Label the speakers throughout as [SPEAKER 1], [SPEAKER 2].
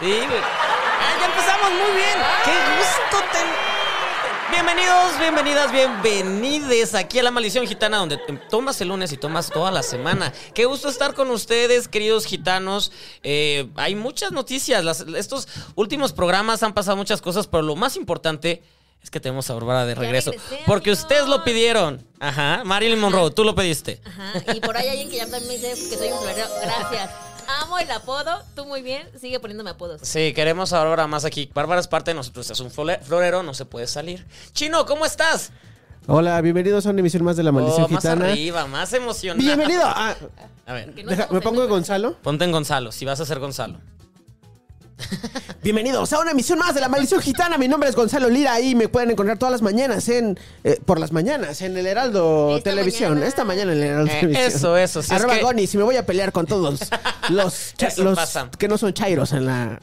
[SPEAKER 1] Sí, güey. Ah, ya empezamos muy bien. Qué gusto ten- Bienvenidos, bienvenidas, bienvenides aquí a La Maldición Gitana, donde te- tomas el lunes y tomas toda la semana. Qué gusto estar con ustedes, queridos gitanos. Eh, hay muchas noticias. Las- estos últimos programas han pasado muchas cosas, pero lo más importante es que tenemos a Bárbara de regreso.
[SPEAKER 2] regresé,
[SPEAKER 1] Porque
[SPEAKER 2] amigos.
[SPEAKER 1] ustedes lo pidieron. Ajá, Marilyn Monroe, tú lo pediste.
[SPEAKER 2] Ajá, y por ahí alguien que ya también me dice que soy un florero. Gracias. Amo el apodo, tú muy bien, sigue poniéndome apodos.
[SPEAKER 1] Sí, queremos ahora más aquí. Bárbara es parte de nosotros, es un flore- florero, no se puede salir. Chino, ¿cómo estás?
[SPEAKER 3] Hola, bienvenidos a una emisión más de La Maldición
[SPEAKER 1] Oh, más
[SPEAKER 3] Gitana.
[SPEAKER 1] arriba, más emocionado.
[SPEAKER 3] Bienvenido. a-
[SPEAKER 1] A ver,
[SPEAKER 2] Que no
[SPEAKER 3] deja-
[SPEAKER 2] estamos
[SPEAKER 3] ¿Me pongo de
[SPEAKER 2] en-
[SPEAKER 3] Gonzalo?
[SPEAKER 1] ponte en Gonzalo, si vas a ser Gonzalo.
[SPEAKER 3] Bienvenidos a una emisión más de La Maldición Gitana. Mi nombre es Gonzalo Lira y me pueden encontrar todas las mañanas en eh, por las mañanas en el Heraldo
[SPEAKER 2] Esta
[SPEAKER 3] Televisión.
[SPEAKER 2] mañana.
[SPEAKER 3] Esta mañana en el Heraldo
[SPEAKER 1] Eh,
[SPEAKER 3] Televisión.
[SPEAKER 1] eso, eso, si es
[SPEAKER 3] Arroba
[SPEAKER 1] que-
[SPEAKER 3] Goni, si me voy a pelear con todos los, cha-
[SPEAKER 1] Eso
[SPEAKER 3] los
[SPEAKER 1] pasa.
[SPEAKER 3] que no son chairos en la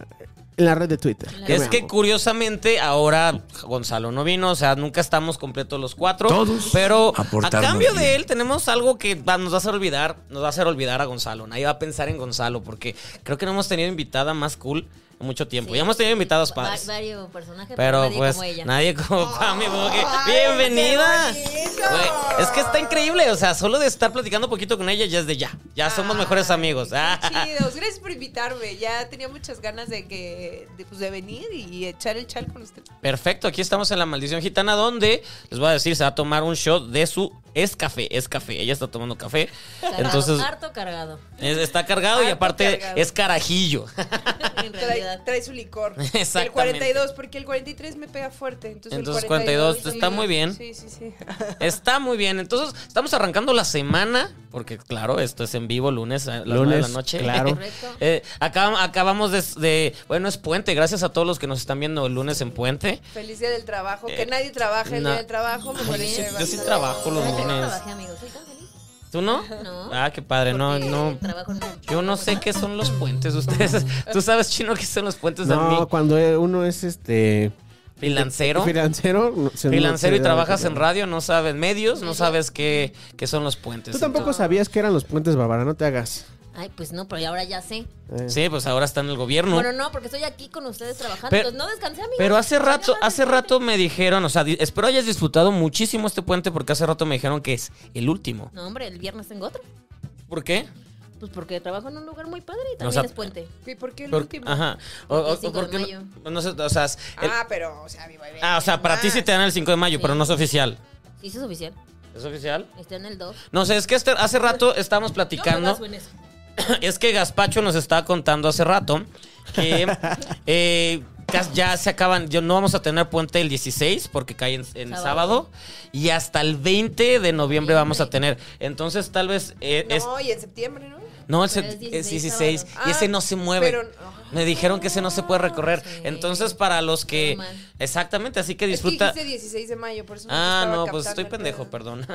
[SPEAKER 3] en la red de Twitter.
[SPEAKER 1] es
[SPEAKER 3] me
[SPEAKER 1] que
[SPEAKER 3] amo.
[SPEAKER 1] curiosamente ahora Gonzalo no vino, o sea, nunca estamos completos los cuatro.
[SPEAKER 4] Todos
[SPEAKER 1] Pero a
[SPEAKER 4] aportaron.
[SPEAKER 1] cambio de él tenemos algo que va- nos va a hacer olvidar, nos va a hacer olvidar a Gonzalo. Nadie va a pensar en Gonzalo porque creo que no hemos tenido invitada más cool en mucho tiempo. ya hemos tenido invitados
[SPEAKER 2] Va-
[SPEAKER 1] padres.
[SPEAKER 2] Varios personajes, pero,
[SPEAKER 1] Pero
[SPEAKER 2] nadie
[SPEAKER 1] pues
[SPEAKER 2] como ella.
[SPEAKER 1] nadie como Pami Bogue. Bienvenida. Güey, es que está increíble, o sea, solo de estar platicando un poquito con ella ya es de ya. Ya somos mejores amigos. Ah,
[SPEAKER 5] Chidos, gracias por invitarme. Ya tenía muchas ganas de que de, pues, de venir y echar el chal con usted.
[SPEAKER 1] Perfecto, aquí estamos en la maldición gitana donde les voy a decir, se va a tomar un shot de su es café, es café. Ella está tomando café.
[SPEAKER 2] Cargado,
[SPEAKER 1] Entonces,
[SPEAKER 2] harto cargado,
[SPEAKER 1] es- está cargado y
[SPEAKER 5] Harto
[SPEAKER 1] aparte
[SPEAKER 5] cargado.
[SPEAKER 1] es carajillo.
[SPEAKER 2] en
[SPEAKER 5] Trae,
[SPEAKER 2] realidad.
[SPEAKER 5] trae su licor.
[SPEAKER 1] Exactamente.
[SPEAKER 5] El 42, porque el 43 me pega fuerte. Entonces, el
[SPEAKER 1] Entonces,
[SPEAKER 5] 42,
[SPEAKER 1] 42, está muy bien.
[SPEAKER 5] Sí, sí, sí.
[SPEAKER 1] Está muy bien. Entonces, estamos arrancando la semana, porque claro, esto es en vivo lunes a las nueve de la
[SPEAKER 3] Lunes,
[SPEAKER 1] noche.
[SPEAKER 3] claro.
[SPEAKER 2] Correcto.
[SPEAKER 1] Eh, acabam- acabamos de, de- Bueno, es puente. Gracias a todos los que nos están viendo el lunes en puente.
[SPEAKER 5] Feliz día del trabajo.
[SPEAKER 1] Eh,
[SPEAKER 5] que nadie trabaje el
[SPEAKER 1] no.
[SPEAKER 5] día del trabajo. Me
[SPEAKER 1] Ay,
[SPEAKER 5] parece
[SPEAKER 1] yo sí- yo sí
[SPEAKER 5] bastante-
[SPEAKER 1] trabajo los
[SPEAKER 2] Ay, yo no
[SPEAKER 1] lunes.
[SPEAKER 2] trabajé, amigos, soy tan feliz.
[SPEAKER 1] ¿Tú no?
[SPEAKER 2] No.
[SPEAKER 1] Ah, qué padre. No,
[SPEAKER 2] porque
[SPEAKER 1] no.
[SPEAKER 2] trabajo en el-
[SPEAKER 1] Yo no sé qué son los puentes. Ustedes, tú sabes, chino, qué son los puentes de mí.
[SPEAKER 3] No, cuando uno es este
[SPEAKER 1] Freelancero.
[SPEAKER 3] Freelancero, no, se- no
[SPEAKER 1] Freelancero y
[SPEAKER 3] se-
[SPEAKER 1] trabajas en radio, no sabes medios, no sabes qué, qué son los puentes.
[SPEAKER 3] Tú tampoco
[SPEAKER 1] Entonces-
[SPEAKER 3] sabías que eran los puentes Bárbara, no te hagas.
[SPEAKER 2] Ay, pues no, pero ahora ya sé.
[SPEAKER 3] Eh.
[SPEAKER 1] Sí, pues ahora está en el gobierno.
[SPEAKER 2] Bueno, no, porque estoy aquí con ustedes trabajando.
[SPEAKER 1] Pero-
[SPEAKER 2] entonces no descansé, amigos.
[SPEAKER 1] Pero hace
[SPEAKER 2] Ya
[SPEAKER 1] rato,
[SPEAKER 2] nada más
[SPEAKER 1] hace rato me dijeron, o sea, di- espero hayas disfrutado muchísimo este puente porque hace rato me dijeron que es el último.
[SPEAKER 2] No, hombre, el viernes tengo otro.
[SPEAKER 1] ¿Por qué?
[SPEAKER 2] Pues porque trabajo en un lugar muy padre y también
[SPEAKER 1] sea,
[SPEAKER 2] es puente.
[SPEAKER 5] ¿Y por qué el
[SPEAKER 1] Por-
[SPEAKER 5] último?
[SPEAKER 1] ajá. O,
[SPEAKER 2] Porque
[SPEAKER 1] o-
[SPEAKER 2] es cinco
[SPEAKER 1] porque
[SPEAKER 2] de
[SPEAKER 1] no- no sé, o sea, es- el-
[SPEAKER 5] Ah, pero, o sea, vivo ahí.
[SPEAKER 1] ah, o sea, para ti sí te dan el 5 de mayo,
[SPEAKER 2] Sí.
[SPEAKER 1] pero no es oficial.
[SPEAKER 2] Sí, eso es oficial.
[SPEAKER 1] ¿Es oficial?
[SPEAKER 2] Está en el 2.
[SPEAKER 1] No sé, es que este- hace rato estábamos
[SPEAKER 2] Yo me
[SPEAKER 1] platicando.
[SPEAKER 2] baso en eso.
[SPEAKER 1] es que Gaspacho nos estaba contando hace rato que eh, cas- ya se acaban, yo no vamos a tener puente el 16 porque cae en, en sábado.
[SPEAKER 2] Sábado.
[SPEAKER 1] y hasta el 20 de noviembre vamos a tener. Entonces tal vez eh, es-
[SPEAKER 5] No, y en septiembre, ¿no?
[SPEAKER 1] no, el
[SPEAKER 2] Pero
[SPEAKER 1] se-
[SPEAKER 2] es 16
[SPEAKER 1] es 16
[SPEAKER 2] sábado.
[SPEAKER 1] y ese
[SPEAKER 5] Ah,
[SPEAKER 1] no se mueve.
[SPEAKER 5] pero no.
[SPEAKER 1] Me dijeron que ese no se puede recorrer.
[SPEAKER 2] Sí.
[SPEAKER 1] Entonces, para los que.
[SPEAKER 2] Normal.
[SPEAKER 1] Exactamente, así que
[SPEAKER 5] Disfruta.
[SPEAKER 1] disfruta.
[SPEAKER 5] Es que dijiste 16 de mayo, por eso te
[SPEAKER 1] Ah,
[SPEAKER 5] estaba
[SPEAKER 1] no, pues
[SPEAKER 5] captando
[SPEAKER 1] estoy
[SPEAKER 5] el
[SPEAKER 1] pendejo,
[SPEAKER 5] pedo.
[SPEAKER 1] perdón.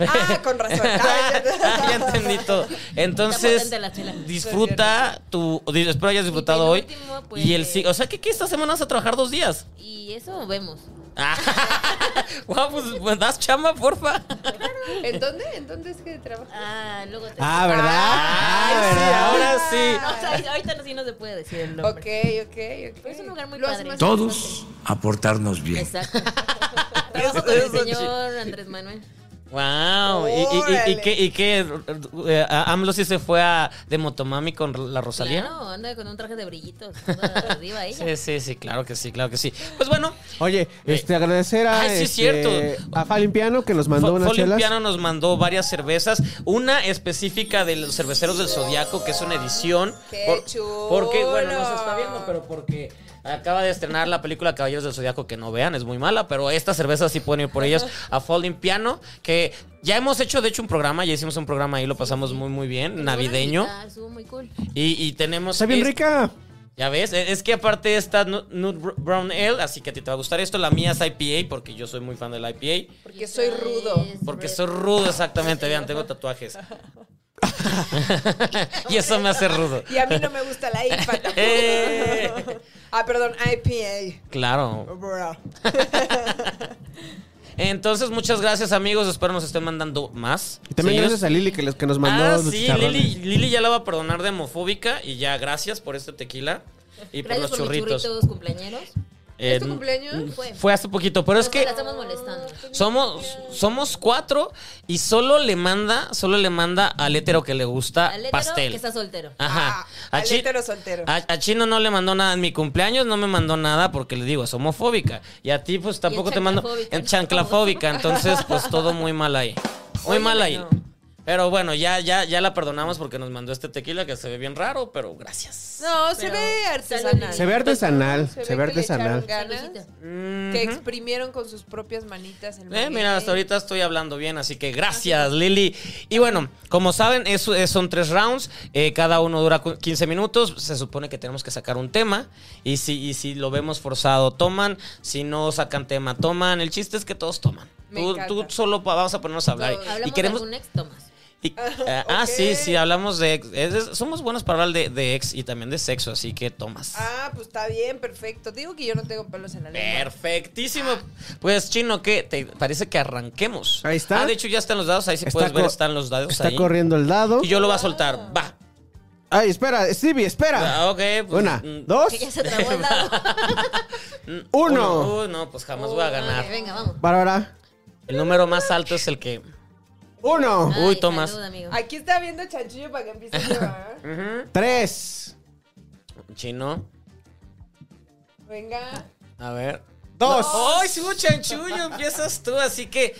[SPEAKER 5] Ah, con razón. Ah, ya-
[SPEAKER 1] Ah, ya entendí todo. Entonces,
[SPEAKER 2] potente la chela.
[SPEAKER 1] disfruta tu. di- Espero hayas disfrutado
[SPEAKER 2] el
[SPEAKER 1] hoy.
[SPEAKER 2] último, pues,
[SPEAKER 1] Y el
[SPEAKER 2] eh,
[SPEAKER 1] sí. O sea, que, que esta semana vas a trabajar dos días.
[SPEAKER 2] Y eso vemos.
[SPEAKER 1] Ah, Guau, pues, pues, das chamba, porfa.
[SPEAKER 5] ¿En dónde? ¿En dónde es que trabajas?
[SPEAKER 2] Ah, luego te.
[SPEAKER 3] Ah, ¿verdad?
[SPEAKER 1] Ay,
[SPEAKER 3] Ah,
[SPEAKER 1] sí,
[SPEAKER 3] ¿verdad?
[SPEAKER 1] ahora
[SPEAKER 2] No, o
[SPEAKER 1] sí.
[SPEAKER 2] sea, ahorita no, sí no se puede decir el
[SPEAKER 5] Ok, ok, ok.
[SPEAKER 2] nombre.
[SPEAKER 5] Pero
[SPEAKER 2] es un lugar muy
[SPEAKER 5] Lo hace
[SPEAKER 2] padre.
[SPEAKER 5] más
[SPEAKER 4] Todos aportarnos bien.
[SPEAKER 2] Exacto. Trabajo con el señor Andrés Manuel.
[SPEAKER 1] Wow. ¿Y, y, y- y,
[SPEAKER 5] Órale.
[SPEAKER 1] qué? ¿Y qué? Eh, ¿AMLO sí se fue a, de Motomami con la Rosalía?
[SPEAKER 2] Claro, anda con un traje de brillitos. toda arriba
[SPEAKER 1] Sí,
[SPEAKER 2] ella.
[SPEAKER 1] sí, sí, claro que sí, claro que sí. Pues bueno,
[SPEAKER 3] Oye,
[SPEAKER 6] Eh.
[SPEAKER 3] este, agradecer a,
[SPEAKER 1] Ay, sí, es
[SPEAKER 3] este,
[SPEAKER 1] cierto.
[SPEAKER 3] a Falimpiano que nos mandó
[SPEAKER 1] Fo-
[SPEAKER 3] unas chelas.
[SPEAKER 1] Folimpiano nos mandó varias cervezas, una específica de los cerveceros del Zodiaco, que es una edición.
[SPEAKER 5] ¡Qué chulo!
[SPEAKER 1] Porque, bueno, no se está viendo, pero porque acaba de estrenar la película Caballeros del Zodiaco, que no vean, es muy mala, pero estas cervezas sí pueden ir por ellas a Folimpiano, que ya hemos hecho, de hecho, un programa, ya hicimos un programa ahí, lo pasamos muy, muy bien, navideño.
[SPEAKER 2] Ah, estuvo muy cool.
[SPEAKER 1] Y, y tenemos.
[SPEAKER 3] Está bien
[SPEAKER 1] es-
[SPEAKER 3] rica.
[SPEAKER 1] ya ves, e- es que aparte está Nu- Nude Br- Brown Ale, así que a ti te va a gustar esto. La mía es IPA, porque yo soy muy fan del IPA.
[SPEAKER 5] Porque soy rudo.
[SPEAKER 1] Porque soy rudo, exactamente. Vean, tengo tatuajes. y eso me hace rudo.
[SPEAKER 5] Y a mí no me gusta la IPA.
[SPEAKER 1] Eh.
[SPEAKER 5] tampoco. ah, perdón, IPA.
[SPEAKER 1] Claro.
[SPEAKER 5] Bro.
[SPEAKER 1] Entonces, muchas gracias, amigos. Espero nos estén mandando más.
[SPEAKER 3] Y también
[SPEAKER 1] Sí,
[SPEAKER 3] gracias
[SPEAKER 1] nos-
[SPEAKER 3] a Lili que, les- que nos mandó
[SPEAKER 1] Ah,
[SPEAKER 3] los
[SPEAKER 1] sí,
[SPEAKER 3] chicharrones.
[SPEAKER 1] Lili, Lili ya la va a perdonar de homofóbica. Y ya, gracias por este tequila y por
[SPEAKER 2] Gracias
[SPEAKER 1] los
[SPEAKER 2] por, mis
[SPEAKER 1] churritos.
[SPEAKER 2] churritos cumpleañeros.
[SPEAKER 1] Eh,
[SPEAKER 5] ¿Es tu cumpleaños?
[SPEAKER 2] Fue.
[SPEAKER 1] Fue hace poquito, pero es
[SPEAKER 2] Entonces
[SPEAKER 1] que.
[SPEAKER 2] la estamos molestando.
[SPEAKER 1] Somos, somos cuatro y solo le manda, solo le manda al hétero que le gusta
[SPEAKER 2] Al hétero
[SPEAKER 1] pastel.
[SPEAKER 2] que está soltero.
[SPEAKER 1] Ajá.
[SPEAKER 5] Ah,
[SPEAKER 1] A
[SPEAKER 5] al
[SPEAKER 1] Chi-
[SPEAKER 5] hétero soltero.
[SPEAKER 1] A, a Chino no le mandó nada en mi cumpleaños, no me mandó nada porque le digo, es homofóbica. Y a ti, pues tampoco te mando.
[SPEAKER 2] chanclafóbica.
[SPEAKER 1] En chanclafóbica, entonces, pues todo muy mal ahí. Muy
[SPEAKER 5] Oye,
[SPEAKER 1] mal ahí.
[SPEAKER 5] no.
[SPEAKER 1] Pero bueno, ya, ya, ya la perdonamos porque nos mandó este tequila que se ve bien raro, pero gracias.
[SPEAKER 5] No, se ve artesanal.
[SPEAKER 3] Se ve artesanal, se, ve
[SPEAKER 5] que le echaron
[SPEAKER 3] artesanal.
[SPEAKER 5] ganas,
[SPEAKER 2] Saludcita.
[SPEAKER 5] que exprimieron con sus propias manitas el
[SPEAKER 1] Eh,
[SPEAKER 5] maguey.
[SPEAKER 1] mira, hasta ahorita estoy hablando bien, así que gracias, Lili. Y bueno, como saben, es- es- son tres rounds, eh, cada uno dura cu- 15 minutos, se supone que tenemos que sacar un tema, y si, y si lo vemos forzado, toman, si no sacan tema, toman, el chiste es que todos toman.
[SPEAKER 5] Me
[SPEAKER 1] Tú,
[SPEAKER 5] encanta.
[SPEAKER 1] tú solo pa- vamos a ponernos a hablar.
[SPEAKER 2] Hablamos
[SPEAKER 1] Y queremos...
[SPEAKER 2] de algún ex, Tomás.
[SPEAKER 1] y- eh, Ah, sí, sí, hablamos de ex. Es- es- somos buenos para hablar de, de ex y también de sexo, así que tomas.
[SPEAKER 5] Ah, pues está bien, perfecto. Digo que yo no tengo pelos en la lengua.
[SPEAKER 1] Perfectísimo. Pues, Chino, ¿qué? Te parece que arranquemos.
[SPEAKER 3] Ahí está.
[SPEAKER 1] Ah, de hecho, ya están los dados. Ahí si
[SPEAKER 3] Está
[SPEAKER 1] puedes ver,
[SPEAKER 3] cor-
[SPEAKER 1] están los dados
[SPEAKER 3] Está
[SPEAKER 1] ahí.
[SPEAKER 3] corriendo el dado.
[SPEAKER 1] Y yo lo voy a soltar. Va.
[SPEAKER 3] Ay, espera, Stevie, espera.
[SPEAKER 1] Ah, ok. pues,
[SPEAKER 3] Una,
[SPEAKER 1] mm,
[SPEAKER 3] dos,
[SPEAKER 2] Que ya se trabó el dado.
[SPEAKER 1] mm,
[SPEAKER 3] uno.
[SPEAKER 1] Uy, no, pues jamás voy a ganar.
[SPEAKER 2] Ok, venga, vamos.
[SPEAKER 3] Bárbara.
[SPEAKER 1] El número más alto es el que.
[SPEAKER 3] Uno,
[SPEAKER 1] Uy,
[SPEAKER 2] Ay,
[SPEAKER 1] Tomás.
[SPEAKER 2] salud, amigo.
[SPEAKER 5] Aquí está viendo chanchillo para que empiece a llevar.
[SPEAKER 3] tres,
[SPEAKER 1] Chino.
[SPEAKER 5] Venga.
[SPEAKER 1] A ver.
[SPEAKER 3] dos.
[SPEAKER 1] ¡Ay, sí, un chanchullo! Empiezas tú, así que.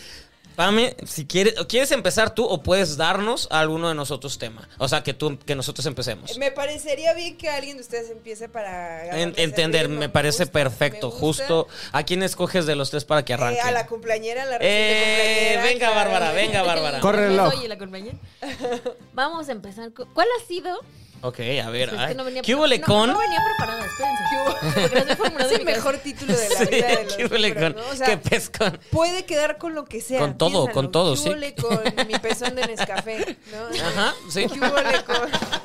[SPEAKER 1] Pame, si quieres, ¿quieres empezar tú o puedes darnos alguno de nosotros tema? O sea, que tú, que nosotros empecemos.
[SPEAKER 5] Pues, Me parecería bien que alguien de ustedes empiece para ganarles
[SPEAKER 1] En-
[SPEAKER 5] el
[SPEAKER 1] entender,
[SPEAKER 5] ritmo.
[SPEAKER 1] me parece
[SPEAKER 5] gusta,
[SPEAKER 1] perfecto,
[SPEAKER 5] me gusta.
[SPEAKER 1] justo. ¿A quién escoges de los tres para que
[SPEAKER 5] Eh,
[SPEAKER 1] arranque?
[SPEAKER 5] a la cumpleañera, a la
[SPEAKER 1] Eh,
[SPEAKER 5] reciente cumpleañera,
[SPEAKER 1] venga,
[SPEAKER 5] claro.
[SPEAKER 1] Bárbara, venga, Bárbara.
[SPEAKER 3] Corre el reloj.
[SPEAKER 2] Oye, la compañía. Vamos a empezar. con- ¿Cuál ha sido?
[SPEAKER 1] Ok, a ver.
[SPEAKER 2] Es que
[SPEAKER 1] ay.
[SPEAKER 2] no venía-
[SPEAKER 1] ¿Qué hubo
[SPEAKER 2] no,
[SPEAKER 1] con?
[SPEAKER 2] No venía preparada, espérense.
[SPEAKER 5] ¿Qué hubo?
[SPEAKER 2] Porque las he formulado en
[SPEAKER 5] Es el
[SPEAKER 2] mi cabeza.
[SPEAKER 5] mejor título de la
[SPEAKER 1] Sí,
[SPEAKER 5] vida de los
[SPEAKER 1] ¿Qué huele
[SPEAKER 5] libros,
[SPEAKER 1] con?
[SPEAKER 5] ¿no? O sea,
[SPEAKER 1] ¿Qué pez con?
[SPEAKER 5] Puede quedar con lo que sea.
[SPEAKER 1] Con todo,
[SPEAKER 5] piénsalo.
[SPEAKER 1] con todo,
[SPEAKER 5] ¿Qué
[SPEAKER 1] sí.
[SPEAKER 5] huele con mi pezón de Nescafé? ¿no?
[SPEAKER 1] Ajá, sí.
[SPEAKER 5] ¿Qué huele con...?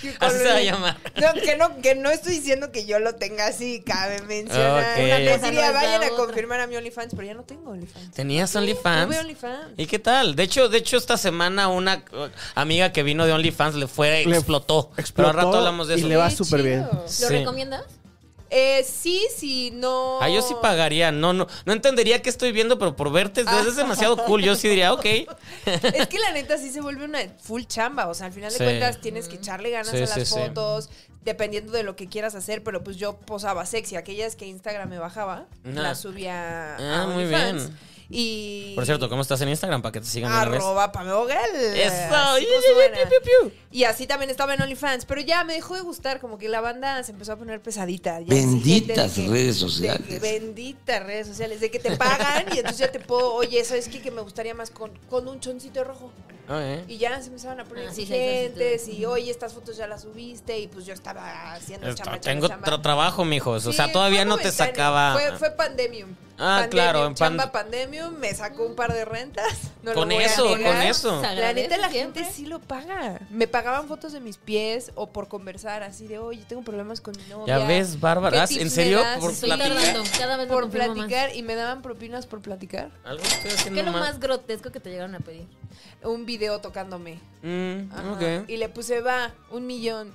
[SPEAKER 5] ¿Qué
[SPEAKER 1] Así
[SPEAKER 5] huele?
[SPEAKER 1] se va a llamar.
[SPEAKER 5] No, que no, que no estoy diciendo que yo lo tenga así, cabe mencionar.
[SPEAKER 1] Ok.
[SPEAKER 5] Una
[SPEAKER 1] Una
[SPEAKER 5] vez
[SPEAKER 2] cosa
[SPEAKER 5] diría,
[SPEAKER 2] no es la
[SPEAKER 5] vayan a
[SPEAKER 2] otra.
[SPEAKER 5] confirmar a mi OnlyFans, pero ya no tengo OnlyFans.
[SPEAKER 1] ¿Tenías
[SPEAKER 5] No veo
[SPEAKER 1] OnlyFans?
[SPEAKER 5] OnlyFans.
[SPEAKER 1] ¿Y qué tal? De hecho, de hecho esta semana una eh, amiga que vino de OnlyFans le fue
[SPEAKER 3] Le
[SPEAKER 1] explotó. Pero
[SPEAKER 3] explotó
[SPEAKER 1] al rato hablamos de
[SPEAKER 3] y
[SPEAKER 1] eso.
[SPEAKER 3] le va
[SPEAKER 5] Qué
[SPEAKER 3] súper bien.
[SPEAKER 5] chido.
[SPEAKER 2] ¿Lo
[SPEAKER 1] Sí.
[SPEAKER 2] recomiendas?
[SPEAKER 5] Eh, sí, sí, no...
[SPEAKER 1] Ah, yo sí pagaría. No, no, no entendería qué estoy viendo, pero por verte es,
[SPEAKER 5] Ah.
[SPEAKER 1] es demasiado cool. Yo sí diría, ok.
[SPEAKER 5] Es que la neta sí se vuelve una full chamba. O sea, al final de
[SPEAKER 1] Sí.
[SPEAKER 5] cuentas tienes que echarle ganas
[SPEAKER 1] Sí,
[SPEAKER 5] a las
[SPEAKER 1] sí, sí.
[SPEAKER 5] fotos, dependiendo de lo que quieras hacer. Pero pues yo posaba sexy. Aquellas que Instagram me bajaba,
[SPEAKER 1] Ajá.
[SPEAKER 5] las subía
[SPEAKER 1] Ah,
[SPEAKER 5] a
[SPEAKER 1] muy
[SPEAKER 5] OnlyFans.
[SPEAKER 1] bien.
[SPEAKER 5] Y.
[SPEAKER 1] Por cierto, ¿cómo estás en Instagram para que te sigan de una vez?
[SPEAKER 5] Arroba Pamogel.
[SPEAKER 1] Eso.
[SPEAKER 5] Así como
[SPEAKER 1] Yu, yu, yu,
[SPEAKER 5] suena.
[SPEAKER 1] piu, piu, piu.
[SPEAKER 5] Y así también estaba en OnlyFans. Pero ya me dejó de gustar, como que la banda se empezó a poner pesadita. Ya
[SPEAKER 7] Benditas
[SPEAKER 5] siguiente
[SPEAKER 7] redes
[SPEAKER 5] de
[SPEAKER 7] sociales.
[SPEAKER 5] que benditas redes sociales. De que te pagan y entonces ya te puedo. Oye, ¿sabes qué? Que me gustaría más con, con un choncito rojo.
[SPEAKER 1] Ok.
[SPEAKER 5] Y ya se empezaron a poner
[SPEAKER 2] Ah, sí, sí, sí,
[SPEAKER 5] exigentes
[SPEAKER 2] sí,
[SPEAKER 5] y oye, estas fotos ya las subiste y pues yo estaba haciendo
[SPEAKER 1] Esto-
[SPEAKER 5] chamba, chamba,
[SPEAKER 1] tengo
[SPEAKER 5] chamba.
[SPEAKER 1] otro trabajo, mijos. o
[SPEAKER 5] Sí,
[SPEAKER 1] sea, todavía
[SPEAKER 5] fue
[SPEAKER 1] no te
[SPEAKER 5] momentáneo,
[SPEAKER 1] sacaba.
[SPEAKER 5] Fue, fue pandemium.
[SPEAKER 1] Ah,
[SPEAKER 5] Pandemium,
[SPEAKER 1] claro, en
[SPEAKER 5] chamba
[SPEAKER 1] pan-
[SPEAKER 5] pandemium, me sacó un par de rentas. no lo
[SPEAKER 1] Con
[SPEAKER 5] voy a
[SPEAKER 1] eso, con
[SPEAKER 5] negar.
[SPEAKER 1] eso.
[SPEAKER 2] Se
[SPEAKER 5] La neta, la
[SPEAKER 2] agradece siempre.
[SPEAKER 5] gente sí lo paga. Me pagaban fotos de mis pies o por conversar así de, oye, tengo problemas con mi novia.
[SPEAKER 1] Ya ves, Bárbara.
[SPEAKER 5] ¿Qué
[SPEAKER 1] Ah,
[SPEAKER 5] tips
[SPEAKER 1] ¿en
[SPEAKER 5] me
[SPEAKER 1] serio?
[SPEAKER 5] das?
[SPEAKER 1] Por
[SPEAKER 2] Estoy
[SPEAKER 1] platicar.
[SPEAKER 2] tardando. Cada vez me
[SPEAKER 5] Por
[SPEAKER 2] confirmo más.
[SPEAKER 5] platicar y me daban propinas por platicar.
[SPEAKER 1] Algo estoy
[SPEAKER 2] ¿Qué
[SPEAKER 1] haciendo
[SPEAKER 2] es lo
[SPEAKER 1] mal.
[SPEAKER 2] más grotesco que te llegaron a pedir?
[SPEAKER 5] un video tocándome.
[SPEAKER 1] Mm,
[SPEAKER 5] Ajá.
[SPEAKER 1] ok.
[SPEAKER 5] Y le puse, va, un millón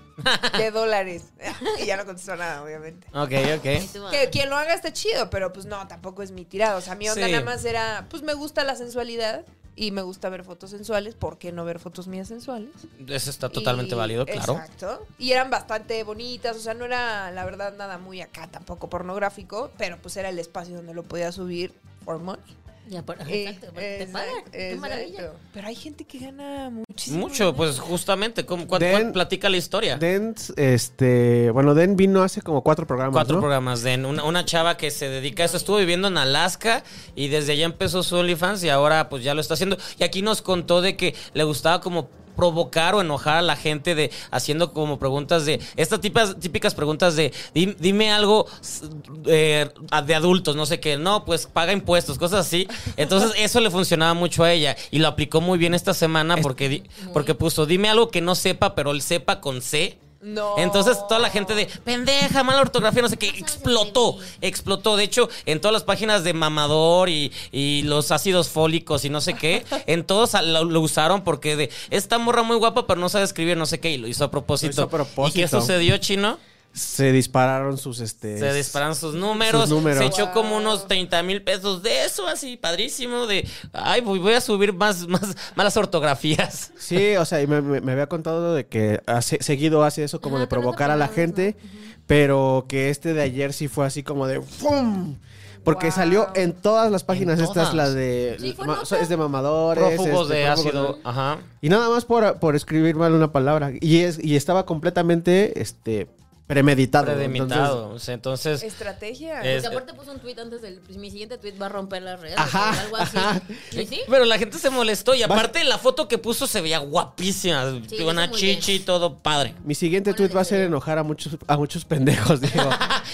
[SPEAKER 5] de dólares. y ya no contestó nada, obviamente.
[SPEAKER 1] Ok,
[SPEAKER 2] Y
[SPEAKER 1] ok.
[SPEAKER 2] tú, ah,
[SPEAKER 5] Que quien lo haga está chido, pero pues no, tampoco es mi tirada. O sea, mi onda
[SPEAKER 1] Sí.
[SPEAKER 5] nada más era, pues me gusta la sensualidad y me gusta ver fotos sensuales. ¿Por qué no ver fotos mías sensuales?
[SPEAKER 1] Eso está totalmente
[SPEAKER 5] Y-
[SPEAKER 1] válido, claro.
[SPEAKER 5] Exacto. Y eran bastante bonitas, o sea, no era la verdad nada muy acá tampoco pornográfico, pero pues era el espacio donde lo podía subir for money.
[SPEAKER 2] ya, por-
[SPEAKER 5] Eh,
[SPEAKER 2] exacto, porque te
[SPEAKER 5] exacto,
[SPEAKER 2] pagan. Qué
[SPEAKER 5] exacto.
[SPEAKER 2] maravilla.
[SPEAKER 5] Pero hay gente que gana muchísimo.
[SPEAKER 1] Mucho, pues justamente. ¿cómo, cuál-
[SPEAKER 3] Den-
[SPEAKER 1] cuál platica la historia?
[SPEAKER 3] Den, este, bueno, Den vino hace como cuatro programas,
[SPEAKER 1] Cuatro
[SPEAKER 3] ¿no?
[SPEAKER 1] programas de una, una chava que se dedica a eso. Estuvo viviendo en Alaska y desde allá empezó su OnlyFans y ahora pues ya lo está haciendo. Y aquí nos contó de que le gustaba como provocar o enojar a la gente de haciendo como preguntas de estas tipas, típicas preguntas de "Dim- dime algo s- eh, de adultos no sé qué no pues paga impuestos cosas así entonces eso le funcionaba mucho a ella y lo aplicó muy bien esta semana porque di- porque puso dime algo que no sepa pero él sepa con C
[SPEAKER 5] No.
[SPEAKER 1] entonces toda la gente de pendeja, mala ortografía, no sé qué, explotó, explotó. De hecho, en todas las páginas de mamador y, y los ácidos fólicos y no sé qué, en todos a- lo, lo usaron porque de esta morra muy guapa, pero no sabe escribir, no sé qué, y lo hizo a propósito.
[SPEAKER 3] Lo hizo a propósito.
[SPEAKER 1] ¿Y qué sucedió, chino?
[SPEAKER 3] Se dispararon sus, este...
[SPEAKER 1] Se dispararon sus números,
[SPEAKER 3] Sus números.
[SPEAKER 1] se echó como unos 30 mil pesos de eso, así padrísimo, de, ay, voy, voy a subir más, más malas ortografías.
[SPEAKER 3] Sí, o sea, y me, me- me había contado de que hace- seguido hace eso como
[SPEAKER 2] Ajá,
[SPEAKER 3] de
[SPEAKER 2] con eso
[SPEAKER 3] provocar a la
[SPEAKER 2] programas, Ah, ¿no?
[SPEAKER 3] gente, pero que este de ayer sí fue así como de ¡fum! Porque
[SPEAKER 5] Wow.
[SPEAKER 3] salió en todas las páginas
[SPEAKER 1] En
[SPEAKER 3] estas,
[SPEAKER 1] todas.
[SPEAKER 3] la de...
[SPEAKER 2] Sí, fue
[SPEAKER 3] ma-
[SPEAKER 2] nota.
[SPEAKER 3] o sea, es de mamadores.
[SPEAKER 1] Prófugos
[SPEAKER 3] este,
[SPEAKER 1] de
[SPEAKER 3] prófugos
[SPEAKER 1] ácido, ajá.
[SPEAKER 3] Y nada más por, por escribir mal una palabra. Y, es, y estaba completamente, este, premeditado.
[SPEAKER 1] Premeditado.
[SPEAKER 3] Entonces,
[SPEAKER 1] O sea, entonces
[SPEAKER 5] Estrategia.
[SPEAKER 1] Eh,
[SPEAKER 2] Porque
[SPEAKER 1] Es-
[SPEAKER 2] aparte puso un tweet antes del. pues, Mi siguiente tweet va a romper las redes.
[SPEAKER 3] Ajá,
[SPEAKER 2] o algo así.
[SPEAKER 3] ajá.
[SPEAKER 2] ¿Y sí?
[SPEAKER 1] Pero la gente se molestó y aparte la foto que puso se veía guapísima.
[SPEAKER 2] Sí,
[SPEAKER 1] con una
[SPEAKER 2] hizo muy bien.
[SPEAKER 1] chichi y todo padre.
[SPEAKER 3] mi siguiente
[SPEAKER 2] Buena
[SPEAKER 3] tweet va a ser
[SPEAKER 2] teoría.
[SPEAKER 3] enojar a muchos, a muchos pendejos, digo.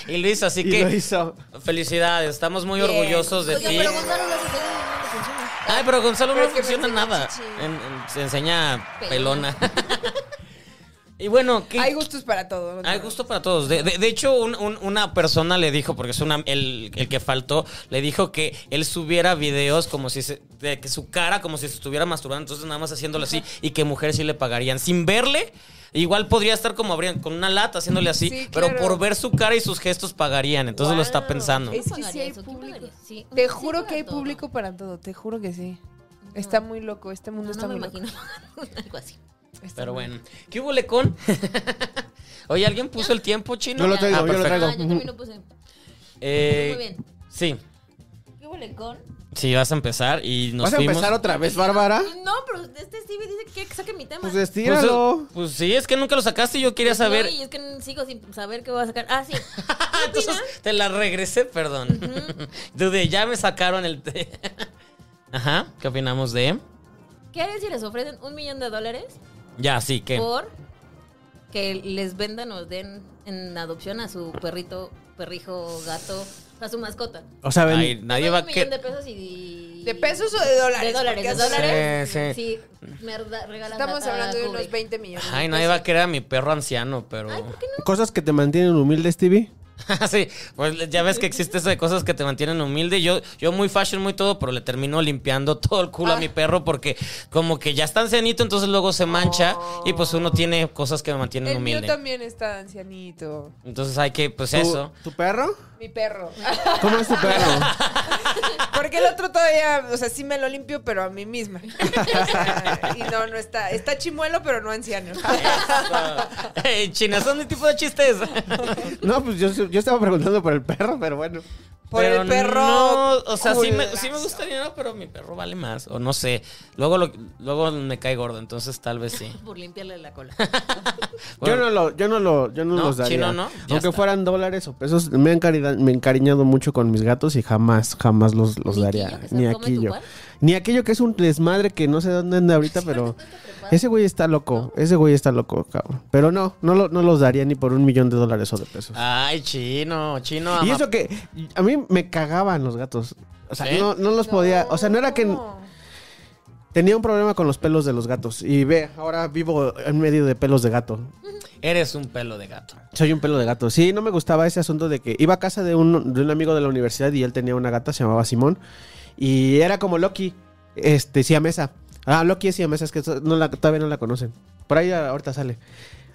[SPEAKER 1] Y Luis, así
[SPEAKER 3] y lo
[SPEAKER 1] que
[SPEAKER 3] hizo.
[SPEAKER 1] felicidades, estamos muy
[SPEAKER 5] Bien.
[SPEAKER 1] orgullosos de
[SPEAKER 2] Oigan,
[SPEAKER 1] ti.
[SPEAKER 2] pero Gonzalo no se sale, no le funciona.
[SPEAKER 1] Ay, pero Gonzalo
[SPEAKER 5] Pero
[SPEAKER 1] no
[SPEAKER 5] es que me
[SPEAKER 1] funciona
[SPEAKER 5] enseña
[SPEAKER 1] nada.
[SPEAKER 5] chichi.
[SPEAKER 1] En- en- se enseña pelona.
[SPEAKER 2] Pelona.
[SPEAKER 1] y bueno, ¿qué,
[SPEAKER 5] Hay gustos para todo. ¿no?
[SPEAKER 1] Hay gusto para todos. De, de- de hecho, un- un- una persona le dijo, porque es una, el, el que faltó, le dijo que él subiera videos como si se- de que su cara como si se estuviera masturbando, entonces nada más haciéndolo así, y que mujeres sí le pagarían. Sin verle, igual podría estar como habrían, con una lata haciéndole así,
[SPEAKER 5] Sí,
[SPEAKER 1] pero
[SPEAKER 5] claro.
[SPEAKER 1] por ver su cara y sus gestos pagarían. Entonces lo está
[SPEAKER 2] Wow.
[SPEAKER 1] pensando.
[SPEAKER 5] Es que
[SPEAKER 2] ¿Quién
[SPEAKER 5] sí hay
[SPEAKER 2] pagaría eso? ¿Quién
[SPEAKER 5] público.
[SPEAKER 2] pagaría? Sí.
[SPEAKER 5] Te
[SPEAKER 2] Sí,
[SPEAKER 5] juro
[SPEAKER 2] para
[SPEAKER 5] que hay
[SPEAKER 2] todo.
[SPEAKER 5] público para todo, te juro que sí. Está muy loco, este
[SPEAKER 2] No, no
[SPEAKER 5] mundo está
[SPEAKER 2] me
[SPEAKER 5] muy loco.
[SPEAKER 2] imagino algo así.
[SPEAKER 5] Está
[SPEAKER 1] Pero
[SPEAKER 5] muy
[SPEAKER 1] bueno. ¿Qué hubo, Lecón? Oye, ¿alguien puso el tiempo chino?
[SPEAKER 3] Yo lo traigo,
[SPEAKER 1] Ah,
[SPEAKER 3] yo lo
[SPEAKER 1] perfecto.
[SPEAKER 3] traigo.
[SPEAKER 2] Ah, yo también lo puse.
[SPEAKER 1] Eh,
[SPEAKER 2] Muy bien.
[SPEAKER 1] Sí,
[SPEAKER 2] ¿Qué huele con?
[SPEAKER 1] sí, vas a empezar y nos
[SPEAKER 3] ¿Vas a
[SPEAKER 1] fuimos.
[SPEAKER 3] empezar otra vez, Bárbara?
[SPEAKER 2] No, pero este Stevie dice que, que saque mi tema.
[SPEAKER 3] Pues
[SPEAKER 1] Pues,
[SPEAKER 3] estíralo.
[SPEAKER 1] eh, Pues sí, es que nunca lo sacaste y yo quería saber.
[SPEAKER 2] No, y es que sigo sin saber qué voy a sacar. Ah, sí. ¿Qué
[SPEAKER 1] Entonces
[SPEAKER 2] opinan?
[SPEAKER 1] te la regresé, perdón. Dude, ya me sacaron el. té. Ajá, ¿qué opinamos de?
[SPEAKER 2] ¿Qué harían si les ofrecen un millón de dólares
[SPEAKER 1] Ya, sí, que.
[SPEAKER 2] por que les vendan o den en adopción a su perrito, perrijo, gato, a su mascota?
[SPEAKER 3] O sea, ven-
[SPEAKER 1] Ay, nadie
[SPEAKER 2] Doy
[SPEAKER 1] va
[SPEAKER 2] un
[SPEAKER 1] a
[SPEAKER 2] millón de
[SPEAKER 1] que.
[SPEAKER 2] pesos y...
[SPEAKER 5] ¿De pesos o de dólares?
[SPEAKER 2] De dólares, de
[SPEAKER 5] Porque
[SPEAKER 2] dólares.
[SPEAKER 1] Sí, sí.
[SPEAKER 2] me reda- regalan
[SPEAKER 5] Estamos
[SPEAKER 2] a- a
[SPEAKER 5] hablando de unos
[SPEAKER 2] Kubrick.
[SPEAKER 5] 20 millones.
[SPEAKER 1] Ay, nadie va a querer a mi perro anciano, pero.
[SPEAKER 2] pues Ay, ¿por qué no?
[SPEAKER 3] cosas que te mantienen humilde, Stevie.
[SPEAKER 1] sí, pues ya ves que existe eso de cosas que te mantienen humilde. Yo, yo muy fashion, muy todo, pero le termino limpiando todo el culo a
[SPEAKER 2] Ah.
[SPEAKER 1] mi perro porque como que ya está ancianito, entonces luego se mancha y pues
[SPEAKER 2] Oh.
[SPEAKER 1] uno tiene cosas que me mantienen
[SPEAKER 5] El mío
[SPEAKER 1] humilde.
[SPEAKER 5] también está ancianito.
[SPEAKER 1] Entonces hay que, pues
[SPEAKER 3] ¿Tu-
[SPEAKER 1] eso.
[SPEAKER 3] ¿Tu perro?
[SPEAKER 5] Mi perro.
[SPEAKER 3] ¿Cómo es tu perro?
[SPEAKER 5] Porque el otro todavía, o sea, sí me lo limpio, pero a mí misma. O sea, y no, no está. Está chimuelo, pero no anciano.
[SPEAKER 1] Ey, Eh, China, son de tipo de chistes.
[SPEAKER 3] No, pues yo, yo estaba preguntando por el perro, pero bueno.
[SPEAKER 5] Por
[SPEAKER 1] Pero
[SPEAKER 5] el perro.
[SPEAKER 1] No, o sea, sí me,
[SPEAKER 5] culazo.
[SPEAKER 1] sí me gustaría, no, pero mi perro vale más. O no sé. Luego, lo- luego me cae gordo, entonces tal vez sí.
[SPEAKER 2] Por limpiarle la cola.
[SPEAKER 1] Bueno,
[SPEAKER 3] yo no lo, yo no lo, yo no,
[SPEAKER 1] No,
[SPEAKER 3] los daría.
[SPEAKER 1] chino, ¿no? Ya
[SPEAKER 3] Aunque
[SPEAKER 1] está.
[SPEAKER 3] fueran dólares o pesos, me he, encarida- me he encariñado mucho con mis gatos y jamás, jamás los, los
[SPEAKER 2] ¿Ni
[SPEAKER 3] daría.
[SPEAKER 2] aquello que se
[SPEAKER 3] Ni
[SPEAKER 2] come tu
[SPEAKER 3] aquello.
[SPEAKER 2] pan?
[SPEAKER 3] Ni aquello que es un desmadre que no sé dónde anda ahorita, pero. Ese güey está loco, ese güey está loco, cabrón. Pero no, no, lo- no los daría ni por un millón de dólares o de pesos.
[SPEAKER 1] Ay, chino, chino.
[SPEAKER 3] y
[SPEAKER 1] ama-
[SPEAKER 3] eso que a mí me cagaban los gatos. O sea,
[SPEAKER 1] ¿Sí?
[SPEAKER 3] no, no los podía. O sea, no era que. Tenía un problema con los pelos de los gatos. Y ve, ahora vivo en medio de pelos de gato.
[SPEAKER 1] Eres un pelo de gato.
[SPEAKER 3] Soy un pelo de gato. Sí, no me gustaba ese asunto de que iba a casa de un, de un amigo de la universidad y él tenía una gata, se llamaba Simón. Y era como Loki, este, siamesa. Ah, Loki es siamesa, es que so- no la, todavía no la conocen. Por ahí ah, ahorita sale.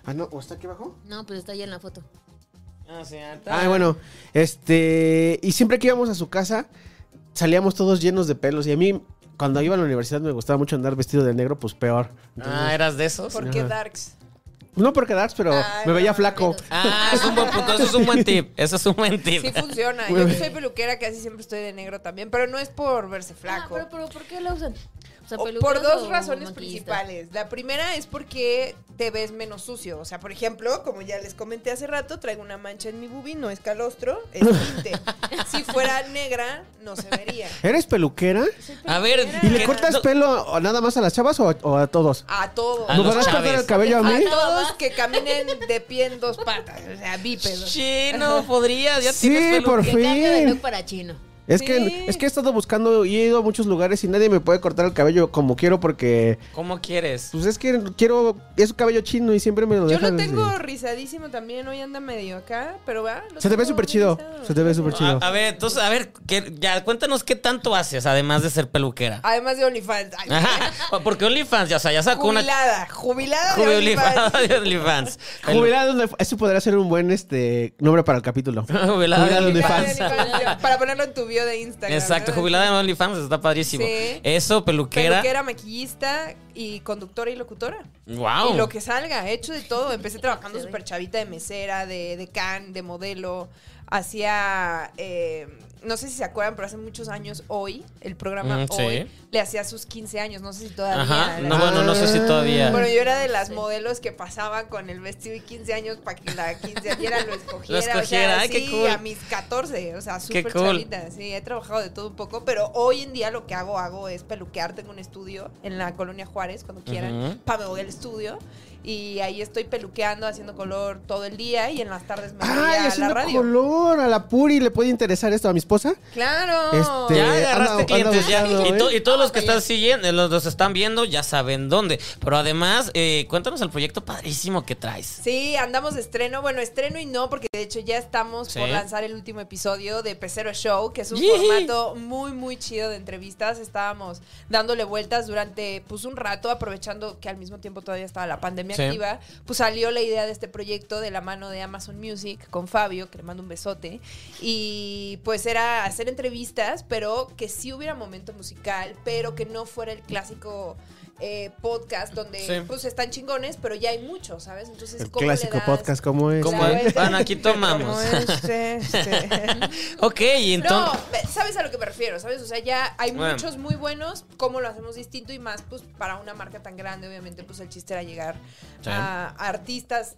[SPEAKER 3] Ah, no, ¿o está aquí abajo?
[SPEAKER 2] No, pues está ahí en la foto.
[SPEAKER 1] Ah, sí, ah, está.
[SPEAKER 3] Ah, bueno, este. Y siempre que íbamos a su casa, salíamos todos llenos de pelos. Y a mí, cuando iba a la universidad, me gustaba mucho andar vestido de negro, pues peor. Entonces-
[SPEAKER 1] Ah, ¿eras de esos?
[SPEAKER 5] Porque
[SPEAKER 3] Ajá.
[SPEAKER 5] Darks.
[SPEAKER 3] No por quedarse, pero
[SPEAKER 5] Ay,
[SPEAKER 3] me veía
[SPEAKER 5] no,
[SPEAKER 3] flaco.
[SPEAKER 1] Ah, es un buen punto. Eso es un buen tip. Eso es un buen tip.
[SPEAKER 5] Sí funciona. Yo que soy peluquera casi siempre estoy de negro también, pero no es por verse
[SPEAKER 2] Ah,
[SPEAKER 5] flaco.
[SPEAKER 2] pero, pero ¿por qué la usan? O sea,
[SPEAKER 5] O por
[SPEAKER 2] peluqueros
[SPEAKER 5] dos
[SPEAKER 2] o
[SPEAKER 5] razones
[SPEAKER 2] maquillistas.
[SPEAKER 5] principales. La primera es porque te ves menos sucio. O sea, por ejemplo, como ya les comenté hace rato, traigo una mancha en mi bubi, no es calostro, es tinte. si fuera negra, no se vería.
[SPEAKER 3] ¿Eres peluquera?
[SPEAKER 1] A ver,
[SPEAKER 5] ¿Y
[SPEAKER 3] ¿Y
[SPEAKER 1] ¿qué-
[SPEAKER 3] le cortas
[SPEAKER 1] no-
[SPEAKER 3] pelo o nada más a las chavas o, o a todos?
[SPEAKER 5] A todos.
[SPEAKER 1] A
[SPEAKER 3] ¿Nos
[SPEAKER 1] los
[SPEAKER 3] van a cortar
[SPEAKER 1] chaves.
[SPEAKER 3] el cabello a mí?
[SPEAKER 5] A todos que caminen de pie en dos patas. O sea, bípedos.
[SPEAKER 1] Sí, no, podrías. Ya
[SPEAKER 3] Sí,
[SPEAKER 1] tienes pelo.
[SPEAKER 3] por
[SPEAKER 2] Que cambio de
[SPEAKER 3] fin.
[SPEAKER 2] look para chino.
[SPEAKER 3] Es que, es que he estado buscando y he ido a muchos lugares y nadie me puede cortar el cabello como quiero porque...
[SPEAKER 1] ¿Cómo quieres?
[SPEAKER 3] Pues es que quiero... Es un cabello chino y siempre me lo
[SPEAKER 5] Yo
[SPEAKER 3] dejan.
[SPEAKER 5] lo tengo
[SPEAKER 3] así.
[SPEAKER 5] rizadísimo también, hoy anda medio acá, pero va. lo
[SPEAKER 3] Se te ve
[SPEAKER 5] tengo
[SPEAKER 3] súper chido.
[SPEAKER 5] rizado.
[SPEAKER 3] Se te ve súper chido.
[SPEAKER 1] A, a ver, entonces, a ver, ¿qué- ya cuéntanos qué tanto haces, además de ser peluquera.
[SPEAKER 5] Además de OnlyFans. Ay,
[SPEAKER 1] Ajá, porque OnlyFans, ya, o sea, ya sacó una
[SPEAKER 5] Jubilada, jubilada de
[SPEAKER 1] Jubilada
[SPEAKER 5] OnlyFans.
[SPEAKER 1] de OnlyFans. El-
[SPEAKER 3] Jubilado de- Eso podría ser un buen este nombre para el capítulo.
[SPEAKER 1] Jubilada de
[SPEAKER 3] Jubilado de
[SPEAKER 5] Jubilada
[SPEAKER 1] OnlyFans.
[SPEAKER 5] de OnlyFans, Para ponerlo en tu bio de Instagram.
[SPEAKER 1] Exacto,
[SPEAKER 5] ¿no?
[SPEAKER 1] jubilada de OnlyFans, está padrísimo.
[SPEAKER 5] Sí.
[SPEAKER 1] Eso, peluquera.
[SPEAKER 5] Peluquera, maquillista y conductora y locutora.
[SPEAKER 1] Wow.
[SPEAKER 5] Y lo que salga, he hecho de todo. Empecé trabajando súper chavita de mesera, de, de can, de modelo. Hacía, eh, no sé si se acuerdan, pero hace muchos años hoy, el programa
[SPEAKER 1] Mm, sí.
[SPEAKER 5] Hoy, le hacía sus 15 años, no sé si todavía.
[SPEAKER 1] Ajá.
[SPEAKER 5] le
[SPEAKER 1] No,
[SPEAKER 5] hacía.
[SPEAKER 1] bueno, no sé si todavía.
[SPEAKER 5] Bueno, yo era de las modelos que pasaba con el vestido y 15 años para que la quinceañera lo
[SPEAKER 1] Lo
[SPEAKER 5] escogiera.
[SPEAKER 1] escogiera,
[SPEAKER 5] o sea,
[SPEAKER 1] ay, qué
[SPEAKER 5] sí,
[SPEAKER 1] cool.
[SPEAKER 5] A mis 14, o sea, súper
[SPEAKER 1] cool.
[SPEAKER 5] chavita. Sí, he trabajado de todo un poco, pero hoy en día lo que hago, hago es peluquear. Tengo un estudio en la colonia Juárez, cuando quieran,
[SPEAKER 1] Ujú.
[SPEAKER 5] pa' me voy al estudio. Y ahí estoy peluqueando, haciendo color todo el día y en las tardes me voy
[SPEAKER 3] ¡Ay,
[SPEAKER 5] ah, a la
[SPEAKER 3] haciendo
[SPEAKER 5] radio.
[SPEAKER 3] color! A la Puri le puede interesar este esto a mi esposa.
[SPEAKER 5] ¡Claro!
[SPEAKER 3] Este,
[SPEAKER 1] Ya
[SPEAKER 3] Eh,
[SPEAKER 1] agarraste
[SPEAKER 3] anda-
[SPEAKER 1] clientes,
[SPEAKER 3] anda
[SPEAKER 1] ya.
[SPEAKER 3] buscando,
[SPEAKER 1] Y, to-
[SPEAKER 3] ¿eh?
[SPEAKER 1] y todos los que están siguiendo, los, los están viendo, ya saben dónde. Pero además, eh, cuéntanos el proyecto padrísimo que traes.
[SPEAKER 5] Sí, andamos de estreno. Bueno, estreno y no, porque de hecho ya estamos por
[SPEAKER 1] Sí.
[SPEAKER 5] lanzar el último episodio de Pecero Show, que es un
[SPEAKER 1] Yee.
[SPEAKER 5] formato muy, muy chido de entrevistas. Estábamos dándole vueltas durante, pues, un rato, aprovechando que al mismo tiempo todavía estaba la pandemia
[SPEAKER 1] Sí.
[SPEAKER 5] activa. Pues salió la idea de este proyecto de la mano de Amazon Music con Fabio, que le mando un besote. Y pues era hacer entrevistas, pero que sí hubiera momento musical, pero que no fuera el clásico eh, podcast donde
[SPEAKER 1] Sí.
[SPEAKER 5] pues están chingones, pero ya hay muchos, ¿sabes? Entonces
[SPEAKER 3] El
[SPEAKER 5] ¿cómo le
[SPEAKER 3] clásico
[SPEAKER 5] das?
[SPEAKER 3] podcast, ¿cómo es?
[SPEAKER 1] ¿Cómo
[SPEAKER 5] La
[SPEAKER 1] es?
[SPEAKER 5] vuelta.
[SPEAKER 1] Bueno, aquí tomamos.
[SPEAKER 5] Como este, este.
[SPEAKER 1] Ok, y
[SPEAKER 5] No,
[SPEAKER 1] entonces.
[SPEAKER 5] ve- sabes a lo que me refiero, ¿sabes? O sea, ya hay
[SPEAKER 1] Bueno.
[SPEAKER 5] muchos muy buenos, cómo lo hacemos distinto y más, pues para una marca tan grande, obviamente, pues el chiste era llegar
[SPEAKER 1] Sí.
[SPEAKER 5] a artistas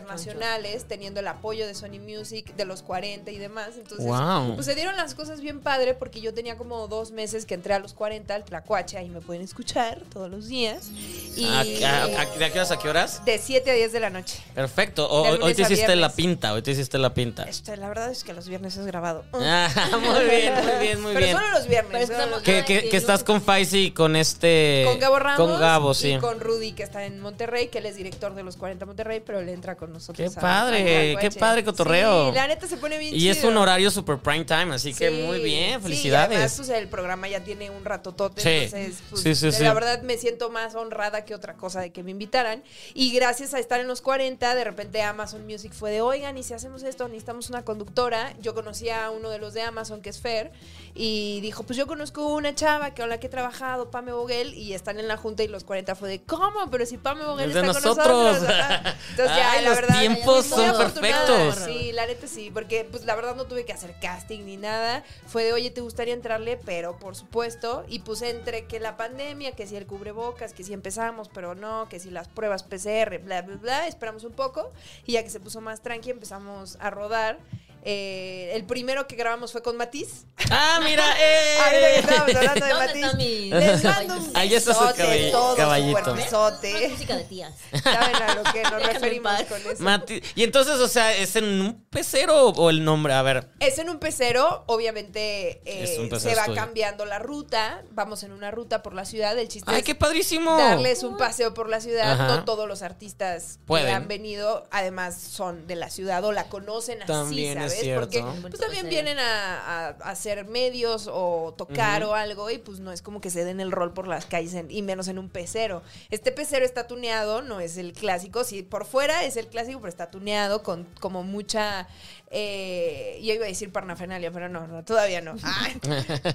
[SPEAKER 5] internacionales, teniendo el apoyo de Sony Music, de los 40 y demás. Entonces,
[SPEAKER 1] Wow.
[SPEAKER 5] pues se dieron las cosas bien padre porque yo tenía como dos meses que entré a los 40 al Tlacuache, ahí me pueden escuchar todos los días. Y
[SPEAKER 1] Ah, ¿a- a- a- ¿De a qué horas a qué horas?
[SPEAKER 5] de 7 a 10 de la noche.
[SPEAKER 1] Perfecto. O-
[SPEAKER 5] De
[SPEAKER 1] hoy, hoy
[SPEAKER 5] lunes
[SPEAKER 1] te
[SPEAKER 5] a
[SPEAKER 1] hiciste la
[SPEAKER 5] viernes.
[SPEAKER 1] pinta, hoy te hiciste la pinta.
[SPEAKER 5] Este, la verdad es que los viernes es grabado.
[SPEAKER 1] Ah, muy bien, muy bien, muy
[SPEAKER 5] Pero
[SPEAKER 1] bien.
[SPEAKER 5] solo los viernes.
[SPEAKER 2] Pero es que
[SPEAKER 5] solo
[SPEAKER 2] estamos-
[SPEAKER 5] los
[SPEAKER 1] Que, que- que estás con Faisy y con este.
[SPEAKER 5] con Gabo Ramos
[SPEAKER 1] Con Gabo, sí.
[SPEAKER 5] y con Rudy que está en Monterrey, que él es director de los 40 Monterrey, pero él entra con nosotros.
[SPEAKER 1] Qué
[SPEAKER 5] a-
[SPEAKER 1] padre,
[SPEAKER 5] al
[SPEAKER 1] qué
[SPEAKER 5] Guache.
[SPEAKER 1] padre cotorreo.
[SPEAKER 5] Sí, la neta se pone bien
[SPEAKER 1] Y
[SPEAKER 5] chido.
[SPEAKER 1] es un horario super prime time, así que
[SPEAKER 5] Sí,
[SPEAKER 1] muy bien,
[SPEAKER 5] Sí, y además,
[SPEAKER 1] felicidades.
[SPEAKER 5] pues, el programa ya tiene un ratotote,
[SPEAKER 1] Sí.
[SPEAKER 5] entonces pues,
[SPEAKER 1] Sí, sí, sí.
[SPEAKER 5] la verdad me siento más honrada que otra cosa de que me invitaran. Y gracias a estar en los 40, de repente Amazon Music fue de, oigan, y si hacemos esto, necesitamos una conductora. Yo conocí a uno de los de Amazon, que es Fer, y dijo, pues yo conozco una chava que con la que he trabajado, Pame Boguel, y están en la junta y los 40 fue de, ¿cómo? Pero si Pame Boguel
[SPEAKER 1] Es de
[SPEAKER 5] está con
[SPEAKER 1] nosotros.
[SPEAKER 5] nosotros. ajá. Entonces ya,
[SPEAKER 1] Ay,
[SPEAKER 5] la
[SPEAKER 1] los
[SPEAKER 5] verdad,
[SPEAKER 1] tiempos
[SPEAKER 5] muy
[SPEAKER 2] son
[SPEAKER 5] afortunada,
[SPEAKER 1] perfectos.
[SPEAKER 5] sí, Sí, la neta sí, porque pues la verdad no tuve que hacer casting ni nada. Fue de, oye, ¿te gustaría entrarle? Pero por supuesto. Y pues entre que la pandemia, que si el cubrebocas, que si empezamos, pero no, que si las pruebas PCR, bla, bla, bla. Esperamos un poco y ya que se puso más tranqui empezamos a rodar. Eh, el primero que grabamos fue con Matiz.
[SPEAKER 1] Ah, mira,
[SPEAKER 5] Ahorita que
[SPEAKER 1] eh.
[SPEAKER 5] estábamos hablando de
[SPEAKER 2] ¿Dónde está
[SPEAKER 5] Matiz.
[SPEAKER 2] mi-
[SPEAKER 5] Les mando un
[SPEAKER 1] Ahí está su
[SPEAKER 5] besote,
[SPEAKER 1] cabe-
[SPEAKER 5] todo su
[SPEAKER 1] caballito.
[SPEAKER 5] cuerpezote.
[SPEAKER 2] Más música de tías.
[SPEAKER 5] Saben a lo que nos
[SPEAKER 2] Déjame en
[SPEAKER 5] referimos
[SPEAKER 2] paz.
[SPEAKER 5] con eso.
[SPEAKER 1] Mati- y entonces, o sea, es en un, pecero o el nombre? A ver.
[SPEAKER 5] Es en un pecero, obviamente eh,
[SPEAKER 1] Es un pecero
[SPEAKER 5] se va
[SPEAKER 1] estudio.
[SPEAKER 5] cambiando la ruta. Vamos en una ruta por la ciudad. El chiste
[SPEAKER 1] ¡Ay,
[SPEAKER 5] es
[SPEAKER 1] qué padrísimo!
[SPEAKER 5] darles un paseo por la ciudad.
[SPEAKER 1] Ajá.
[SPEAKER 5] No todos los artistas
[SPEAKER 1] Pueden.
[SPEAKER 5] que han venido, además, son de la ciudad o la conocen así,
[SPEAKER 1] También es
[SPEAKER 5] ¿sabes?
[SPEAKER 1] cierto.
[SPEAKER 5] Porque
[SPEAKER 1] Un
[SPEAKER 5] pues,
[SPEAKER 2] bonito
[SPEAKER 5] también
[SPEAKER 2] paseo.
[SPEAKER 5] vienen a, a- a hacer medios o tocar o algo y pues no es como que se den el rol por las calles en- y menos en un pecero. Este pecero está tuneado, no es el clásico. Sí, por fuera es el clásico, pero está tuneado con como mucha... eh, yo iba a decir parnafernalia, pero no, no, todavía no. Ay,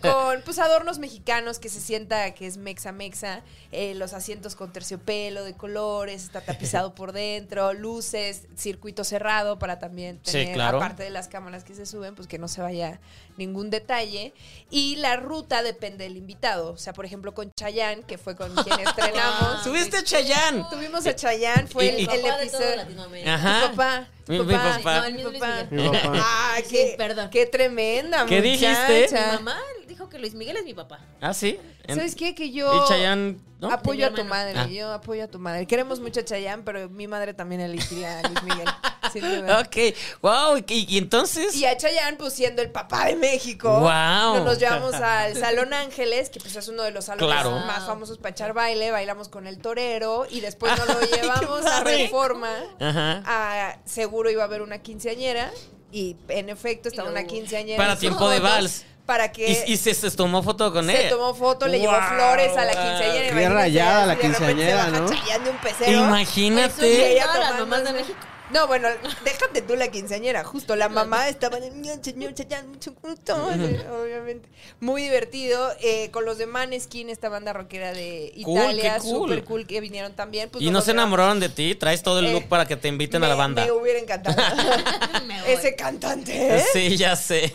[SPEAKER 5] con pues adornos mexicanos que se sienta que es mexa mexa, eh, los asientos con terciopelo de colores, está tapizado por dentro, luces, circuito cerrado para también
[SPEAKER 1] Sí,
[SPEAKER 5] tener,
[SPEAKER 1] claro.
[SPEAKER 5] aparte de las cámaras que se suben, pues que no se vaya ningún detalle. Y la ruta depende del invitado. O sea, por ejemplo, con Chayanne, que fue con quien estrenamos.
[SPEAKER 1] ¡Subiste a Chayanne!
[SPEAKER 5] Tuvimos a Chayanne, fue
[SPEAKER 1] Y-
[SPEAKER 5] el,
[SPEAKER 1] y-
[SPEAKER 5] el
[SPEAKER 2] Papá de todo
[SPEAKER 5] episodio.
[SPEAKER 2] Latinoamérica.
[SPEAKER 1] Ajá.
[SPEAKER 5] Tu papá. tu
[SPEAKER 1] Mi- mi papá.
[SPEAKER 2] No, el mío es Luis Miguel.
[SPEAKER 3] Mi papá.
[SPEAKER 5] Ah,
[SPEAKER 2] Sí,
[SPEAKER 5] qué,
[SPEAKER 2] perdón.
[SPEAKER 5] qué tremenda.
[SPEAKER 1] ¿Qué dijiste?
[SPEAKER 5] muchacha.
[SPEAKER 2] Mi mamá dijo que Luis Miguel es mi papá.
[SPEAKER 1] ¿Ah, sí? En-
[SPEAKER 5] ¿Sabes qué? Que yo.
[SPEAKER 1] ¿Y Chayanne? ¿no?
[SPEAKER 5] Apoyo
[SPEAKER 2] De
[SPEAKER 5] a
[SPEAKER 2] mi
[SPEAKER 5] tu
[SPEAKER 2] hermano.
[SPEAKER 5] madre,
[SPEAKER 1] Ah.
[SPEAKER 5] yo apoyo a tu madre. Queremos mucho a Chayanne, pero mi madre también elegiría a Luis Miguel. sin duda.
[SPEAKER 1] Ok, wow, y, y entonces...
[SPEAKER 5] Y a Chayanne, pues siendo el papá de México,
[SPEAKER 1] Guau.
[SPEAKER 5] nos llevamos al Salón Ángeles, que pues es uno de los salones
[SPEAKER 1] Claro.
[SPEAKER 5] más famosos para echar baile, bailamos con el torero y después nos lo
[SPEAKER 1] Ay, qué
[SPEAKER 5] llevamos a
[SPEAKER 1] padre.
[SPEAKER 5] Reforma.
[SPEAKER 1] Ajá.
[SPEAKER 5] A- seguro iba a haber una quinceañera y en efecto estaba
[SPEAKER 2] Y no
[SPEAKER 5] una
[SPEAKER 2] hubo.
[SPEAKER 5] quinceañera.
[SPEAKER 1] Para
[SPEAKER 5] en sus
[SPEAKER 1] tiempo de
[SPEAKER 5] fotos,
[SPEAKER 1] vals.
[SPEAKER 5] Para que
[SPEAKER 1] Y, y se, se tomó foto con
[SPEAKER 5] se
[SPEAKER 1] él.
[SPEAKER 5] tomó foto, le llevó
[SPEAKER 1] Wow.
[SPEAKER 5] flores a la quinceañera.
[SPEAKER 3] Qué
[SPEAKER 5] imagínate,
[SPEAKER 3] rayada la
[SPEAKER 5] y de repente
[SPEAKER 3] quinceañera,
[SPEAKER 5] se baja
[SPEAKER 3] ¿no?
[SPEAKER 5] Chayanne de un pecero.
[SPEAKER 2] Oye,
[SPEAKER 1] Imagínate.
[SPEAKER 2] subí- Todas las mamás de
[SPEAKER 5] tomándose-
[SPEAKER 2] México.
[SPEAKER 5] No, bueno, déjate tú la quinceañera, justo. La mamá estaba de "No, señor Chayanne, mucho gusto", eh, obviamente. Muy divertido. eh, con los de Maneskin, esta banda rockera de
[SPEAKER 1] Cool, qué
[SPEAKER 5] Italia,
[SPEAKER 1] cool.
[SPEAKER 5] súper cool, que vinieron también. pues,
[SPEAKER 1] Y no
[SPEAKER 5] nos
[SPEAKER 1] se
[SPEAKER 5] llevamos-
[SPEAKER 1] enamoraron de ti, traes todo el
[SPEAKER 5] Eh,
[SPEAKER 1] look para que te inviten a la
[SPEAKER 5] Me-
[SPEAKER 1] banda.
[SPEAKER 5] Me hubiera encantado.
[SPEAKER 2] Me voy.
[SPEAKER 5] Ese cantante, ¿eh?
[SPEAKER 1] Sí, ya sé.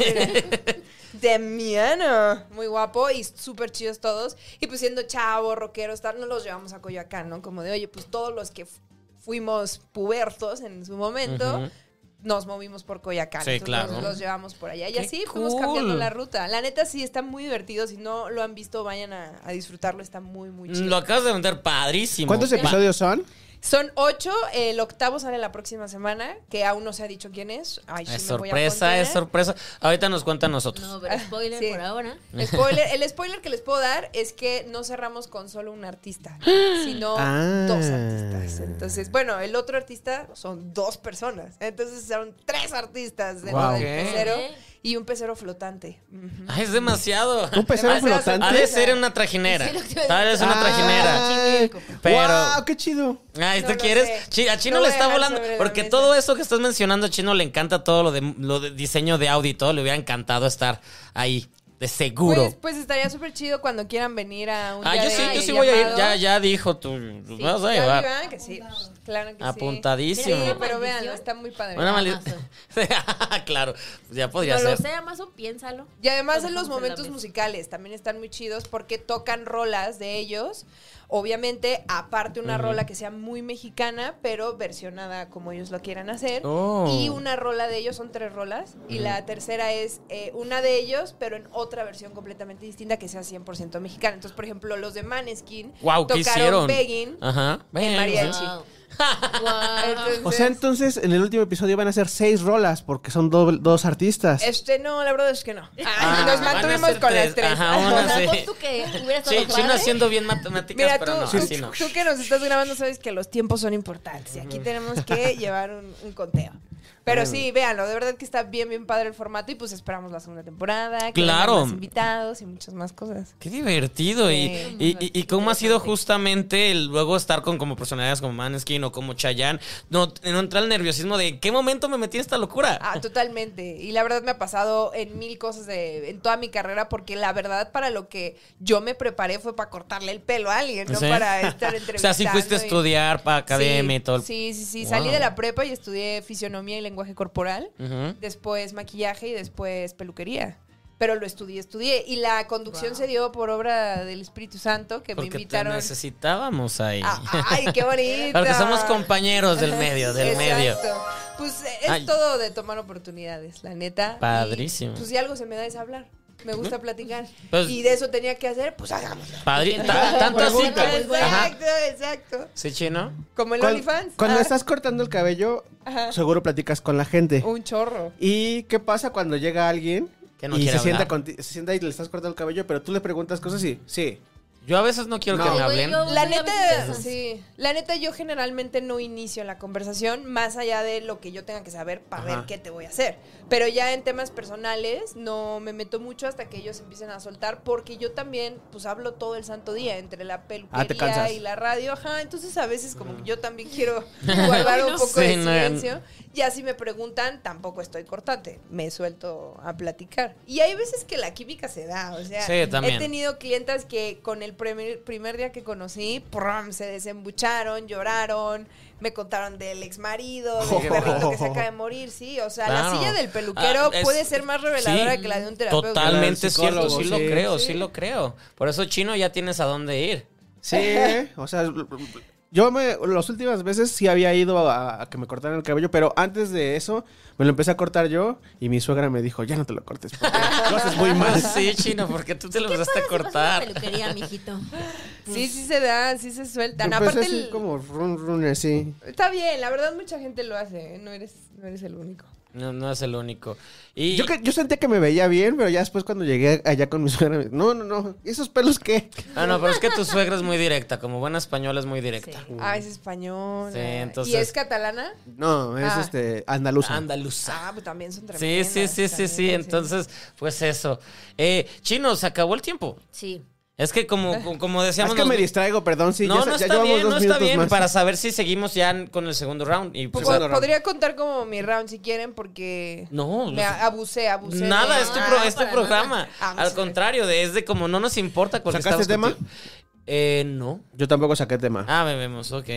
[SPEAKER 5] Demiano. Muy guapo y súper chidos todos. Y pues siendo chavos, rockeros, tal, nos los llevamos a Coyoacán, ¿no? Como de, oye, pues todos los que fu- fuimos pubertos en su momento,
[SPEAKER 1] Ujú.
[SPEAKER 5] nos movimos por Coyoacán.
[SPEAKER 1] Sí,
[SPEAKER 5] Entonces,
[SPEAKER 1] claro.
[SPEAKER 5] Los, los llevamos por allá. Y
[SPEAKER 1] ¡Qué
[SPEAKER 5] así fuimos
[SPEAKER 1] cool!
[SPEAKER 5] cambiando la ruta. La neta sí, está muy divertido. Si no lo han visto, vayan a, a disfrutarlo. Está muy, muy chido.
[SPEAKER 1] Lo acabas de vender padrísimo.
[SPEAKER 3] ¿Cuántos
[SPEAKER 1] Pa-
[SPEAKER 3] episodios son?
[SPEAKER 5] Son ocho. El octavo sale la próxima semana, que aún no se ha dicho quién es. Ay, sí
[SPEAKER 1] Es
[SPEAKER 5] me voy a
[SPEAKER 1] sorpresa, es
[SPEAKER 5] contener.
[SPEAKER 1] sorpresa. Ahorita nos cuentan nosotros.
[SPEAKER 2] No, pero spoiler
[SPEAKER 5] Ah, Sí.
[SPEAKER 2] por ahora.
[SPEAKER 5] Spoiler- el spoiler que les puedo dar es que no cerramos con solo un artista, sino
[SPEAKER 3] Ah.
[SPEAKER 5] dos artistas. Entonces, bueno, el otro artista son dos personas. Entonces son tres artistas dentro
[SPEAKER 3] Guau.
[SPEAKER 5] del
[SPEAKER 1] Ok.
[SPEAKER 5] pecero
[SPEAKER 2] Ok.
[SPEAKER 5] y un pecero flotante. Ujú.
[SPEAKER 1] Ay, es demasiado.
[SPEAKER 3] ¿Un pecero
[SPEAKER 1] Ha de-
[SPEAKER 3] flotante?
[SPEAKER 1] Ha de ser en una trajinera.
[SPEAKER 2] Sí, lo que iba a
[SPEAKER 1] Tal vez
[SPEAKER 2] decir.
[SPEAKER 1] una
[SPEAKER 3] Ah.
[SPEAKER 1] trajinera. Pero-
[SPEAKER 3] ¡Wow! ¡Qué chido!
[SPEAKER 1] Ay,
[SPEAKER 5] No
[SPEAKER 1] ¿tú
[SPEAKER 5] lo
[SPEAKER 1] quieres?
[SPEAKER 5] sé.
[SPEAKER 1] Chi- a Chino
[SPEAKER 5] Lo
[SPEAKER 1] le
[SPEAKER 5] voy a
[SPEAKER 1] está
[SPEAKER 5] dejar
[SPEAKER 1] volando.
[SPEAKER 5] sobre la
[SPEAKER 1] Porque
[SPEAKER 5] mesa.
[SPEAKER 1] todo eso que estás mencionando, a Chino le encanta todo lo de, lo de diseño de audio y todo. Le hubiera encantado estar ahí, de seguro.
[SPEAKER 5] Pues, pues estaría súper chido cuando quieran venir a un
[SPEAKER 1] ah,
[SPEAKER 5] día
[SPEAKER 1] yo
[SPEAKER 5] de
[SPEAKER 1] sí, yo sí
[SPEAKER 5] llamado.
[SPEAKER 1] voy a ir. Ya, ya dijo, tú
[SPEAKER 5] Sí,
[SPEAKER 1] vas a
[SPEAKER 5] claro,
[SPEAKER 1] llevar.
[SPEAKER 5] Iván, que sí, claro que sí.
[SPEAKER 1] Apuntadísimo.
[SPEAKER 5] Sí,
[SPEAKER 2] Mira,
[SPEAKER 5] pero véanlo,
[SPEAKER 2] Maldición.
[SPEAKER 5] está muy padre.
[SPEAKER 1] Una mali-
[SPEAKER 2] Amazo.
[SPEAKER 1] claro, pues ya podría
[SPEAKER 2] No lo
[SPEAKER 1] ser.
[SPEAKER 2] sé, Amazo, piénsalo.
[SPEAKER 5] Y además
[SPEAKER 2] Lo
[SPEAKER 5] en los
[SPEAKER 2] dejamos la
[SPEAKER 5] momentos
[SPEAKER 2] mesa.
[SPEAKER 5] musicales también están muy chidos porque tocan rolas de ellos. Obviamente, aparte una rola que sea muy mexicana, pero versionada como ellos lo quieran hacer.
[SPEAKER 1] Oh.
[SPEAKER 5] Y una rola de ellos, son tres rolas. Y la tercera es eh, una de ellos, pero en otra versión completamente distinta que sea 100% mexicana. Entonces, por ejemplo, los de Maneskin
[SPEAKER 1] Wow, ¿qué hicieron? Ah.
[SPEAKER 5] tocaron Begging.
[SPEAKER 1] Ajá. Ven,
[SPEAKER 5] mariachi.
[SPEAKER 1] sí.
[SPEAKER 2] Wow. Wow.
[SPEAKER 1] pues
[SPEAKER 3] O sea, entonces en el último episodio van a ser seis rolas porque son doble- dos artistas.
[SPEAKER 5] Este no, la verdad es que no.
[SPEAKER 1] Ah,
[SPEAKER 5] Nos
[SPEAKER 1] van a
[SPEAKER 5] mantuvimos
[SPEAKER 1] ser
[SPEAKER 5] con
[SPEAKER 1] tres.
[SPEAKER 5] las tres.
[SPEAKER 1] Ajá, una
[SPEAKER 2] O sea,
[SPEAKER 1] sí.
[SPEAKER 2] pon tú que hubiera estado
[SPEAKER 1] Sí, Chino
[SPEAKER 2] padre.
[SPEAKER 1] haciendo bien matemáticas,
[SPEAKER 5] Mira,
[SPEAKER 1] pero
[SPEAKER 5] tú,
[SPEAKER 1] no,
[SPEAKER 5] tú-
[SPEAKER 1] así no.
[SPEAKER 5] tú que nos estás grabando sabes que los tiempos son importantes y aquí tenemos que llevar un, un conteo. Pero sí, véanlo, de verdad que está bien, bien padre el formato y pues esperamos la segunda temporada. Que
[SPEAKER 1] Claro.
[SPEAKER 5] vengan Más invitados y muchas más cosas.
[SPEAKER 1] Qué divertido. Y,
[SPEAKER 5] Sí.
[SPEAKER 1] y, y- y cómo ha sido justamente el luego estar con como personalidades como Maneskin o como Chayanne. No, no entrar el nerviosismo de ¿en qué momento me metí en esta locura.
[SPEAKER 5] Ah, totalmente. Y la verdad me ha pasado en mil cosas de, en toda mi carrera, porque la verdad para lo que yo me preparé fue para cortarle el pelo a alguien, no
[SPEAKER 1] Sí.
[SPEAKER 5] para estar
[SPEAKER 1] o sea,
[SPEAKER 5] entrevistando.
[SPEAKER 1] sí fuiste a
[SPEAKER 5] y-
[SPEAKER 1] estudiar para academia y
[SPEAKER 5] sí,
[SPEAKER 1] todo. el-
[SPEAKER 5] Sí, sí, sí.
[SPEAKER 1] Wow.
[SPEAKER 5] Salí de la prepa y estudié fisionomía y lenguaje corporal.
[SPEAKER 1] Ujú.
[SPEAKER 5] después maquillaje y después peluquería. Pero lo estudié, estudié. Y la conducción se dio por obra del Espíritu Santo, que
[SPEAKER 1] Porque
[SPEAKER 5] me
[SPEAKER 1] te
[SPEAKER 5] invitaron.
[SPEAKER 1] necesitábamos ahí.
[SPEAKER 5] Ah, ¡Ay, qué bonito!
[SPEAKER 1] Porque somos compañeros del medio, del
[SPEAKER 5] Exacto.
[SPEAKER 1] medio.
[SPEAKER 5] Pues es
[SPEAKER 1] Ay.
[SPEAKER 5] todo de tomar oportunidades, la neta. Y,
[SPEAKER 1] Padrísimo.
[SPEAKER 5] pues si algo se me da es hablar. me gusta platicar.
[SPEAKER 1] Pues-
[SPEAKER 5] y de eso tenía que hacer, pues hagámoslo.
[SPEAKER 1] Padre,
[SPEAKER 5] pues,
[SPEAKER 1] ta- tantas
[SPEAKER 5] Exacto,
[SPEAKER 1] citas. Ajá.
[SPEAKER 5] exacto, exacto.
[SPEAKER 1] Sí, chino.
[SPEAKER 5] Como el
[SPEAKER 3] Cuando,
[SPEAKER 5] OnlyFans.
[SPEAKER 3] cuando
[SPEAKER 5] Ah,
[SPEAKER 3] estás cortando el cabello,
[SPEAKER 5] Ajá.
[SPEAKER 3] seguro platicas con la gente.
[SPEAKER 5] Un chorro.
[SPEAKER 3] ¿Y qué pasa cuando llega alguien
[SPEAKER 1] Que no
[SPEAKER 3] y
[SPEAKER 1] quiere
[SPEAKER 3] se sienta,
[SPEAKER 1] hablar.
[SPEAKER 3] conti- se sienta y le estás cortando el cabello, pero tú le preguntas cosas y sí.
[SPEAKER 1] Yo a veces no quiero que
[SPEAKER 3] No.
[SPEAKER 1] me
[SPEAKER 2] Güey,
[SPEAKER 1] hablen.
[SPEAKER 2] yo-
[SPEAKER 5] La
[SPEAKER 2] soy a veces
[SPEAKER 5] neta,
[SPEAKER 2] de esas.
[SPEAKER 5] sí. La neta, yo generalmente no inicio la conversación más allá de lo que yo tenga que saber para
[SPEAKER 3] Ajá.
[SPEAKER 5] ver qué te voy a hacer. Pero ya en temas personales no me meto mucho hasta que ellos empiecen a soltar, porque yo también, pues hablo todo el santo día entre la peluquería
[SPEAKER 3] Ah, cansas.
[SPEAKER 5] y la radio. Ajá, entonces a veces como que yo también quiero guardar un
[SPEAKER 1] Sí,
[SPEAKER 5] poco de
[SPEAKER 1] no,
[SPEAKER 5] silencio. Y así me preguntan, tampoco estoy cortante, me suelto a platicar. Y hay veces que la química se da, o sea,
[SPEAKER 1] Sí,
[SPEAKER 5] he
[SPEAKER 1] también.
[SPEAKER 5] tenido clientas que con el primer, primer día que conocí, ¡prum! se desembucharon, lloraron, me contaron del ex marido, del perrito que se acaba de morir, sí, o sea, la
[SPEAKER 1] Oh. Claro.
[SPEAKER 5] silla del peluquero
[SPEAKER 1] Ah, es-
[SPEAKER 5] puede ser más reveladora
[SPEAKER 1] sí,
[SPEAKER 5] que la de un terapeuta.
[SPEAKER 1] Totalmente cierto,
[SPEAKER 3] psicólogo,
[SPEAKER 1] sí, lo
[SPEAKER 3] sí.
[SPEAKER 1] creo, sí. lo creo. Por eso, chino, ya tienes a dónde ir.
[SPEAKER 3] Sí, o sea, yo me, las últimas veces sí había ido a, a que me cortaran el cabello, pero antes de eso me lo empecé a cortar yo y mi suegra me dijo, ya no te lo cortes, porque lo haces muy mal.
[SPEAKER 1] Sí, chino, porque tú te lo empezaste a
[SPEAKER 2] Ahora sí vas a la
[SPEAKER 1] cortar.
[SPEAKER 2] peluquería, mijito.
[SPEAKER 5] Sí, sí se da, sí se sueltan.
[SPEAKER 3] Empecé
[SPEAKER 5] Aparte,
[SPEAKER 3] así
[SPEAKER 5] el-
[SPEAKER 3] Pues, como run, run, así.
[SPEAKER 5] está bien, la verdad mucha gente lo hace, ¿eh? no eres, no eres el único.
[SPEAKER 1] No, no es el único. Y
[SPEAKER 3] Yo, que- yo sentía que me veía bien, pero ya después cuando llegué allá con mi suegra, me dijo, no, no, no, ¿y esos pelos qué?
[SPEAKER 1] Ah, no, pero es que tu suegra es muy directa, como buena española es muy directa.
[SPEAKER 5] Ah, es española.
[SPEAKER 1] Sí, entonces-
[SPEAKER 5] ¿Y es catalana?
[SPEAKER 3] No, es
[SPEAKER 5] Ah.
[SPEAKER 3] este, andaluza.
[SPEAKER 1] Andaluza.
[SPEAKER 5] Ah, pues también son
[SPEAKER 1] Sí,
[SPEAKER 5] tremendas.
[SPEAKER 1] sí, sí, sí, sí.
[SPEAKER 5] también,
[SPEAKER 1] Entonces, pues eso. Eh, chino, se acabó el tiempo.
[SPEAKER 2] Sí.
[SPEAKER 1] Es que
[SPEAKER 5] Ah.
[SPEAKER 1] como, como
[SPEAKER 3] es
[SPEAKER 1] decíamos.
[SPEAKER 3] que
[SPEAKER 1] nos-
[SPEAKER 3] me distraigo, perdón, sí,
[SPEAKER 1] no,
[SPEAKER 3] ya,
[SPEAKER 1] no
[SPEAKER 3] ya
[SPEAKER 1] está
[SPEAKER 3] llevamos
[SPEAKER 1] bien,
[SPEAKER 3] dos
[SPEAKER 1] no está
[SPEAKER 3] minutos
[SPEAKER 1] bien.
[SPEAKER 3] más.
[SPEAKER 1] Para saber si seguimos ya con el segundo round. Y
[SPEAKER 5] Po-
[SPEAKER 1] pues,
[SPEAKER 3] Segundo round.
[SPEAKER 5] podría contar como mi round si quieren, porque
[SPEAKER 1] No,
[SPEAKER 5] me
[SPEAKER 1] no
[SPEAKER 5] a- abusé, abusé. de-
[SPEAKER 1] Nada, es tu,
[SPEAKER 2] no,
[SPEAKER 1] pro-
[SPEAKER 2] no,
[SPEAKER 1] es tu
[SPEAKER 2] para
[SPEAKER 1] programa.
[SPEAKER 5] Ah,
[SPEAKER 1] Al
[SPEAKER 5] sí.
[SPEAKER 1] contrario, de, es de como no nos importa con lo que
[SPEAKER 3] ¿Sacaste
[SPEAKER 1] estamos
[SPEAKER 3] tema?
[SPEAKER 1] contigo. Eh, no.
[SPEAKER 3] Yo tampoco saqué tema.
[SPEAKER 1] Ah, vemos, ok.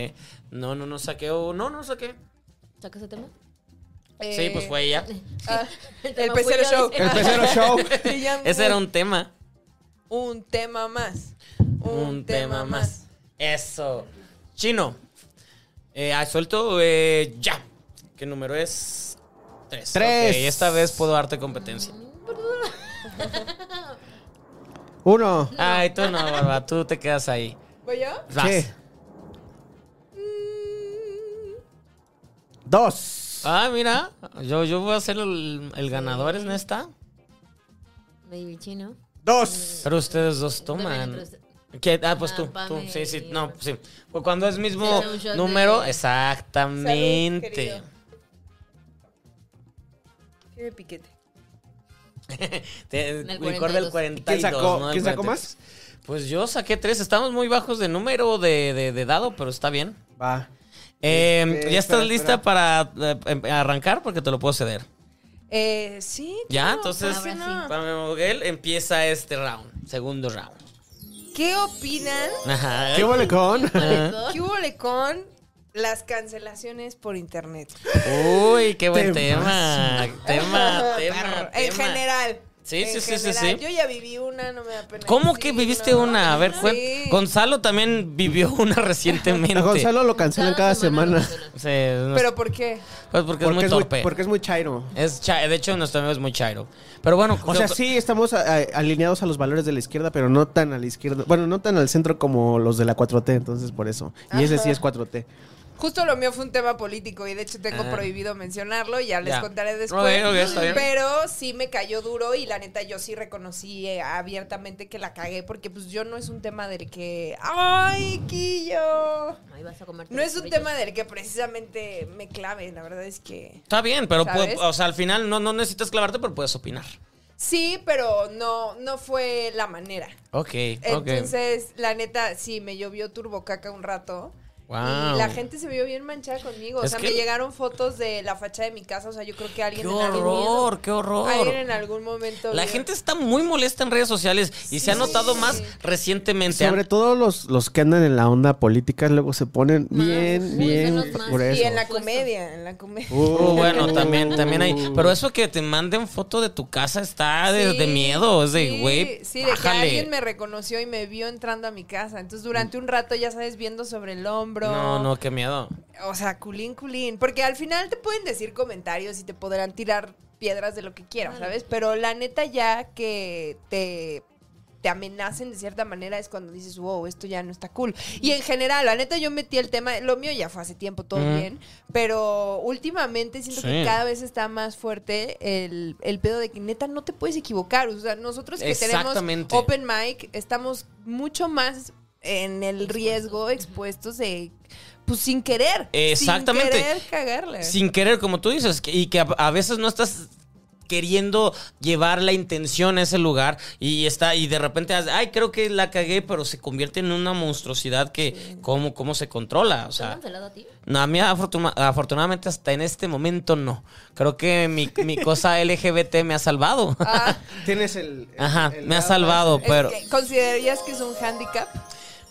[SPEAKER 1] No, no, no saqué. o- no, no saqué.
[SPEAKER 2] ¿Sacas el tema?
[SPEAKER 5] Eh,
[SPEAKER 1] Sí, pues fue ella.
[SPEAKER 5] ah, el
[SPEAKER 2] tema fui
[SPEAKER 5] pecero
[SPEAKER 2] yo,
[SPEAKER 5] show.
[SPEAKER 2] dice.
[SPEAKER 3] El pecero show.
[SPEAKER 5] Sí, ya-
[SPEAKER 1] Ese era un tema.
[SPEAKER 5] un tema más.
[SPEAKER 1] Un, tema más. Eso. Chino. Eh, ah, suelto eh, ya. ¿Qué número es? Tres.
[SPEAKER 3] Tres.
[SPEAKER 1] Ok, esta vez puedo darte competencia.
[SPEAKER 3] Uno.
[SPEAKER 1] Ay, tú no, Barba. Tú te quedas ahí.
[SPEAKER 5] ¿Voy yo?
[SPEAKER 1] Vas.
[SPEAKER 3] Sí. Dos.
[SPEAKER 1] Ah, mira. Yo, yo voy a ser el, el ganador en esta.
[SPEAKER 2] Baby chino.
[SPEAKER 3] Dos.
[SPEAKER 1] Pero ustedes dos
[SPEAKER 2] Tomen
[SPEAKER 1] toman.
[SPEAKER 2] otros-
[SPEAKER 1] ¿Qué? Ah, pues
[SPEAKER 2] Ah,
[SPEAKER 1] tú,
[SPEAKER 2] pa'
[SPEAKER 1] tú.
[SPEAKER 2] mí.
[SPEAKER 1] Sí, sí, no, sí. O Cuando es mismo
[SPEAKER 2] Se da un shot
[SPEAKER 1] número,
[SPEAKER 2] de-
[SPEAKER 5] Salud,
[SPEAKER 1] exactamente.
[SPEAKER 5] querido. Tiene piquete.
[SPEAKER 1] Te-
[SPEAKER 2] En el
[SPEAKER 1] Licor del
[SPEAKER 2] 42.
[SPEAKER 1] 42.
[SPEAKER 3] ¿Quién sacó-
[SPEAKER 1] ¿no? Del
[SPEAKER 3] quién sacó
[SPEAKER 1] 42. Pues yo saqué tres. Estamos muy bajos de número de, de- de dado, pero está bien.
[SPEAKER 3] Va.
[SPEAKER 1] Eh,
[SPEAKER 3] Este,
[SPEAKER 1] ¿Ya estás
[SPEAKER 3] espera,
[SPEAKER 1] lista
[SPEAKER 3] espera.
[SPEAKER 1] para eh, em- arrancar? Porque te lo puedo ceder.
[SPEAKER 5] Eh, sí.
[SPEAKER 1] Ya,
[SPEAKER 5] claro,
[SPEAKER 1] entonces,
[SPEAKER 5] ¿por qué no?
[SPEAKER 1] para Memo Miguel, empieza este round, segundo round.
[SPEAKER 5] ¿Qué opinan?
[SPEAKER 1] Ajá.
[SPEAKER 3] ¿Qué huele con?
[SPEAKER 5] ¿Qué hubo con las cancelaciones por internet?
[SPEAKER 1] Uy, qué buen tema.
[SPEAKER 3] Temazo.
[SPEAKER 1] Tema, tema,
[SPEAKER 5] Perro. En
[SPEAKER 1] tema.
[SPEAKER 5] general.
[SPEAKER 1] Sí,
[SPEAKER 5] En
[SPEAKER 1] sí, sí, sí,
[SPEAKER 5] general.
[SPEAKER 1] sí.
[SPEAKER 5] Yo ya viví una, no me da pena.
[SPEAKER 1] ¿Cómo que
[SPEAKER 5] decirlo.
[SPEAKER 1] viviste una? A ver,
[SPEAKER 5] Sí.
[SPEAKER 1] cuen- Gonzalo también vivió una recientemente.
[SPEAKER 3] A Gonzalo lo cancelan cada semana.
[SPEAKER 1] Sí, no-
[SPEAKER 5] ¿Pero por qué?
[SPEAKER 1] pues porque es muy torpe.
[SPEAKER 3] porque es muy chairo.
[SPEAKER 1] Es cha- de hecho, nuestro amigo es muy chairo. Pero bueno,
[SPEAKER 3] O sea, sí, estamos a- a- alineados a los valores de la izquierda, pero no tan a la izquierda. Bueno, no tan al centro como los de la 4T, entonces por eso. Y ese sí es 4T.
[SPEAKER 5] Justo lo mío fue un tema político y de hecho tengo
[SPEAKER 1] Ah.
[SPEAKER 5] prohibido mencionarlo, ya les
[SPEAKER 1] Ya.
[SPEAKER 5] contaré después.
[SPEAKER 1] Ok, ok, está bien.
[SPEAKER 5] Pero sí me cayó duro y la neta yo sí reconocí eh, abiertamente que la cagué porque pues yo no es un tema del que... ¡Ay, Quillo!
[SPEAKER 2] Ahí vas a comerte
[SPEAKER 5] No
[SPEAKER 2] los
[SPEAKER 5] es un
[SPEAKER 2] choritos.
[SPEAKER 5] tema del que precisamente me clave, la verdad es que...
[SPEAKER 1] Está bien, pero
[SPEAKER 5] ¿Sabes?
[SPEAKER 1] pu- o sea, al final no, no necesitas clavarte, pero puedes opinar.
[SPEAKER 5] Sí, pero no, no fue la manera.
[SPEAKER 1] Ok, ok.
[SPEAKER 5] Entonces, la neta, sí, me llovió turbocaca un rato.
[SPEAKER 1] Wow.
[SPEAKER 5] Y la gente se vio bien manchada conmigo. O
[SPEAKER 1] Es
[SPEAKER 5] sea,
[SPEAKER 1] que-
[SPEAKER 5] me llegaron fotos de la facha de mi casa. O sea, yo creo que alguien
[SPEAKER 1] ¡Qué
[SPEAKER 5] en algún-
[SPEAKER 1] horror, qué horror!
[SPEAKER 5] Alguien en algún momento.
[SPEAKER 1] La
[SPEAKER 5] vio.
[SPEAKER 1] gente está muy molesta en redes sociales y se ha notado más recientemente. Ah,
[SPEAKER 3] Sobre todo los, los que andan en la onda política luego se ponen
[SPEAKER 2] Más,
[SPEAKER 3] bien,
[SPEAKER 2] uy,
[SPEAKER 3] bien
[SPEAKER 2] son los más.
[SPEAKER 3] por
[SPEAKER 5] Y
[SPEAKER 3] eso.
[SPEAKER 5] en la
[SPEAKER 2] Puesto.
[SPEAKER 5] comedia, en la comedia.
[SPEAKER 1] Oh, bueno, también, también hay. Pero eso que te manden foto de tu casa está de,
[SPEAKER 5] Sí,
[SPEAKER 1] de miedo, es de
[SPEAKER 5] sí,
[SPEAKER 1] güey.
[SPEAKER 5] Sí, de que
[SPEAKER 1] bájale.
[SPEAKER 5] alguien me reconoció y me vio entrando a mi casa. Entonces, durante un rato, ya sabes, viendo sobre el hombro.
[SPEAKER 1] No, no, qué miedo.
[SPEAKER 5] O sea, culín, culín. Porque al final te pueden decir comentarios y te podrán tirar piedras de lo que quieran,
[SPEAKER 2] Claro.
[SPEAKER 5] ¿sabes? Pero la neta ya que te, te amenacen de cierta manera es cuando dices, wow, esto ya no está cool. Y en general, la neta yo metí el tema, lo mío ya fue hace tiempo, todo
[SPEAKER 1] Mm.
[SPEAKER 5] bien, pero últimamente siento que
[SPEAKER 1] Sí.
[SPEAKER 5] cada vez está más fuerte el, el pedo de que neta no te puedes equivocar. O sea, nosotros que tenemos
[SPEAKER 1] Exactamente.
[SPEAKER 5] open mic, estamos mucho más en el riesgo expuestos de pues sin querer.
[SPEAKER 1] Exactamente.
[SPEAKER 5] Sin querer cagarle.
[SPEAKER 1] Sin querer, como tú dices, que- y que a, a veces no estás queriendo llevar la intención a ese lugar y está y de repente haz- ay creo que la cagué pero se convierte en una monstruosidad que cómo cómo se controla o
[SPEAKER 2] ¿Te han
[SPEAKER 1] sea
[SPEAKER 2] cancelado a ti?
[SPEAKER 1] no a mí afortuna- afortunadamente hasta en este momento no creo que mi, mi cosa LGBT me ha salvado
[SPEAKER 3] Tienes el. el-
[SPEAKER 1] ajá
[SPEAKER 3] el
[SPEAKER 1] me ha
[SPEAKER 3] lado
[SPEAKER 1] salvado
[SPEAKER 5] Es
[SPEAKER 1] pero
[SPEAKER 5] que, ¿Considerarías que es un handicap?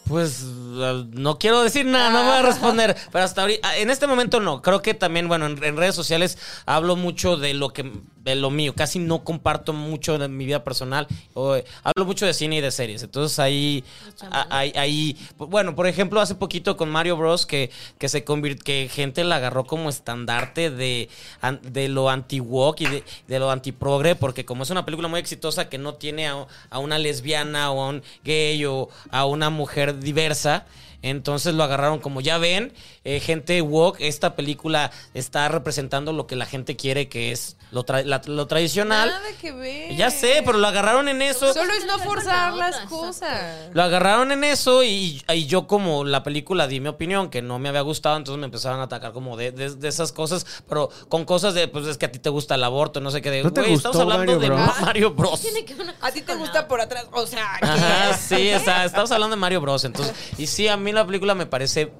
[SPEAKER 1] Pues uh, no quiero decir nada, no voy a responder. Pero hasta ahorita, en este momento no. Creo que también, bueno, en, en redes sociales hablo mucho de lo que de lo mío. Casi no comparto mucho de mi vida personal. O, eh, hablo mucho de cine y de series. Entonces ahí, a- ahí, ahí- bueno, por ejemplo, hace poquito con Mario Bros que, que se convirtió, que gente la agarró como estandarte de, an- de lo anti-woke y de, de lo antiprogre, porque como es una película muy exitosa que no tiene a, a una lesbiana o a un gay o a una mujer diversa. Entonces lo agarraron como ya ven, eh, gente woke, esta película está representando lo que la gente quiere que es lo, tra- la- lo tradicional.
[SPEAKER 2] Ah,
[SPEAKER 5] Nada que ver.
[SPEAKER 1] Ya sé, pero lo agarraron en eso.
[SPEAKER 5] Solo es
[SPEAKER 2] Tiene que ver
[SPEAKER 5] no
[SPEAKER 2] con
[SPEAKER 5] forzar
[SPEAKER 2] la
[SPEAKER 5] las
[SPEAKER 2] otra,
[SPEAKER 5] cosas.
[SPEAKER 1] Lo agarraron en eso y, y yo como la película di mi opinión, que no me había gustado, entonces me empezaron a atacar como de, de- de esas cosas, pero con cosas de, pues es que a ti te gusta el aborto, no sé qué, de,
[SPEAKER 3] ¿No te
[SPEAKER 1] güey, estamos
[SPEAKER 3] gustó
[SPEAKER 1] hablando
[SPEAKER 3] Mario
[SPEAKER 1] de
[SPEAKER 3] Bros?
[SPEAKER 1] Mario Bros.
[SPEAKER 2] Tiene que ver una
[SPEAKER 5] A
[SPEAKER 2] cosa
[SPEAKER 5] ti te
[SPEAKER 2] con la
[SPEAKER 5] gusta
[SPEAKER 2] otra.
[SPEAKER 5] por atrás. O sea,
[SPEAKER 1] Ajá,
[SPEAKER 5] ¿qué?
[SPEAKER 1] sí, o sea, estamos hablando de Mario Bros. Entonces, y sí, a mí la película me parece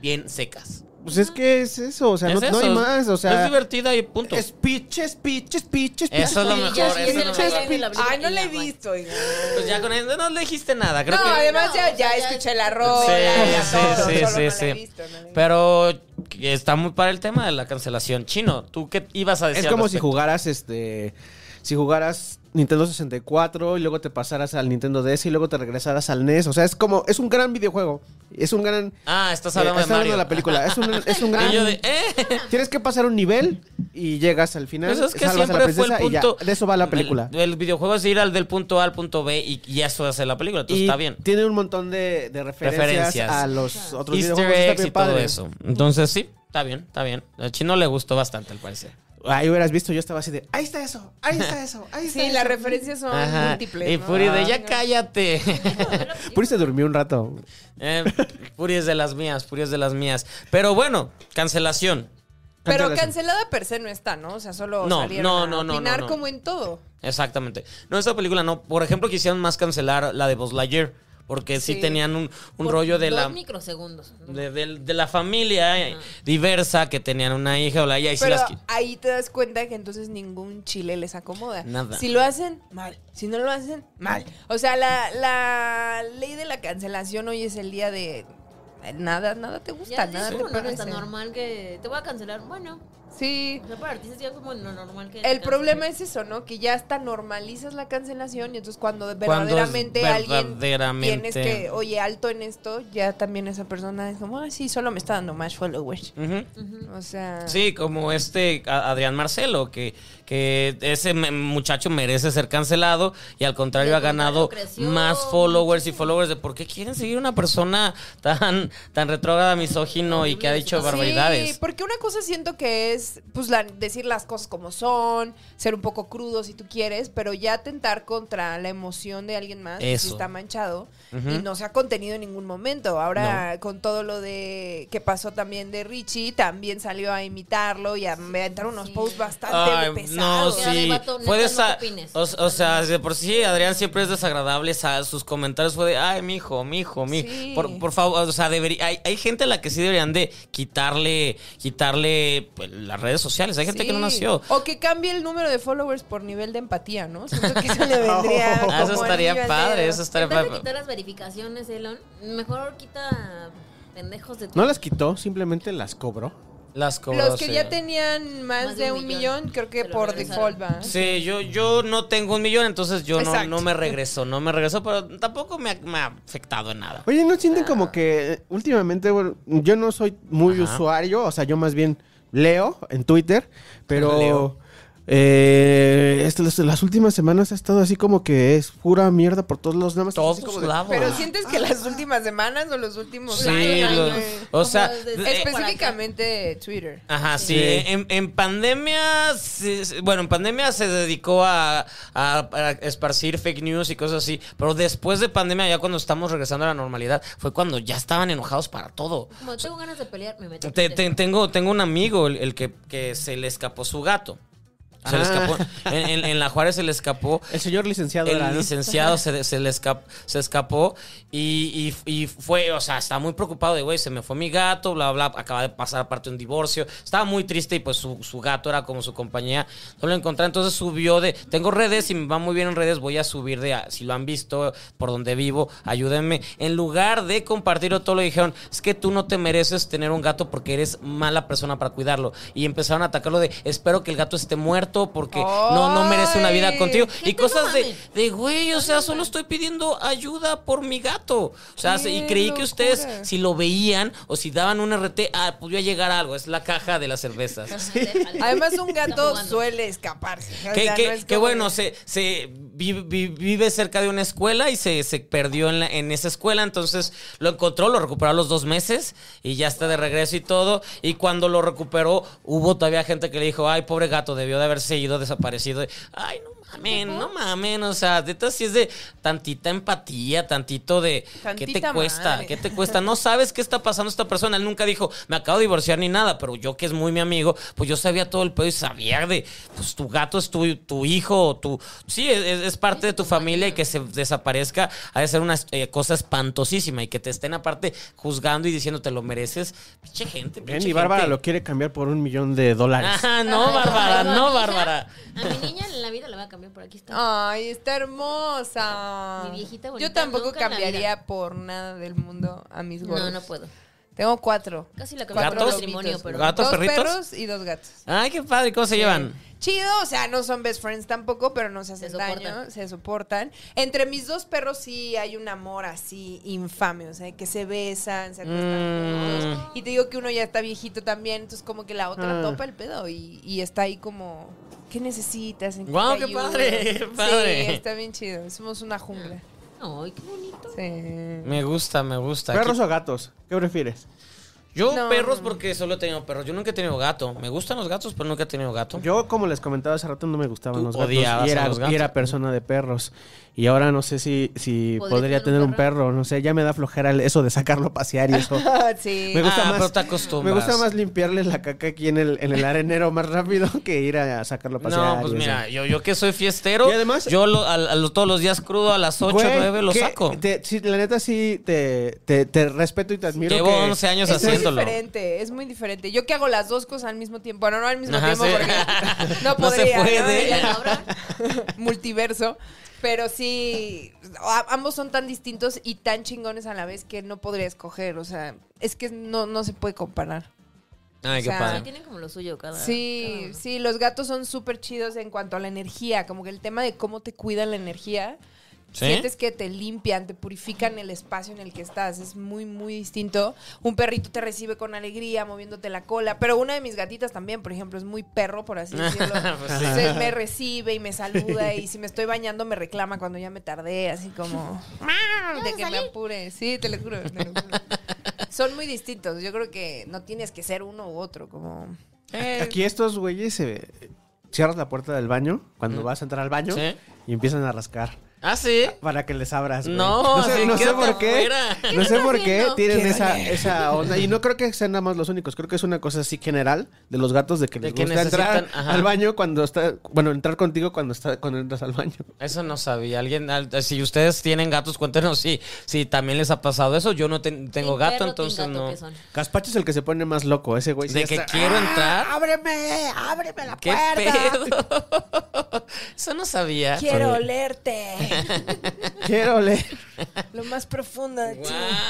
[SPEAKER 1] bien secas.
[SPEAKER 3] Pues es que es eso, o sea,
[SPEAKER 1] Es
[SPEAKER 3] no, no hay
[SPEAKER 1] eso.
[SPEAKER 3] más, o sea.
[SPEAKER 1] Es divertida y punto.
[SPEAKER 3] Es pitches, pitches, pitches, pitches.
[SPEAKER 1] Eso es lo
[SPEAKER 2] Y
[SPEAKER 1] mejor.
[SPEAKER 2] ya
[SPEAKER 1] eso
[SPEAKER 2] sí
[SPEAKER 1] es
[SPEAKER 2] es
[SPEAKER 1] lo
[SPEAKER 2] el
[SPEAKER 1] mejor.
[SPEAKER 2] mejor de la película
[SPEAKER 5] Ay, no
[SPEAKER 2] y
[SPEAKER 5] la he
[SPEAKER 2] ya, güey.
[SPEAKER 5] visto. oiga.
[SPEAKER 1] Pues ya con eso no le dijiste nada, creo
[SPEAKER 5] no,
[SPEAKER 1] que...
[SPEAKER 5] además
[SPEAKER 2] No,
[SPEAKER 5] ya,
[SPEAKER 2] o sea,
[SPEAKER 5] ya
[SPEAKER 2] ya-
[SPEAKER 5] escuché la
[SPEAKER 1] Sí,
[SPEAKER 5] rola. ya
[SPEAKER 1] sí,
[SPEAKER 5] todo,
[SPEAKER 1] sí,
[SPEAKER 5] solo
[SPEAKER 1] sí,
[SPEAKER 5] no la he
[SPEAKER 1] sí.
[SPEAKER 5] visto, no la he
[SPEAKER 1] Pero está muy para el tema de la cancelación. Chino, ¿tú qué ibas a decir?
[SPEAKER 3] Es
[SPEAKER 1] al
[SPEAKER 3] como si
[SPEAKER 1] respecto?
[SPEAKER 3] jugaras este. Si jugaras Nintendo 64 y luego te pasaras al Nintendo DS y luego te regresaras al NES. O sea, es como. Es un gran videojuego. Es un gran.
[SPEAKER 1] Ah, estás
[SPEAKER 3] eh,
[SPEAKER 1] hablando de
[SPEAKER 3] está hablando
[SPEAKER 1] Mario.
[SPEAKER 3] de la película. Es un, es un gran.
[SPEAKER 1] Y yo de, ¿eh?
[SPEAKER 3] Tienes que pasar un nivel y llegas al final.
[SPEAKER 1] Pues es que
[SPEAKER 3] salvas a la
[SPEAKER 1] siempre fue el
[SPEAKER 3] princesa y ya.
[SPEAKER 1] punto.
[SPEAKER 3] De eso va la película.
[SPEAKER 1] El, el videojuego es ir al del punto A al punto B y, y eso hace la película. Entonces
[SPEAKER 3] Y
[SPEAKER 1] está bien.
[SPEAKER 3] Tiene un montón de, de referencias,
[SPEAKER 1] Referencias.
[SPEAKER 3] a los otros
[SPEAKER 1] Easter
[SPEAKER 3] videojuegos. Está
[SPEAKER 1] eggs
[SPEAKER 3] bien
[SPEAKER 1] y todo
[SPEAKER 3] padre.
[SPEAKER 1] eso. Entonces sí, está bien, está bien. Al chino le gustó bastante, al parecer.
[SPEAKER 3] Ahí hubieras visto, yo estaba así de. Ahí está eso, ahí está eso, ahí está
[SPEAKER 5] visto. Sí,
[SPEAKER 3] eso.
[SPEAKER 5] las referencias son
[SPEAKER 1] Ajá.
[SPEAKER 5] múltiples.
[SPEAKER 1] Y
[SPEAKER 5] ¿no?
[SPEAKER 1] Puri de,
[SPEAKER 5] Ay,
[SPEAKER 1] ya
[SPEAKER 5] no.
[SPEAKER 1] cállate.
[SPEAKER 3] Puri se durmió un rato.
[SPEAKER 1] Eh, Puri es de las mías, Puri es de las mías. Pero bueno, cancelación.
[SPEAKER 5] Pero
[SPEAKER 3] Cancelación.
[SPEAKER 5] cancelada per se no está, ¿no? O sea, solo
[SPEAKER 1] No,
[SPEAKER 5] salieron
[SPEAKER 1] no,
[SPEAKER 5] a
[SPEAKER 1] no, no,
[SPEAKER 5] opinar
[SPEAKER 1] no, no.
[SPEAKER 5] como en todo.
[SPEAKER 1] Exactamente. No, esta película no. Por ejemplo, quisieron más cancelar la de Buzz Lightyear. Porque sí,
[SPEAKER 5] Sí.
[SPEAKER 1] tenían un, un
[SPEAKER 2] Por
[SPEAKER 1] rollo de
[SPEAKER 2] dos
[SPEAKER 1] la...
[SPEAKER 2] microsegundos. ¿no?
[SPEAKER 1] de, del- de la familia eh, diversa que tenían una hija o la y ahí sí
[SPEAKER 5] Pero
[SPEAKER 1] las qui-
[SPEAKER 5] ahí te das cuenta que entonces ningún chile les acomoda.
[SPEAKER 1] Nada.
[SPEAKER 5] Si lo hacen, mal. Si no lo hacen, mal. O sea, la, la ley de la cancelación hoy es el día de eh, nada, nada te gusta,
[SPEAKER 2] Ya es
[SPEAKER 5] nada te
[SPEAKER 2] como no,
[SPEAKER 5] parece.
[SPEAKER 2] hasta normal que te voy a cancelar. Bueno,
[SPEAKER 5] Sí.
[SPEAKER 2] o sea, para artistas ya como lo normal que.
[SPEAKER 5] El problema es eso, ¿no? Que ya hasta normalizas la cancelación y entonces cuando verdaderamente,
[SPEAKER 1] verdaderamente-
[SPEAKER 5] alguien tienes que, oye, alto en esto, ya también esa persona es como, ah, sí, solo me está dando más followers.
[SPEAKER 1] Ujú.
[SPEAKER 5] O sea,
[SPEAKER 1] Sí, como este a- Adrián Marcelo, que, que ese me- muchacho merece ser cancelado y al contrario
[SPEAKER 2] Y
[SPEAKER 1] ha
[SPEAKER 2] al contrario,
[SPEAKER 1] ganado
[SPEAKER 2] creció
[SPEAKER 1] más followers y followers de por qué quieren seguir una persona tan, tan retrógrada, misógino y que ha dicho
[SPEAKER 5] Sí,
[SPEAKER 1] barbaridades.
[SPEAKER 5] porque una cosa siento que es pues la- decir las cosas como son, ser un poco crudo si tú quieres, pero ya atentar contra la emoción de alguien más si
[SPEAKER 1] Eso.
[SPEAKER 5] está manchado
[SPEAKER 1] Ujú.
[SPEAKER 5] y no se ha contenido en ningún momento. Ahora con todo lo de que pasó también de Richie, también salió a imitarlo y a inventar unos
[SPEAKER 2] Sí.
[SPEAKER 5] posts bastante
[SPEAKER 1] Ay, no,
[SPEAKER 5] pesados.
[SPEAKER 2] Queda de
[SPEAKER 1] sí.
[SPEAKER 2] vato, neta,
[SPEAKER 1] Fue
[SPEAKER 2] no
[SPEAKER 1] desa-
[SPEAKER 2] te opines.
[SPEAKER 1] o, o sea, de por sí, Adrián siempre es desagradable. sa- sus comentarios fue de, ay, mi hijo, mi hijo, mi.
[SPEAKER 5] Sí.
[SPEAKER 1] Por, por favor, o sea, debería, hay, hay gente a la que sí deberían de quitarle quitarle pues, las redes sociales. Hay gente que no
[SPEAKER 5] Sí.
[SPEAKER 1] nació.
[SPEAKER 5] O que cambie el número de followers por nivel de empatía, ¿no? Siento que eso le
[SPEAKER 1] Ah,
[SPEAKER 5] vendría.
[SPEAKER 1] eso
[SPEAKER 5] como anillo
[SPEAKER 1] estaría
[SPEAKER 5] al
[SPEAKER 1] padre,
[SPEAKER 5] dedo.
[SPEAKER 1] eso estaría
[SPEAKER 2] En vez de
[SPEAKER 1] padre.
[SPEAKER 2] quitar las verificaciones, Elon, mejor quita pendejos de tu-
[SPEAKER 3] No las quitó, simplemente las cobró.
[SPEAKER 1] Las cobras.
[SPEAKER 5] Los que ya tenían más, de, un millón, creo que
[SPEAKER 2] se lo
[SPEAKER 5] por
[SPEAKER 2] regresaron.
[SPEAKER 5] default va.
[SPEAKER 1] Sí, yo, yo no tengo un millón, entonces yo no,
[SPEAKER 5] Exacto.
[SPEAKER 1] no me regreso, no me regreso, pero tampoco me ha, me ha afectado en nada.
[SPEAKER 3] Oye, ¿no sienten como que eh, últimamente, bueno, yo no soy muy
[SPEAKER 1] Ah. Ajá.
[SPEAKER 3] usuario, o sea, yo más bien leo en Twitter, pero
[SPEAKER 1] Leo.
[SPEAKER 3] eh, este- las, las últimas semanas ha estado así como que es pura mierda por todos los nada más.
[SPEAKER 1] Todos
[SPEAKER 3] así como de-
[SPEAKER 1] lados.
[SPEAKER 5] Pero sientes que las últimas semanas o los últimos
[SPEAKER 1] Sí,
[SPEAKER 5] años,
[SPEAKER 1] lo-
[SPEAKER 5] güey.
[SPEAKER 1] o sea,
[SPEAKER 2] Como desde-
[SPEAKER 1] eh,
[SPEAKER 5] específicamente Twitter.
[SPEAKER 1] Ajá, sí.
[SPEAKER 3] Sí.
[SPEAKER 1] En, en pandemia, se- se- bueno, en pandemia se dedicó a, a- a esparcir fake news y cosas así. Pero después de pandemia, ya cuando estamos regresando a la normalidad, fue cuando ya estaban enojados para todo.
[SPEAKER 2] Como tengo ganas de pelear, me meto. a
[SPEAKER 1] Te-
[SPEAKER 2] Twitter.
[SPEAKER 1] te- tengo, tengo un amigo, el, el que, que se le escapó su gato. Se le escapó. En, en- en la Juárez se le escapó.
[SPEAKER 3] El señor licenciado
[SPEAKER 1] El
[SPEAKER 3] era, ¿no?
[SPEAKER 1] licenciado se, se le escap- se escapó y, y- y fue, o sea, estaba muy preocupado de, güey, se me fue mi gato, bla, bla, acaba de pasar aparte un divorcio. Estaba muy triste y pues su, su gato era como su compañía. No lo encontré, entonces subió de, tengo redes y me va muy bien en redes, voy a subir de, ah, si lo han visto por donde vivo, ayúdenme. En lugar de compartirlo todo, lo dijeron, es que tú no te mereces tener un gato porque eres mala persona para cuidarlo. Y empezaron a atacarlo de, espero que el gato esté muerto porque no, no merece una vida
[SPEAKER 5] ¡Ay!
[SPEAKER 1] contigo. Y
[SPEAKER 2] Gente,
[SPEAKER 1] cosas
[SPEAKER 2] no
[SPEAKER 1] de,
[SPEAKER 2] mames.
[SPEAKER 1] de güey, o sea, solo estoy pidiendo ayuda por mi gato. O sea,
[SPEAKER 5] ¡Qué
[SPEAKER 1] y creí que ustedes,
[SPEAKER 5] locura!
[SPEAKER 1] si lo veían o si daban un RT, ah, podía llegar algo. Es la caja de las cervezas.
[SPEAKER 5] Además, un
[SPEAKER 2] Está
[SPEAKER 5] gato
[SPEAKER 2] jugando.
[SPEAKER 5] suele escaparse. o
[SPEAKER 1] Que,
[SPEAKER 5] sea,
[SPEAKER 1] que-
[SPEAKER 5] no es
[SPEAKER 1] que
[SPEAKER 5] como-
[SPEAKER 1] bueno, se, se vi- vi- vive cerca de una escuela y se, se perdió en, la- en esa escuela, entonces lo encontró, lo recuperó a los dos meses y ya está de regreso y todo. Y cuando lo recuperó, hubo todavía gente que le dijo, ay, pobre gato, debió de haberse ido, desaparecido. Ay, no mamen, no mamen, o sea, neta sí es de tantita empatía, tantito de ¿qué te
[SPEAKER 5] Tantita
[SPEAKER 1] cuesta?
[SPEAKER 5] madre.
[SPEAKER 1] ¿Qué te cuesta? No sabes qué está pasando esta persona. Él nunca dijo, me acabo de divorciar ni nada, pero yo que es muy mi amigo, pues yo sabía todo el pedo y sabía de, pues tu gato es tu, tu hijo, o tu, sí, es, es parte de tu familia y que se desaparezca ha de ser una eh, cosa espantosísima y que te estén aparte juzgando y diciendo te lo mereces. Pinche gente,
[SPEAKER 3] Ven,
[SPEAKER 1] pinche
[SPEAKER 3] y Bárbara
[SPEAKER 1] gente.
[SPEAKER 3] lo quiere cambiar por un millón de dólares.
[SPEAKER 1] Ajá, no, Bárbara, no, Bárbara.
[SPEAKER 2] A mi niña en la vida la voy a cambiar por aquí. Está.
[SPEAKER 5] Ay, está hermosa.
[SPEAKER 2] Mi viejita
[SPEAKER 5] Yo
[SPEAKER 2] bonita
[SPEAKER 5] tampoco
[SPEAKER 2] nunca en la
[SPEAKER 5] cambiaría por nada del mundo a mis gordos.
[SPEAKER 2] no, no puedo.
[SPEAKER 5] Tengo cuatro.
[SPEAKER 2] Casi la cambié
[SPEAKER 5] Cuatro
[SPEAKER 2] por
[SPEAKER 1] ¿Gatos?
[SPEAKER 2] matrimonio, pero.
[SPEAKER 1] ¿Gatos?
[SPEAKER 5] Dos
[SPEAKER 1] perritos?
[SPEAKER 5] perros y dos gatos.
[SPEAKER 1] Ay, qué padre, ¿cómo se llevan?
[SPEAKER 5] Chido, o sea, no son best friends tampoco, pero no se hacen
[SPEAKER 2] Se soportan.
[SPEAKER 5] daño, se soportan. Entre mis dos perros sí hay un amor así infame, o sea, que se besan, se
[SPEAKER 1] Mm. Ah.
[SPEAKER 5] acuestan juntos. Y te digo que uno ya está viejito también, entonces como que la otra topa el pedo y, y está ahí como, ¿qué necesitas? ¿En
[SPEAKER 1] Guau,
[SPEAKER 5] te
[SPEAKER 1] qué
[SPEAKER 5] ayudo?"
[SPEAKER 1] padre, qué padre.
[SPEAKER 5] Sí, está bien chido, somos una jungla.
[SPEAKER 2] Ay, qué bonito.
[SPEAKER 5] Sí.
[SPEAKER 1] Me gusta, me gusta.
[SPEAKER 3] ¿Perros o gatos? ¿Qué prefieres?
[SPEAKER 1] Yo
[SPEAKER 5] No.
[SPEAKER 1] perros porque solo he tenido perros. Yo nunca he tenido gato. Me gustan los gatos, pero nunca he tenido gato.
[SPEAKER 3] Yo, como les comentaba hace rato, no me gustaban
[SPEAKER 1] Tú
[SPEAKER 3] los gatos
[SPEAKER 1] odiabas
[SPEAKER 3] y, era,
[SPEAKER 1] a los gatos.
[SPEAKER 3] y era persona de perros. Y ahora no sé si, si
[SPEAKER 2] ¿Podrías
[SPEAKER 3] podría tener un perro? no sé, ya me da flojera el- eso de sacarlo a pasear y eso.
[SPEAKER 5] sí.
[SPEAKER 3] Me gusta
[SPEAKER 1] Ah,
[SPEAKER 3] más-
[SPEAKER 1] pero te acostumbras.
[SPEAKER 3] Me gusta más limpiarles la caca aquí en el, en el arenero más rápido que ir a sacarlo a pasear.
[SPEAKER 1] No, pues
[SPEAKER 3] y eso.
[SPEAKER 1] mira, yo, yo que soy fiestero,
[SPEAKER 3] Y además-
[SPEAKER 1] yo lo- al- al- todos los días crudo a las 8,
[SPEAKER 3] Güey,
[SPEAKER 1] 9 lo
[SPEAKER 3] que
[SPEAKER 1] saco.
[SPEAKER 3] te- sí, la neta sí te, te- te respeto y te admiro.
[SPEAKER 1] Llevo
[SPEAKER 3] que-
[SPEAKER 1] 11 años
[SPEAKER 5] Es muy
[SPEAKER 1] haciéndolo.
[SPEAKER 5] diferente, es muy diferente. Yo que hago las dos cosas al mismo tiempo. Bueno, no al mismo
[SPEAKER 1] Ajá,
[SPEAKER 5] tiempo
[SPEAKER 1] sí.
[SPEAKER 5] porque
[SPEAKER 1] No
[SPEAKER 5] no
[SPEAKER 1] se
[SPEAKER 5] podría.
[SPEAKER 1] puede.
[SPEAKER 5] Ya no habrá. Multiverso. Pero sí, a- ambos son tan distintos y tan chingones a la vez que no podría escoger. O sea, es que no, no se puede comparar.
[SPEAKER 1] Ay, qué
[SPEAKER 5] o sea,
[SPEAKER 2] Sí,
[SPEAKER 1] padre.
[SPEAKER 2] tienen como lo suyo cada. cada
[SPEAKER 5] Sí,
[SPEAKER 2] uno.
[SPEAKER 5] sí, los gatos son súper chidos en cuanto a la energía. Como que el tema de cómo te cuidan la energía.
[SPEAKER 1] ¿Sí?
[SPEAKER 5] Sientes que te limpian, te purifican el espacio en el que estás. Es muy, muy distinto. Un perrito te recibe con alegría, moviéndote la cola. Pero una de mis gatitas también, por ejemplo, es muy perro, por así decirlo.
[SPEAKER 1] Pues sí.
[SPEAKER 5] Entonces me recibe y me saluda. Y si me estoy bañando, me reclama cuando ya me tardé. Así como, "Mau", de que me apure. Sí, te lo juro, te lo juro. Son muy distintos. Yo creo que no tienes que ser uno u otro. Como, eh,
[SPEAKER 3] Aquí estos güeyes se cierras la puerta del baño cuando vas a entrar al baño
[SPEAKER 1] Sí.
[SPEAKER 3] y empiezan a rascar
[SPEAKER 1] Ah, sí.
[SPEAKER 3] para que les abras. güey.
[SPEAKER 1] No,
[SPEAKER 3] sé,
[SPEAKER 1] así
[SPEAKER 3] no sé
[SPEAKER 1] quédate
[SPEAKER 3] por qué.
[SPEAKER 1] afuera.
[SPEAKER 3] No sé
[SPEAKER 2] estás
[SPEAKER 3] por qué
[SPEAKER 2] haciendo?
[SPEAKER 3] tienen esa, esa onda. Y no creo que sean nada más los únicos. Creo que es una cosa así general de los gatos de que
[SPEAKER 1] De
[SPEAKER 3] les
[SPEAKER 1] que
[SPEAKER 3] gusta entrar
[SPEAKER 1] necesitan, ajá.
[SPEAKER 3] al baño cuando está. Bueno, entrar contigo cuando está cuando entras al baño.
[SPEAKER 1] Eso no sabía. Alguien, al- si ustedes tienen gatos, cuéntenos si, si también les ha pasado eso. Yo no ten- tengo
[SPEAKER 2] Sin
[SPEAKER 1] gato,
[SPEAKER 2] perro, sin
[SPEAKER 1] entonces
[SPEAKER 2] gato
[SPEAKER 1] no.
[SPEAKER 2] que son.
[SPEAKER 3] Caspacho es el que se pone más loco. Ese güey sí
[SPEAKER 1] De que
[SPEAKER 3] está- "Ah,
[SPEAKER 1] quiero entrar.
[SPEAKER 3] ¡Ábreme! ¡Ábreme la
[SPEAKER 1] ¿Qué
[SPEAKER 3] puerta!
[SPEAKER 1] pedo? Eso no sabía.
[SPEAKER 5] Quiero olerte.
[SPEAKER 3] Quiero leer.
[SPEAKER 5] Lo más profundo de ti.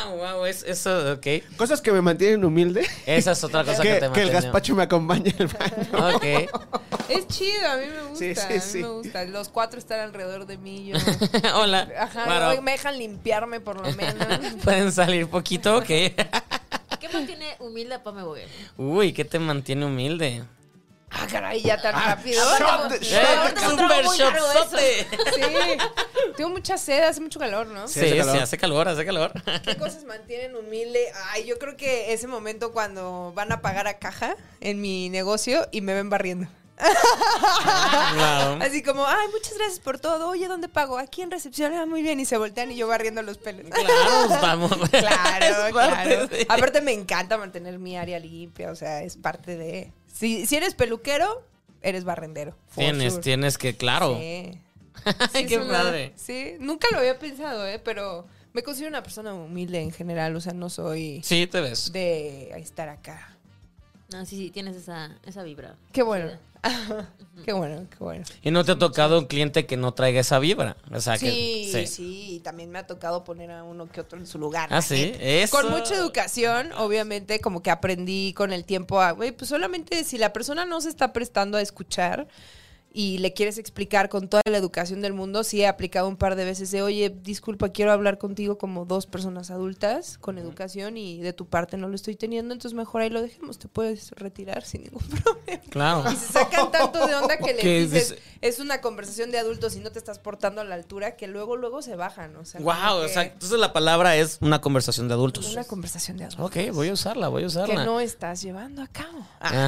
[SPEAKER 1] Wow, wow, es, eso, ok.
[SPEAKER 3] Cosas que me mantienen humilde.
[SPEAKER 1] Esa es otra cosa
[SPEAKER 3] que,
[SPEAKER 1] que, te
[SPEAKER 3] que el
[SPEAKER 1] mantenía.
[SPEAKER 3] gazpacho me acompaña al baño.
[SPEAKER 1] Ok.
[SPEAKER 5] Es chido, a mí me gusta.
[SPEAKER 3] Sí, sí,
[SPEAKER 5] a mí
[SPEAKER 3] sí.
[SPEAKER 5] me gusta. Los cuatro están alrededor de mí. Yo.
[SPEAKER 1] Hola.
[SPEAKER 5] Ajá,
[SPEAKER 1] Bueno,
[SPEAKER 5] hoy me dejan limpiarme por lo menos.
[SPEAKER 1] Pueden salir poquito, ok.
[SPEAKER 2] ¿Qué mantiene humilde a Pame Boguer?
[SPEAKER 1] Uy, ¿qué te mantiene humilde?
[SPEAKER 5] Ah, caray, ya tan rápido.
[SPEAKER 3] shot de-
[SPEAKER 5] Sí,
[SPEAKER 3] shot
[SPEAKER 1] ¡Eh,
[SPEAKER 2] ahorita me
[SPEAKER 1] ¡Super
[SPEAKER 2] trago muy largo eso.
[SPEAKER 1] shotzote!
[SPEAKER 5] tengo mucha sed, hace mucho calor, ¿no?
[SPEAKER 1] Sí,
[SPEAKER 3] hace
[SPEAKER 1] sí,
[SPEAKER 3] calor.
[SPEAKER 1] hace calor, hace calor.
[SPEAKER 5] ¿Qué cosas mantienen humilde? Ay, yo creo que ese momento cuando van a pagar a caja en mi negocio y me ven barriendo.
[SPEAKER 1] Claro.
[SPEAKER 5] Así como, ay, muchas gracias por todo. Oye, ¿dónde pago? Aquí en recepción. Ah, muy bien. Y se voltean y yo barriendo los pelos.
[SPEAKER 1] Claro, pues, vamos.
[SPEAKER 5] Claro,
[SPEAKER 1] Es parte
[SPEAKER 5] claro.
[SPEAKER 1] de-
[SPEAKER 5] Aparte me encanta mantener mi área limpia, o sea, es parte de... Si, si eres peluquero, eres barrendero. for
[SPEAKER 1] Tienes,
[SPEAKER 5] sure.
[SPEAKER 1] tienes que, claro.
[SPEAKER 5] Sí.
[SPEAKER 1] Ay,
[SPEAKER 5] Sí,
[SPEAKER 1] qué
[SPEAKER 5] es una-
[SPEAKER 1] padre.
[SPEAKER 5] Sí, nunca lo había pensado, ¿eh? Pero me considero una persona humilde en general, o sea, no soy
[SPEAKER 1] Sí, te ves.
[SPEAKER 5] de estar acá.
[SPEAKER 2] No, sí, sí, tienes esa, esa vibra.
[SPEAKER 5] Qué bueno. qué bueno, qué bueno.
[SPEAKER 1] Y no te ha tocado un cliente que no traiga esa vibra. O sea, que.
[SPEAKER 5] Sí, sí, y también me ha tocado poner a uno que otro en su lugar.
[SPEAKER 1] Ah,
[SPEAKER 5] la
[SPEAKER 1] sí.
[SPEAKER 5] neta.
[SPEAKER 1] Eso.
[SPEAKER 5] Eh, Con mucha educación, obviamente, como que aprendí con el tiempo a, güey, pues solamente si la persona no se está prestando a escuchar y le quieres explicar con toda la educación del mundo, sí he aplicado un par de veces de, oye, disculpa, quiero hablar contigo como dos personas adultas con educación y de tu parte no lo estoy teniendo, entonces mejor ahí lo dejemos, te puedes retirar sin ningún problema.
[SPEAKER 1] Claro.
[SPEAKER 5] Y se sacan tanto de onda que le
[SPEAKER 1] Que
[SPEAKER 5] dices,
[SPEAKER 1] dice-
[SPEAKER 5] es una conversación de adultos y no te estás portando a la altura, que luego, luego se bajan, o sea.
[SPEAKER 1] Wow,
[SPEAKER 5] como
[SPEAKER 1] o
[SPEAKER 5] que
[SPEAKER 1] sea, entonces la palabra es una conversación de adultos.
[SPEAKER 5] Una conversación de adultos.
[SPEAKER 1] Ok, voy a usarla, voy a
[SPEAKER 5] Que
[SPEAKER 1] usarla.
[SPEAKER 5] no estás llevando a cabo. Ah,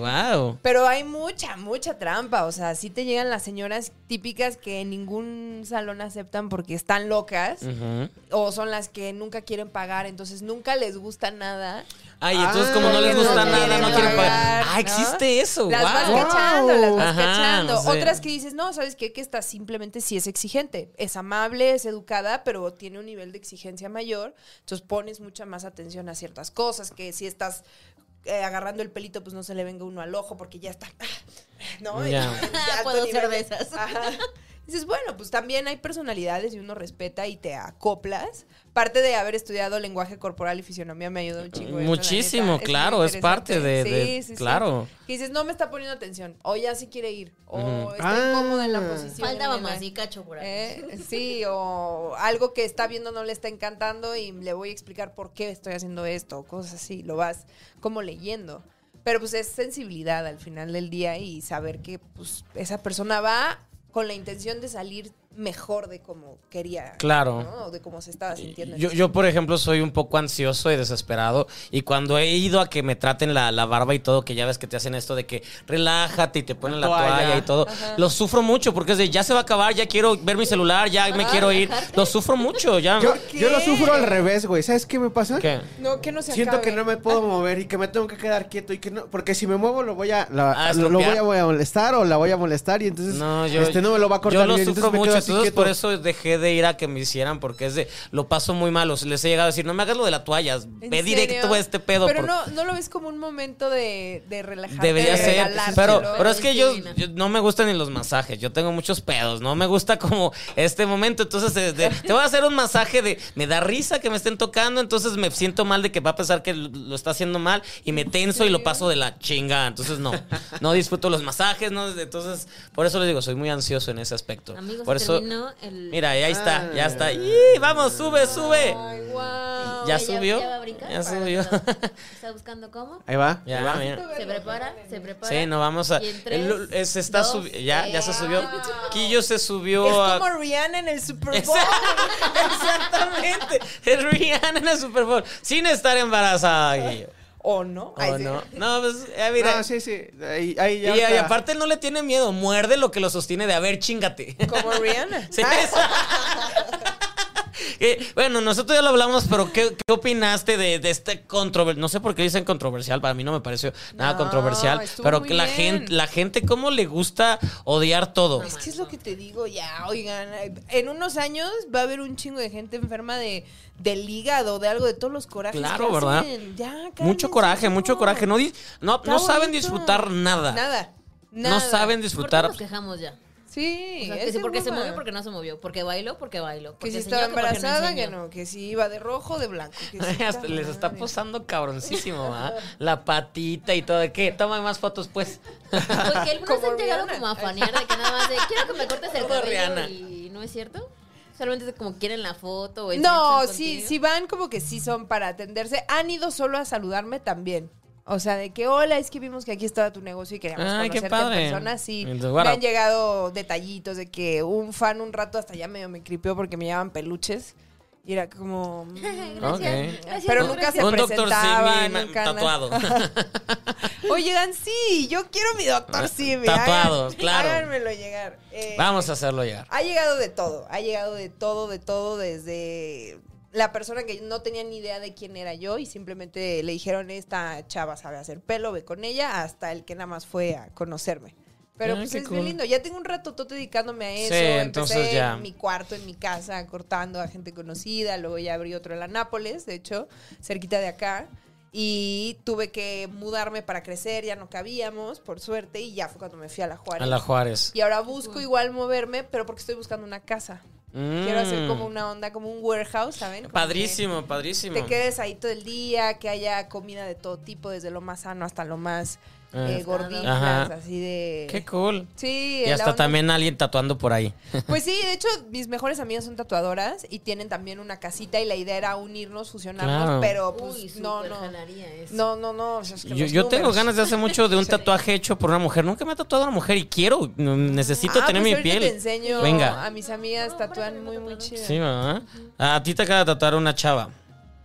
[SPEAKER 1] Ajá, wow.
[SPEAKER 5] Pero hay mucha, mucha trampa. O sea, sí te llegan las señoras típicas que en ningún salón aceptan porque están locas.
[SPEAKER 1] Ujú.
[SPEAKER 5] O son las que nunca quieren pagar, entonces nunca les gusta nada.
[SPEAKER 1] Ay, entonces como no
[SPEAKER 5] porque
[SPEAKER 1] les gusta
[SPEAKER 5] no
[SPEAKER 1] nada,
[SPEAKER 5] quieren
[SPEAKER 1] no quieren pagar.
[SPEAKER 5] pagar,
[SPEAKER 1] Ah,
[SPEAKER 5] ¿no?
[SPEAKER 1] existe eso,
[SPEAKER 5] Las vas
[SPEAKER 1] wow.
[SPEAKER 5] cachando, las vas
[SPEAKER 1] Ajá,
[SPEAKER 5] cachando.
[SPEAKER 1] sí.
[SPEAKER 5] Otras que dices, no, ¿sabes qué? Que esta simplemente sí es exigente. Es amable, es educada, pero tiene un nivel de exigencia mayor. Entonces pones mucha más atención a ciertas cosas, que si estás eh, agarrando el pelito, pues no se le venga uno al ojo porque ya está. ¿No?
[SPEAKER 1] Ya.
[SPEAKER 5] alto
[SPEAKER 2] Puedo ser
[SPEAKER 5] nivel
[SPEAKER 2] de esas.
[SPEAKER 5] Ajá. Dices, bueno, pues también hay personalidades y uno respeta y te acoplas. Parte de haber estudiado lenguaje corporal y fisionomía me ayudó un chingo. eso, la
[SPEAKER 1] Eh, Muchísimo,
[SPEAKER 5] neta. muy
[SPEAKER 1] claro, es parte de-
[SPEAKER 5] interesante.
[SPEAKER 1] de- claro.
[SPEAKER 5] Que dices, no me está poniendo atención, o ya sí quiere ir, o está
[SPEAKER 3] Ah.
[SPEAKER 5] incómoda en la posición.
[SPEAKER 2] Faltaba
[SPEAKER 5] en la-
[SPEAKER 2] más y cacho por ahí.
[SPEAKER 5] Eh, Sí, o algo que está viendo no le está encantando y le voy a explicar por qué estoy haciendo esto, o cosas así, lo vas como leyendo. Pero pues es sensibilidad al final del día y saber que pues esa persona va con la intención de salir mejor de como quería.
[SPEAKER 1] Claro.
[SPEAKER 5] ¿no? O de cómo se estaba sintiendo.
[SPEAKER 1] Yo, yo, por ejemplo, soy un poco ansioso y desesperado. Y cuando he ido a que me traten la, la barba y todo, que ya ves que te hacen esto de que relájate y te ponen la, toalla. y todo, lo sufro mucho porque es de ya se va a acabar, ya quiero ver mi celular, ya me quiero ir.
[SPEAKER 5] Ah,
[SPEAKER 1] Lo sufro mucho, ya.
[SPEAKER 3] Yo,
[SPEAKER 5] qué?
[SPEAKER 3] yo lo sufro al revés, güey. ¿Sabes qué me pasa?
[SPEAKER 1] ¿Qué?
[SPEAKER 5] no, que no se
[SPEAKER 3] Siento
[SPEAKER 5] acabe.
[SPEAKER 3] que no me puedo mover y que me tengo que quedar quieto y que no, porque si me muevo lo voy a, la-
[SPEAKER 1] Ah,
[SPEAKER 3] lo, lo voy
[SPEAKER 1] estropear.
[SPEAKER 3] a, voy a molestar o la voy a molestar y entonces
[SPEAKER 1] No, yo,
[SPEAKER 3] este no me lo va a cortar
[SPEAKER 1] yo lo
[SPEAKER 3] bien,
[SPEAKER 1] sufro
[SPEAKER 3] entonces me
[SPEAKER 1] mucho,
[SPEAKER 3] quedo así
[SPEAKER 1] entonces
[SPEAKER 3] quieto.
[SPEAKER 1] por eso dejé de ir a que me hicieran porque es de lo paso muy mal. O sea, les he llegado a decir, no me hagas lo de la toalla,
[SPEAKER 5] ¿En
[SPEAKER 1] ve directo
[SPEAKER 5] serio?
[SPEAKER 1] a este pedo.
[SPEAKER 5] Pero
[SPEAKER 1] por-
[SPEAKER 5] no, no lo ves como un momento de, de relajarte.
[SPEAKER 1] Debería
[SPEAKER 5] de
[SPEAKER 1] ser,
[SPEAKER 5] regalártelo.
[SPEAKER 1] pero,
[SPEAKER 2] ¿no?
[SPEAKER 1] pero es que yo,
[SPEAKER 2] Disciplina.
[SPEAKER 1] yo- no me gustan ni los masajes, yo tengo muchos pedos, no me gusta como este momento, entonces eh, de- te voy a hacer un masaje de, me da risa que me estén tocando, entonces me siento mal de que va a pensar que lo lo está haciendo mal y me tenso y lo paso de la chinga, entonces no, no disfruto los masajes, no, entonces por eso les digo, soy muy ansioso en ese aspecto.
[SPEAKER 2] Amigos,
[SPEAKER 1] por
[SPEAKER 2] se
[SPEAKER 1] eso,
[SPEAKER 2] terminó el...
[SPEAKER 1] mira, ahí está, ya está, ¡Y, vamos, sube, sube.
[SPEAKER 5] Ay, wow.
[SPEAKER 1] Ya
[SPEAKER 2] Ella-
[SPEAKER 1] subió,
[SPEAKER 2] Ya, va a brincar
[SPEAKER 1] ya
[SPEAKER 2] para
[SPEAKER 1] subió.
[SPEAKER 2] otro lado. Está buscando cómo.
[SPEAKER 3] Ahí va.
[SPEAKER 1] Ya, mira.
[SPEAKER 2] Se prepara, se prepara.
[SPEAKER 1] Sí, no vamos a.
[SPEAKER 2] Y en
[SPEAKER 1] el-
[SPEAKER 2] tres,
[SPEAKER 1] eh, se está
[SPEAKER 2] dos,
[SPEAKER 1] subi- ya, ya se
[SPEAKER 2] tres.
[SPEAKER 1] subió. Quillo se subió
[SPEAKER 5] Es
[SPEAKER 1] a.
[SPEAKER 5] como Rihanna en el Super Bowl.
[SPEAKER 1] Exactamente. Es Rihanna en el Super Bowl. Sin estar embarazada, Guillo.
[SPEAKER 5] ¿O no? Ay,
[SPEAKER 1] ¿O
[SPEAKER 5] sí.
[SPEAKER 1] no? No, pues, eh, mira.
[SPEAKER 3] No, sí, sí. Ahí, ahí
[SPEAKER 1] y,
[SPEAKER 3] ya
[SPEAKER 1] y
[SPEAKER 3] está.
[SPEAKER 1] aparte él no le tiene miedo. Muerde lo que lo sostiene de a ver, chingate.
[SPEAKER 5] Como Rihanna. Ah,
[SPEAKER 1] Sí, es- Eh, bueno, nosotros ya lo hablamos, pero ¿qué, qué opinaste de, de este controversial? No sé por qué dicen controversial, para mí no me pareció nada
[SPEAKER 5] No,
[SPEAKER 1] controversial,
[SPEAKER 5] estuvo
[SPEAKER 1] pero
[SPEAKER 5] muy
[SPEAKER 1] que la
[SPEAKER 5] bien. Pues,
[SPEAKER 1] gente, la gente cómo le gusta odiar todo.
[SPEAKER 5] Es que es lo que te digo ya, oigan, en unos años va a haber un chingo de gente enferma de del hígado, de algo, de todos los corajes.
[SPEAKER 1] Claro,
[SPEAKER 5] que
[SPEAKER 1] ¿verdad?
[SPEAKER 5] hacen. Ya, cálmense,
[SPEAKER 1] Mucho coraje, mucho
[SPEAKER 5] no.
[SPEAKER 1] coraje. No, di- no,
[SPEAKER 5] Está
[SPEAKER 1] no saben
[SPEAKER 5] bonito.
[SPEAKER 1] disfrutar nada.
[SPEAKER 5] Nada.
[SPEAKER 1] No
[SPEAKER 5] nada.
[SPEAKER 1] saben
[SPEAKER 2] ¿Por qué
[SPEAKER 1] disfrutar.
[SPEAKER 2] nos quejamos ya?
[SPEAKER 5] Sí,
[SPEAKER 2] O sea,
[SPEAKER 5] esa
[SPEAKER 2] que sí,
[SPEAKER 5] es
[SPEAKER 2] porque se
[SPEAKER 5] broma.
[SPEAKER 2] movió, porque no se movió. Porque bailó, porque bailó.
[SPEAKER 5] Que
[SPEAKER 2] porque
[SPEAKER 5] si
[SPEAKER 2] enseñó,
[SPEAKER 5] estaba
[SPEAKER 2] porque
[SPEAKER 5] embarazada, que
[SPEAKER 2] enseñó.
[SPEAKER 5] no. Que si iba de rojo o de blanco. que si
[SPEAKER 1] Hasta Les está
[SPEAKER 5] madre.
[SPEAKER 1] posando cabroncísimo, ¿ah? La patita y todo. ¿Qué? Toma más fotos, pues.
[SPEAKER 2] Porque algunos
[SPEAKER 5] Como
[SPEAKER 2] han llegado
[SPEAKER 5] Rihanna.
[SPEAKER 2] como a fanear de que nada más de quiero que me cortes el
[SPEAKER 1] Como
[SPEAKER 2] cabello
[SPEAKER 1] Rihanna.
[SPEAKER 2] y no es cierto. Solamente es como quieren la foto. o
[SPEAKER 1] pues,
[SPEAKER 2] el
[SPEAKER 5] No,
[SPEAKER 2] Snapchat
[SPEAKER 5] sí,
[SPEAKER 2] contigo.
[SPEAKER 5] sí van como que sí son para atenderse. Han ido solo a saludarme también. O sea, de que hola, es que vimos que aquí estaba tu negocio y queríamos
[SPEAKER 1] Ay, qué
[SPEAKER 5] conocerte
[SPEAKER 1] padre.
[SPEAKER 5] en persona. Sí,
[SPEAKER 1] En tu
[SPEAKER 5] me
[SPEAKER 1] WhatsApp.
[SPEAKER 5] han llegado detallitos de que un fan un rato hasta ya medio me cripeó porque me llaman peluches. Y era como... mm,
[SPEAKER 2] Gracias,
[SPEAKER 1] Ok.
[SPEAKER 2] gracias,
[SPEAKER 5] Pero
[SPEAKER 2] no,
[SPEAKER 5] nunca se
[SPEAKER 2] gracias.
[SPEAKER 1] Un doctor
[SPEAKER 5] presentaba,
[SPEAKER 1] Simi ma-
[SPEAKER 5] nunca nada.
[SPEAKER 1] tatuado.
[SPEAKER 5] Oigan, sí, yo quiero mi doctor sí.
[SPEAKER 1] Ah, Tatuados, claro.
[SPEAKER 5] Háganmelo llegar. Eh,
[SPEAKER 1] Vamos a hacerlo llegar.
[SPEAKER 5] Ha llegado de todo, ha llegado de todo, de todo, desde la persona que no tenía ni idea de quién era yo y simplemente le dijeron, esta chava sabe hacer pelo, ve con ella, hasta el que nada más fue a conocerme. Pero
[SPEAKER 1] Ay,
[SPEAKER 5] pues
[SPEAKER 1] qué
[SPEAKER 5] es
[SPEAKER 1] cool.
[SPEAKER 5] bien lindo, ya tengo un rato todo dedicándome a
[SPEAKER 1] Sí,
[SPEAKER 5] eso. Empecé
[SPEAKER 1] entonces ya.
[SPEAKER 5] en mi cuarto, en mi casa, cortando a gente conocida, luego ya abrí otro en la Nápoles, de hecho, cerquita de acá. Y tuve que mudarme para crecer, ya no cabíamos, por suerte, y ya fue cuando me fui a la Juárez.
[SPEAKER 1] A la Juárez.
[SPEAKER 5] Y ahora busco igual moverme, pero porque estoy buscando una casa. Quiero hacer como una onda, como un warehouse, ¿saben? Como
[SPEAKER 1] Mm. Padrísimo,
[SPEAKER 5] que
[SPEAKER 1] padrísimo.
[SPEAKER 5] Te quedes ahí todo el día, que haya comida de todo tipo, desde lo más sano hasta lo más eh,
[SPEAKER 1] Eh,
[SPEAKER 5] gorditas,
[SPEAKER 1] ajá.
[SPEAKER 5] así de...
[SPEAKER 1] Qué cool.
[SPEAKER 5] Sí,
[SPEAKER 1] Y
[SPEAKER 5] la
[SPEAKER 1] hasta
[SPEAKER 5] onda-
[SPEAKER 1] también alguien tatuando por ahí.
[SPEAKER 5] Pues sí, de hecho, mis mejores amigas son tatuadoras y tienen también una casita y la idea era unirnos, fusionarnos,
[SPEAKER 1] Claro.
[SPEAKER 5] pero pues
[SPEAKER 2] Uy,
[SPEAKER 5] no,
[SPEAKER 2] súper
[SPEAKER 5] no.
[SPEAKER 2] jalaría eso.
[SPEAKER 5] No, no, no. o sea, es que
[SPEAKER 1] Yo,
[SPEAKER 5] los
[SPEAKER 1] yo tengo
[SPEAKER 5] números.
[SPEAKER 1] ganas de hace mucho de un tatuaje hecho por una mujer. Nunca me ha tatuado una mujer y quiero. n- Necesito
[SPEAKER 5] Ah,
[SPEAKER 1] tener
[SPEAKER 5] pues
[SPEAKER 1] mi
[SPEAKER 5] ahorita
[SPEAKER 1] piel.
[SPEAKER 5] Te enseño
[SPEAKER 1] Venga.
[SPEAKER 5] A mis amigas tatúan muy, muy chido.
[SPEAKER 1] Sí, mamá. A ti te acaba de tatuar una chava.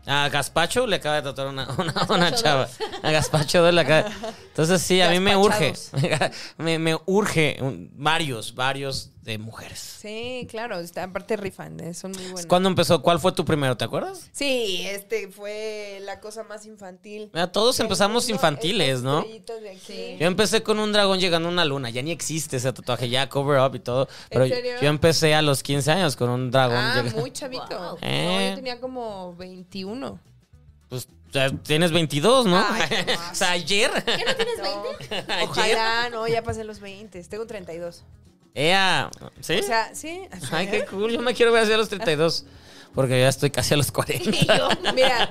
[SPEAKER 1] A Gaspacho le acaba de tatuar una, una, una chava. A Gaspacho dos le acaba. Entonces sí, a mí me urge. me, me urge un- varios, varios de mujeres.
[SPEAKER 5] Sí, claro, está, aparte rifan, eh, son muy buenos.
[SPEAKER 1] ¿Cuándo empezó? ¿Cuál fue tu primero? ¿Te acuerdas?
[SPEAKER 5] Sí, este fue la cosa más infantil.
[SPEAKER 1] Mira, todos empezamos
[SPEAKER 5] Del mundo,
[SPEAKER 1] infantiles,
[SPEAKER 5] estas
[SPEAKER 1] ¿no?
[SPEAKER 5] estrellitas de aquí.
[SPEAKER 1] Yo empecé con un dragón llegando a una luna. Ya ni existe ese tatuaje, ya cover up y todo. Pero yo,
[SPEAKER 5] serio?
[SPEAKER 1] yo empecé a los 15 años con un dragón
[SPEAKER 5] Ah,
[SPEAKER 1] llegando.
[SPEAKER 5] muy chavito.
[SPEAKER 2] Wow.
[SPEAKER 5] No,
[SPEAKER 1] Eh.
[SPEAKER 5] yo tenía como 21.
[SPEAKER 1] Pues ya tienes 22, ¿no?
[SPEAKER 5] Ay, no más.
[SPEAKER 1] o sea, ayer.
[SPEAKER 2] ¿Qué no tienes
[SPEAKER 5] No.
[SPEAKER 2] 20?
[SPEAKER 1] ayer.
[SPEAKER 5] Ojalá, no, ya pasé los 20. Tengo 32.
[SPEAKER 1] Ea. ¿Sí?
[SPEAKER 5] O sea, ¿eh? sí. o sea,
[SPEAKER 1] Ay, qué cool. Yo me quiero ver hacia los 32. Porque ya estoy casi a los 40.
[SPEAKER 5] Mira,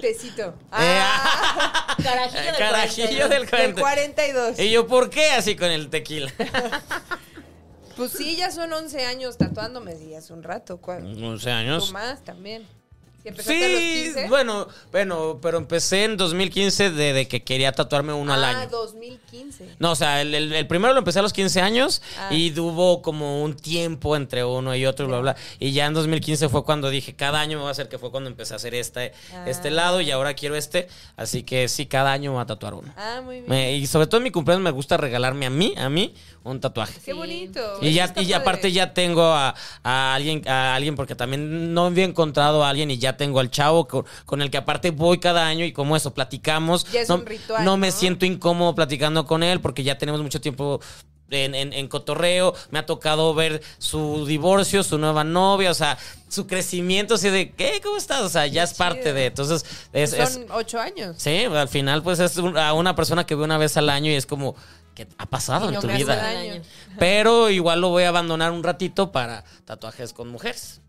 [SPEAKER 5] Tecito. Ah,
[SPEAKER 1] Eh, Ah,
[SPEAKER 2] Carajillo del
[SPEAKER 1] Carajillo
[SPEAKER 2] 42.
[SPEAKER 1] del
[SPEAKER 5] del
[SPEAKER 1] 40.
[SPEAKER 5] 42.
[SPEAKER 1] Y yo, ¿por qué así con el tequila?
[SPEAKER 5] Pues sí, ya son 11 años tatuándome. Sí, hace un rato. ¿cuál?
[SPEAKER 1] 11
[SPEAKER 5] O
[SPEAKER 1] años.
[SPEAKER 5] más también. Si empezaste a los
[SPEAKER 1] Mm, Sí,
[SPEAKER 5] 15.
[SPEAKER 1] bueno, bueno, pero empecé en 2015 de, de que quería tatuarme uno al
[SPEAKER 5] Ah,
[SPEAKER 1] año.
[SPEAKER 5] 2015.
[SPEAKER 1] No, o sea, el, el- el primero lo empecé a los 15 años
[SPEAKER 5] Ah.
[SPEAKER 1] y hubo como un tiempo entre uno y otro y bla, bla. Y ya en 2015 fue cuando dije, cada año me va a hacer, que fue cuando empecé a hacer este,
[SPEAKER 5] Ah.
[SPEAKER 1] este lado y ahora quiero este. Así que sí, cada año me va a tatuar uno.
[SPEAKER 5] Ah, muy bien.
[SPEAKER 1] Me- y sobre todo en mi cumpleaños me gusta regalarme a mí, a mí, un tatuaje.
[SPEAKER 5] Qué
[SPEAKER 2] Sí.
[SPEAKER 5] bonito.
[SPEAKER 1] Y, ya,
[SPEAKER 5] Está
[SPEAKER 1] y ya
[SPEAKER 5] padre.
[SPEAKER 1] aparte ya tengo a, a alguien, a alguien, porque también no había encontrado a alguien y ya tengo al chavo co- con, el que aparte voy cada año y como eso, platicamos.
[SPEAKER 5] Ya es
[SPEAKER 1] no,
[SPEAKER 5] un ritual,
[SPEAKER 1] no me
[SPEAKER 5] ¿no?
[SPEAKER 1] siento incómodo platicando con él porque ya tenemos mucho tiempo en, en- en cotorreo. Me ha tocado ver su divorcio, su nueva novia, o sea, su crecimiento así de, ¿qué? ¿Cómo estás? O sea, ya es parte
[SPEAKER 5] chido.
[SPEAKER 1] de... Entonces, es... es-
[SPEAKER 5] son ocho años.
[SPEAKER 1] Sí, al final pues es un- a una persona que ve una vez al año y es como que ha pasado
[SPEAKER 5] Y
[SPEAKER 1] en
[SPEAKER 5] no
[SPEAKER 1] tu
[SPEAKER 5] me hace
[SPEAKER 1] vida.
[SPEAKER 5] daño.
[SPEAKER 1] Pero igual lo voy a abandonar un ratito para tatuajes con mujeres.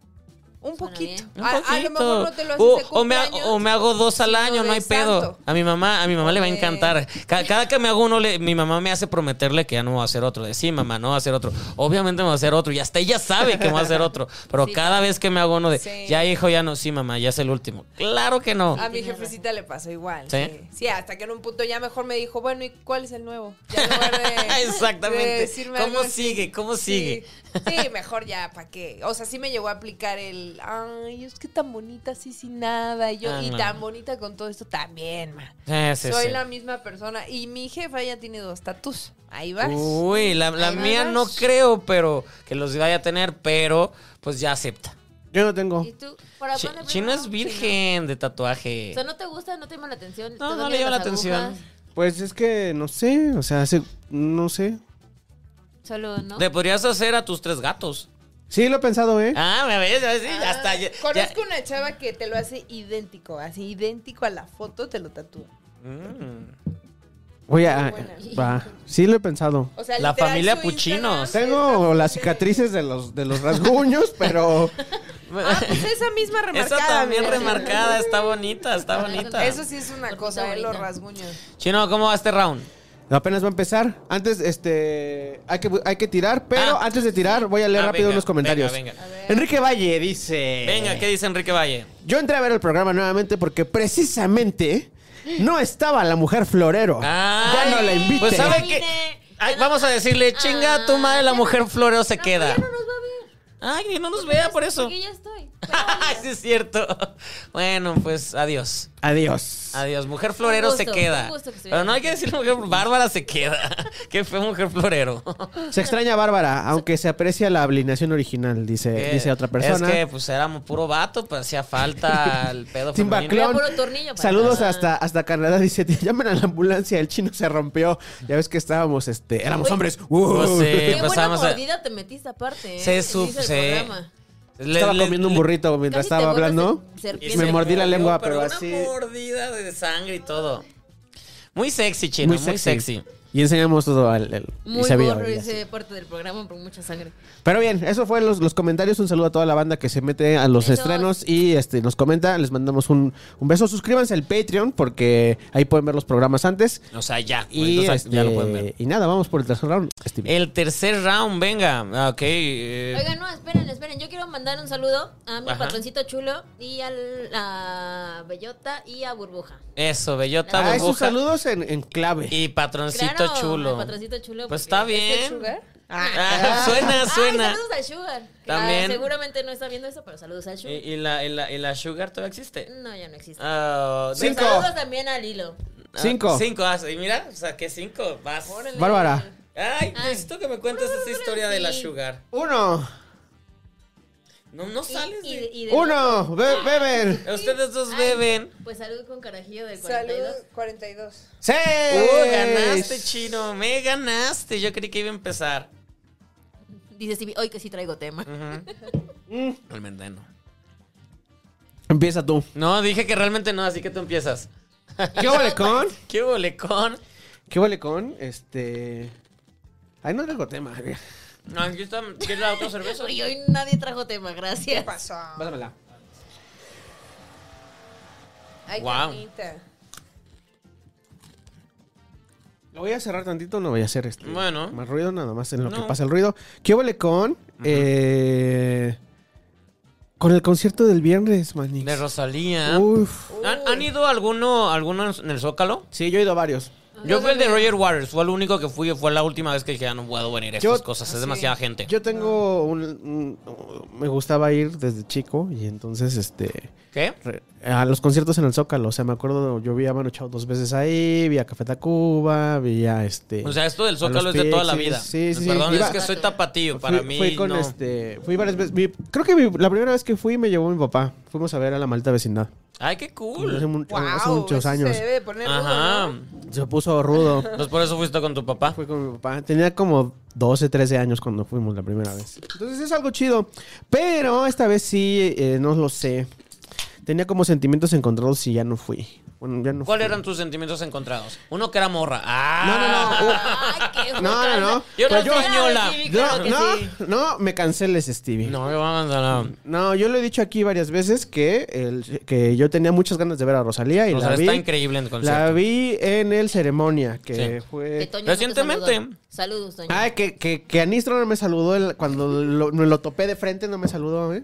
[SPEAKER 5] Un
[SPEAKER 2] Suena
[SPEAKER 5] poquito.
[SPEAKER 2] bien.
[SPEAKER 1] Un
[SPEAKER 5] A, a
[SPEAKER 1] poquito.
[SPEAKER 5] lo mejor no te lo haces
[SPEAKER 1] O-
[SPEAKER 5] de
[SPEAKER 1] o, me
[SPEAKER 5] cumpleaños.
[SPEAKER 1] hago, o me hago dos al
[SPEAKER 5] sino
[SPEAKER 1] año, no
[SPEAKER 5] de
[SPEAKER 1] hay pedo.
[SPEAKER 5] santo.
[SPEAKER 1] A mi mamá, a mi mamá le va a
[SPEAKER 5] Oye.
[SPEAKER 1] encantar. Ca- Cada, que me hago uno, le- mi mamá me hace prometerle que ya no voy a hacer otro. De sí, mamá, no voy a hacer otro. Obviamente me voy a hacer otro. Y hasta ella sabe que me voy a hacer otro. Pero cada vez que me hago uno de
[SPEAKER 5] Sí.
[SPEAKER 1] ya hijo, ya no, sí, mamá, ya es el último. Claro que no.
[SPEAKER 5] A mi jefecita le pasó igual.
[SPEAKER 1] ¿Sí?
[SPEAKER 5] ¿Sí? sí. hasta que en un punto ya mejor me dijo, bueno, ¿y cuál es el nuevo? Ya en lugar de-
[SPEAKER 1] Exactamente.
[SPEAKER 5] de decirme
[SPEAKER 1] ¿Cómo
[SPEAKER 5] algo así.
[SPEAKER 1] sigue? ¿Cómo
[SPEAKER 5] Sí.
[SPEAKER 1] sigue?
[SPEAKER 5] Sí, mejor ya, ¿para qué? O sea, sí me llegó a aplicar el, ay, es que tan bonita así sin nada. Y yo,
[SPEAKER 1] Ah,
[SPEAKER 5] y
[SPEAKER 1] no.
[SPEAKER 5] tan bonita con todo esto también, ma.
[SPEAKER 1] Eh, sí,
[SPEAKER 5] Ah, Soy
[SPEAKER 1] sí.
[SPEAKER 5] la misma persona. Y mi jefa ya tiene dos tatus. Ahí vas.
[SPEAKER 1] Uy, la, la
[SPEAKER 5] Ahí
[SPEAKER 1] mía
[SPEAKER 5] vas.
[SPEAKER 1] no creo, pero que los vaya a tener, pero pues ya acepta.
[SPEAKER 3] Yo no tengo.
[SPEAKER 2] ¿Y tú? ¿Para
[SPEAKER 1] Chi-
[SPEAKER 2] cuándo
[SPEAKER 1] Chino
[SPEAKER 2] primero?
[SPEAKER 1] es virgen de tatuaje.
[SPEAKER 2] O sea, no te gusta, no te llama la atención.
[SPEAKER 1] No,
[SPEAKER 2] te
[SPEAKER 1] no
[SPEAKER 2] da
[SPEAKER 1] le
[SPEAKER 2] miedo
[SPEAKER 1] llama la
[SPEAKER 2] las
[SPEAKER 1] atención.
[SPEAKER 2] agujas,
[SPEAKER 3] Pues es que no sé, o sea, hace- no sé.
[SPEAKER 2] Solo, ¿no?
[SPEAKER 1] Le podrías hacer a tus tres gatos.
[SPEAKER 3] Sí, lo he pensado, ¿eh?
[SPEAKER 1] Ah, me ves, ya ves, sí, ya
[SPEAKER 5] Ah,
[SPEAKER 1] está. ya- ya-
[SPEAKER 5] Conozco una chava que te lo hace idéntico, así idéntico a la foto, te lo tatúa.
[SPEAKER 1] Mm.
[SPEAKER 3] Voy a. Va. Sí lo he pensado.
[SPEAKER 5] O sea,
[SPEAKER 1] La
[SPEAKER 5] literal,
[SPEAKER 1] familia
[SPEAKER 5] su
[SPEAKER 1] Puchino.
[SPEAKER 5] Instagram
[SPEAKER 3] Tengo
[SPEAKER 5] es-
[SPEAKER 3] las cicatrices de los, de los rasguños, pero.
[SPEAKER 5] Ah, pues esa misma remarcada.
[SPEAKER 1] Esa también
[SPEAKER 5] mira.
[SPEAKER 1] remarcada, está bonita, está bonita.
[SPEAKER 5] Eso sí es una
[SPEAKER 2] Por
[SPEAKER 5] cosa, eh,
[SPEAKER 2] favorita.
[SPEAKER 5] los rasguños.
[SPEAKER 1] Chino, ¿cómo va este round?
[SPEAKER 3] Apenas va a empezar. Antes, este. Hay que, hay que tirar, pero
[SPEAKER 1] Ah.
[SPEAKER 3] antes de tirar, voy a leer
[SPEAKER 1] Ah,
[SPEAKER 3] rápido
[SPEAKER 1] venga,
[SPEAKER 3] unos comentarios.
[SPEAKER 1] venga, venga. A
[SPEAKER 3] Enrique Valle dice.
[SPEAKER 1] Venga, ¿qué dice Enrique Valle?
[SPEAKER 3] Yo entré a ver el programa nuevamente porque precisamente no estaba la mujer florero.
[SPEAKER 1] Ah.
[SPEAKER 3] ya no la invité.
[SPEAKER 1] Pues sabe
[SPEAKER 2] Yo
[SPEAKER 1] que.
[SPEAKER 2] vine.
[SPEAKER 1] Ay, vamos a decirle, chinga tu madre, la mujer floreo se
[SPEAKER 2] No,
[SPEAKER 1] queda.
[SPEAKER 2] pero ya no nos va a ver.
[SPEAKER 1] Ay, que no nos vea por eso.
[SPEAKER 2] Porque ya estoy. Pues,
[SPEAKER 1] Ay, sí es cierto. Bueno, pues adiós.
[SPEAKER 3] Adiós.
[SPEAKER 1] Adiós. Mujer florero
[SPEAKER 2] Un
[SPEAKER 1] se
[SPEAKER 2] gusto,
[SPEAKER 1] queda.
[SPEAKER 2] un gusto que estuviera
[SPEAKER 1] Pero no hay
[SPEAKER 2] aquí.
[SPEAKER 1] que decir mujer, Bárbara se queda. Que fue mujer florero.
[SPEAKER 3] Se extraña a Bárbara, aunque se aprecia la alineación original, dice, Eh, dice otra persona.
[SPEAKER 1] Eh, Es que pues éramos puro vato, pues hacía falta el pedo femenino.
[SPEAKER 3] Timbaclón.
[SPEAKER 2] Era puro tornillo para
[SPEAKER 3] Saludos
[SPEAKER 2] atrás.
[SPEAKER 3] hasta, hasta Canadá. Dice, "Te llaman a la ambulancia, el chino se rompió. Ya ves que estábamos, este, éramos
[SPEAKER 2] Uy.
[SPEAKER 3] hombres. Uh.
[SPEAKER 1] Pues, eh,
[SPEAKER 2] Qué
[SPEAKER 1] pues,
[SPEAKER 2] buena
[SPEAKER 1] vamos a-
[SPEAKER 2] mordida te metiste aparte, ¿eh?
[SPEAKER 1] Se
[SPEAKER 2] Dice
[SPEAKER 1] sub-
[SPEAKER 2] el
[SPEAKER 1] se-
[SPEAKER 2] programa.
[SPEAKER 1] Le-
[SPEAKER 3] Estaba
[SPEAKER 1] le-
[SPEAKER 3] comiendo un
[SPEAKER 1] le-
[SPEAKER 3] burrito mientras
[SPEAKER 2] Casi te
[SPEAKER 3] estaba
[SPEAKER 2] vuelves
[SPEAKER 3] hablando.
[SPEAKER 2] en serpiente.
[SPEAKER 3] Y me mordí la
[SPEAKER 1] mordió,
[SPEAKER 3] lengua, pero
[SPEAKER 1] una
[SPEAKER 3] así.
[SPEAKER 1] mordida de sangre y todo. Muy sexy, chino, muy sexy.
[SPEAKER 3] Y enseñamos todo al. al- y
[SPEAKER 2] Muy
[SPEAKER 3] sabía,
[SPEAKER 2] gorro
[SPEAKER 3] ya,
[SPEAKER 2] ese
[SPEAKER 3] sí.
[SPEAKER 2] parte del programa por mucha sangre.
[SPEAKER 3] Pero bien, eso fue los, los comentarios. Un saludo a toda la banda que se mete a los
[SPEAKER 2] Besos.
[SPEAKER 3] estrenos y este, nos comenta. Les mandamos un, un beso. Suscríbanse al Patreon porque ahí pueden ver los programas antes.
[SPEAKER 1] O sea, ya.
[SPEAKER 3] Y,
[SPEAKER 1] Entonces, ya lo
[SPEAKER 3] este,
[SPEAKER 1] pueden ver. Eh,
[SPEAKER 3] y nada, vamos por el tercer round. Stevie.
[SPEAKER 1] El tercer round, venga. Ah, Ok. eh,
[SPEAKER 2] Oigan, no, esperen, esperen. Yo quiero mandar un saludo a mi
[SPEAKER 1] Ajá.
[SPEAKER 2] patroncito chulo y a la Bellota y a Burbuja.
[SPEAKER 1] Eso, bellota,
[SPEAKER 3] Ah, esos
[SPEAKER 1] burbuja.
[SPEAKER 3] saludos en, en clave.
[SPEAKER 1] Y patroncito
[SPEAKER 2] Claro,
[SPEAKER 1] chulo.
[SPEAKER 2] al patroncito chulo.
[SPEAKER 1] Pues
[SPEAKER 2] porque-
[SPEAKER 1] está
[SPEAKER 5] ¿Es
[SPEAKER 1] bien.
[SPEAKER 5] el sugar?
[SPEAKER 1] Ah, suena,
[SPEAKER 2] Ay,
[SPEAKER 1] suena.
[SPEAKER 2] saludos al Sugar. que
[SPEAKER 1] También.
[SPEAKER 2] seguramente no está viendo eso, pero saludos al
[SPEAKER 1] ¿Y,
[SPEAKER 2] Sugar.
[SPEAKER 1] y la, y, la, y la sugar todavía existe?
[SPEAKER 2] No, ya no existe.
[SPEAKER 1] Ah,
[SPEAKER 2] Pero
[SPEAKER 1] de-
[SPEAKER 3] Cinco.
[SPEAKER 2] Saludos también al Hilo.
[SPEAKER 1] ah,
[SPEAKER 3] Cinco.
[SPEAKER 1] Cinco, ah, sí, mira, saqué cinco. Vas.
[SPEAKER 3] Bárbara.
[SPEAKER 1] Ay, necesito que me cuentes esa historia de la
[SPEAKER 2] Ah. sí.
[SPEAKER 1] sugar.
[SPEAKER 3] Uno,
[SPEAKER 1] No, no sales
[SPEAKER 2] Y,
[SPEAKER 1] de...
[SPEAKER 2] y- y de-
[SPEAKER 3] uno, be- beben.
[SPEAKER 1] Ustedes dos
[SPEAKER 2] Ay,
[SPEAKER 1] beben.
[SPEAKER 2] Pues salud con carajillo del 42.
[SPEAKER 5] Salud 42.
[SPEAKER 3] Seis.
[SPEAKER 1] Uh, ganaste, chino. Me ganaste. Yo creí que iba a empezar.
[SPEAKER 2] Dice Stevie, hoy que sí traigo tema.
[SPEAKER 1] El mendeno.
[SPEAKER 3] Empieza tú.
[SPEAKER 1] No, dije que realmente no, así que tú empiezas.
[SPEAKER 3] ¿Qué huele con?
[SPEAKER 1] ¡Qué bolecón!
[SPEAKER 3] ¿Qué huele con? Este. Ay, no tengo tema.
[SPEAKER 1] No, aquí está. ¿Quieres la otra cerveza?
[SPEAKER 2] Hoy, hoy nadie trajo tema, gracias.
[SPEAKER 5] Pasó.
[SPEAKER 3] Pásamela.
[SPEAKER 5] Ay,
[SPEAKER 1] Guau.
[SPEAKER 5] carnita.
[SPEAKER 3] Lo voy a cerrar tantito, no voy a hacer este.
[SPEAKER 1] Bueno.
[SPEAKER 3] Más ruido, nada más en lo
[SPEAKER 1] No.
[SPEAKER 3] que pasa el ruido. ¿Qué huele con? Eh, con el concierto del viernes, manix.
[SPEAKER 1] De Rosalía.
[SPEAKER 3] Uf.
[SPEAKER 1] ¿Han, han ido alguno, alguno en el Zócalo?
[SPEAKER 3] Sí, yo he ido a varios.
[SPEAKER 1] Yo fui el de Roger Waters. Fue el único que fui. Fue la última vez que dije, "Ah, no puedo venir a
[SPEAKER 3] Yo-
[SPEAKER 1] estas cosas. Es demasiada gente.
[SPEAKER 3] Yo tengo un, un- Me gustaba ir desde chico y entonces este.
[SPEAKER 1] ¿Qué?
[SPEAKER 3] re- A los conciertos en el Zócalo, o sea, me acuerdo, yo vi a Manu Chao dos veces ahí, vi a Café Tacuba, vi a este...
[SPEAKER 1] O sea, esto del
[SPEAKER 3] a
[SPEAKER 1] Zócalo
[SPEAKER 3] los
[SPEAKER 1] es de toda la
[SPEAKER 3] Pixies.
[SPEAKER 1] vida.
[SPEAKER 3] Sí, sí, sí.
[SPEAKER 1] Perdón,
[SPEAKER 3] Iba-
[SPEAKER 1] es que soy tapatío.
[SPEAKER 3] Fui-
[SPEAKER 1] Para mí,
[SPEAKER 3] fui con
[SPEAKER 1] no.
[SPEAKER 3] este, fui varias veces, vi- creo que mi- la primera vez que fui me llevó mi papá, fuimos a ver a la maldita vecindad.
[SPEAKER 1] Ay, qué
[SPEAKER 3] Hace,
[SPEAKER 1] cool.
[SPEAKER 3] mu- hace
[SPEAKER 5] Guau,
[SPEAKER 3] muchos
[SPEAKER 5] eso
[SPEAKER 3] años.
[SPEAKER 5] Se debe de poner rudo,
[SPEAKER 1] Ajá.
[SPEAKER 5] ¿no?
[SPEAKER 3] Se puso rudo.
[SPEAKER 1] Pues por eso fuiste con tu papá.
[SPEAKER 3] Fui con mi papá. Tenía como 12, 13 años cuando fuimos la primera vez. Entonces es algo chido. Pero esta vez sí, eh, no lo sé. Tenía como sentimientos encontrados y ya no fui. Bueno, ya no
[SPEAKER 1] ¿Cuáles
[SPEAKER 3] fui.
[SPEAKER 1] eran tus sentimientos encontrados? Uno que era morra.
[SPEAKER 3] No, no,
[SPEAKER 1] ¡Ah!
[SPEAKER 3] no. Uh,
[SPEAKER 2] Ay,
[SPEAKER 3] No,
[SPEAKER 2] qué
[SPEAKER 3] no, no.
[SPEAKER 1] Yo
[SPEAKER 3] Pues
[SPEAKER 1] no
[SPEAKER 3] yo-
[SPEAKER 1] española.
[SPEAKER 2] Sí,
[SPEAKER 3] No,
[SPEAKER 2] claro que
[SPEAKER 3] no,
[SPEAKER 2] sí.
[SPEAKER 3] no, me canceles, Stevie. No.
[SPEAKER 1] No, yo no, no, no.
[SPEAKER 3] yo lo he dicho aquí varias veces que, el- que yo tenía muchas ganas de ver a Rosalía y
[SPEAKER 1] O sea,
[SPEAKER 3] la vi.
[SPEAKER 1] está increíble en el concierto.
[SPEAKER 3] La vi en el ceremonia, que
[SPEAKER 1] Sí.
[SPEAKER 3] fue.
[SPEAKER 2] Que Toño no te
[SPEAKER 1] Recientemente.
[SPEAKER 2] saludó. Saludos, Toño.
[SPEAKER 3] Eh, Ay, que, que, que Anistro no me saludó el- cuando lo- me lo topé de frente, no me saludó, ¿eh?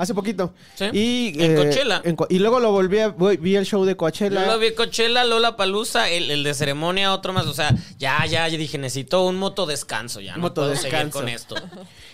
[SPEAKER 3] Hace poquito.
[SPEAKER 1] Sí.
[SPEAKER 3] Y, eh,
[SPEAKER 1] En Coachella.
[SPEAKER 3] en Co- y luego lo volví a voy- vi el show de Coachella.
[SPEAKER 1] Yo lo vi Coachella, Lola Palusa, el, el de ceremonia, otro más. O sea, ya, ya, yo dije, necesito un moto descanso ya. No
[SPEAKER 3] Moto
[SPEAKER 1] puedo seguir
[SPEAKER 3] descanso.
[SPEAKER 1] con esto.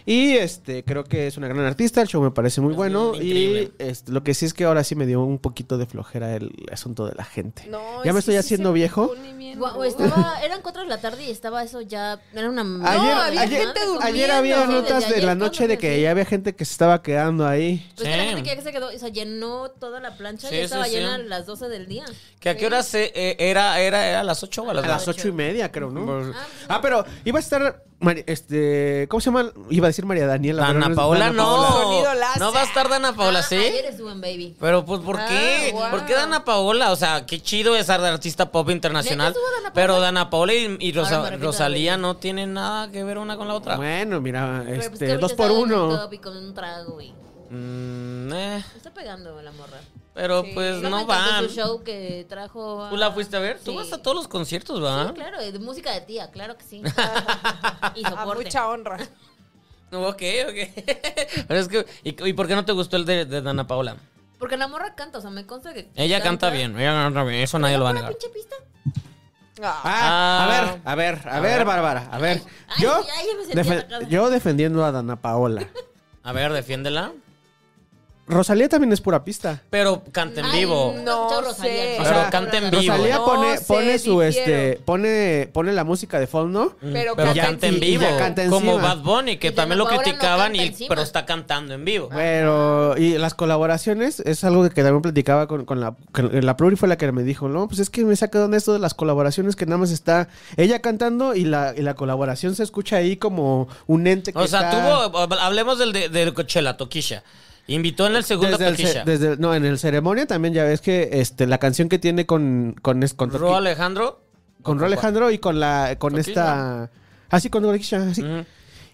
[SPEAKER 3] Y este, creo que es una gran artista, el show me parece muy
[SPEAKER 5] Ah,
[SPEAKER 1] Es
[SPEAKER 3] bueno.
[SPEAKER 1] increíble.
[SPEAKER 3] Y este, lo que sí es que ahora sí me dio un poquito de flojera el asunto de la gente.
[SPEAKER 5] No,
[SPEAKER 3] ya
[SPEAKER 5] es
[SPEAKER 3] me
[SPEAKER 5] que
[SPEAKER 3] estoy
[SPEAKER 5] sí
[SPEAKER 3] haciendo
[SPEAKER 5] se
[SPEAKER 3] viejo.
[SPEAKER 5] pone bien
[SPEAKER 2] Guau,
[SPEAKER 5] rudo.
[SPEAKER 2] estaba, eran 4 de la tarde y estaba eso ya. Era una.
[SPEAKER 3] Ayer,
[SPEAKER 5] había
[SPEAKER 3] ayer,
[SPEAKER 5] gente
[SPEAKER 3] ayer había
[SPEAKER 5] durmiendo.
[SPEAKER 3] notas de la noche de que ya había gente que se estaba quedando ahí. sí.
[SPEAKER 2] Pues que la
[SPEAKER 1] Sí.
[SPEAKER 2] gente que ya se quedó, o sea, llenó toda la plancha
[SPEAKER 1] Sí,
[SPEAKER 2] y
[SPEAKER 1] sí,
[SPEAKER 2] estaba
[SPEAKER 1] sí.
[SPEAKER 2] llena a las 12 del día.
[SPEAKER 1] ¿Que a qué hora se, eh, era, era, era a las 8 o a las
[SPEAKER 3] A las
[SPEAKER 2] ocho.
[SPEAKER 1] 9?
[SPEAKER 3] ocho y media, creo, ¿no?
[SPEAKER 2] Ah,
[SPEAKER 3] Ah, pero iba a estar. Mari- este, ¿Cómo se llama? Iba a decir María Daniela. pero no
[SPEAKER 1] Dana
[SPEAKER 3] es-
[SPEAKER 1] Paola,
[SPEAKER 3] Dana
[SPEAKER 1] no.
[SPEAKER 5] Sonido láser.
[SPEAKER 1] No va a estar Dana Paola,
[SPEAKER 2] Ah,
[SPEAKER 1] ¿sí?
[SPEAKER 2] Eres buen baby.
[SPEAKER 1] Pero, pues, ¿por
[SPEAKER 2] Ah,
[SPEAKER 1] qué?
[SPEAKER 2] guau.
[SPEAKER 1] ¿Por qué Dana Paola? O sea, qué chido es ser artista pop internacional.
[SPEAKER 2] ¿Neta estuvo Dana Paola?
[SPEAKER 1] pero Dana Paola y, y Rosa-
[SPEAKER 2] Ahora me repito,
[SPEAKER 1] Rosalía
[SPEAKER 2] güey.
[SPEAKER 1] no tienen nada que ver una con la otra.
[SPEAKER 3] Bueno, mira,
[SPEAKER 2] Pero, pues, que
[SPEAKER 3] este,
[SPEAKER 2] ahorita
[SPEAKER 3] dos por
[SPEAKER 2] estaba en el
[SPEAKER 3] uno.
[SPEAKER 2] top y con un trago, y
[SPEAKER 1] Mm, eh,
[SPEAKER 2] Me está pegando la morra.
[SPEAKER 1] pero pues
[SPEAKER 2] me
[SPEAKER 1] no
[SPEAKER 2] encantó
[SPEAKER 1] van.
[SPEAKER 2] su show que trajo a-
[SPEAKER 1] ¿Tú la fuiste a ver? Tú
[SPEAKER 2] Sí.
[SPEAKER 1] vas a todos los conciertos, ¿verdad?
[SPEAKER 2] Sí, claro, de música de tía, claro que sí. y
[SPEAKER 5] A
[SPEAKER 2] soporte.
[SPEAKER 5] Ah, mucha honra.
[SPEAKER 1] Ok, ok. Pero es que, ¿y, y por qué no te gustó el de, de Dana Paola?
[SPEAKER 2] Porque la morra canta, o sea, me consta que.
[SPEAKER 1] Ella canta bien, ella canta bien, eso nadie lo va a
[SPEAKER 2] ¿Por la
[SPEAKER 1] negar.
[SPEAKER 2] pinche pista?
[SPEAKER 5] Ah,
[SPEAKER 3] Ah,
[SPEAKER 1] Ah.
[SPEAKER 3] a ver, a ver, a, ver,
[SPEAKER 1] ver.
[SPEAKER 3] Bárbara, a ver.
[SPEAKER 2] Ay,
[SPEAKER 3] yo,
[SPEAKER 2] ay, ya me sentí
[SPEAKER 3] defe-
[SPEAKER 2] atacada.
[SPEAKER 3] yo defendiendo a Dana Paola.
[SPEAKER 1] A ver, defiéndela.
[SPEAKER 3] Rosalía también es pura pista.
[SPEAKER 1] Pero canta en
[SPEAKER 2] Ay,
[SPEAKER 1] vivo.
[SPEAKER 5] no.
[SPEAKER 2] escuchado Rosalía.
[SPEAKER 5] sé.
[SPEAKER 1] Pero
[SPEAKER 3] O sea,
[SPEAKER 1] canta en vivo.
[SPEAKER 3] Rosalía
[SPEAKER 5] No
[SPEAKER 3] pone,
[SPEAKER 5] sé,
[SPEAKER 3] pone su
[SPEAKER 5] difiero.
[SPEAKER 3] este, pone, pone la música de fondo.
[SPEAKER 5] Pero
[SPEAKER 1] Pero,
[SPEAKER 5] canta
[SPEAKER 1] canta,
[SPEAKER 3] en-
[SPEAKER 1] en
[SPEAKER 3] y- y
[SPEAKER 1] vivo.
[SPEAKER 3] ya canta
[SPEAKER 1] como
[SPEAKER 3] encima.
[SPEAKER 1] Bad Bunny, que
[SPEAKER 2] Y
[SPEAKER 1] también lo
[SPEAKER 2] Dana Paola no
[SPEAKER 1] criticaban,
[SPEAKER 2] canta
[SPEAKER 1] y,
[SPEAKER 2] encima.
[SPEAKER 1] pero está cantando en vivo.
[SPEAKER 3] Pero, y las colaboraciones es algo que también platicaba con, con la, con eh, la Pluri, fue la que me dijo, no, pues es que me saca de onda esto de las colaboraciones que nada más está ella cantando y la, y la colaboración se escucha ahí como un ente que
[SPEAKER 1] O sea,
[SPEAKER 3] está
[SPEAKER 1] tuvo, hablemos del, de- del Coachella, Toquisha. Invitó en el segundo
[SPEAKER 3] desde el ce-
[SPEAKER 1] Toquisha.
[SPEAKER 3] desde el- no, en el ceremonia también ya ves que este, la canción que tiene con, con, es- con,
[SPEAKER 1] Ro
[SPEAKER 3] Toqui-
[SPEAKER 1] Alejandro.
[SPEAKER 3] con Ro Alejandro y con la, con
[SPEAKER 1] Toquilla.
[SPEAKER 3] esta, así con Toquilla, así.
[SPEAKER 1] Ujú.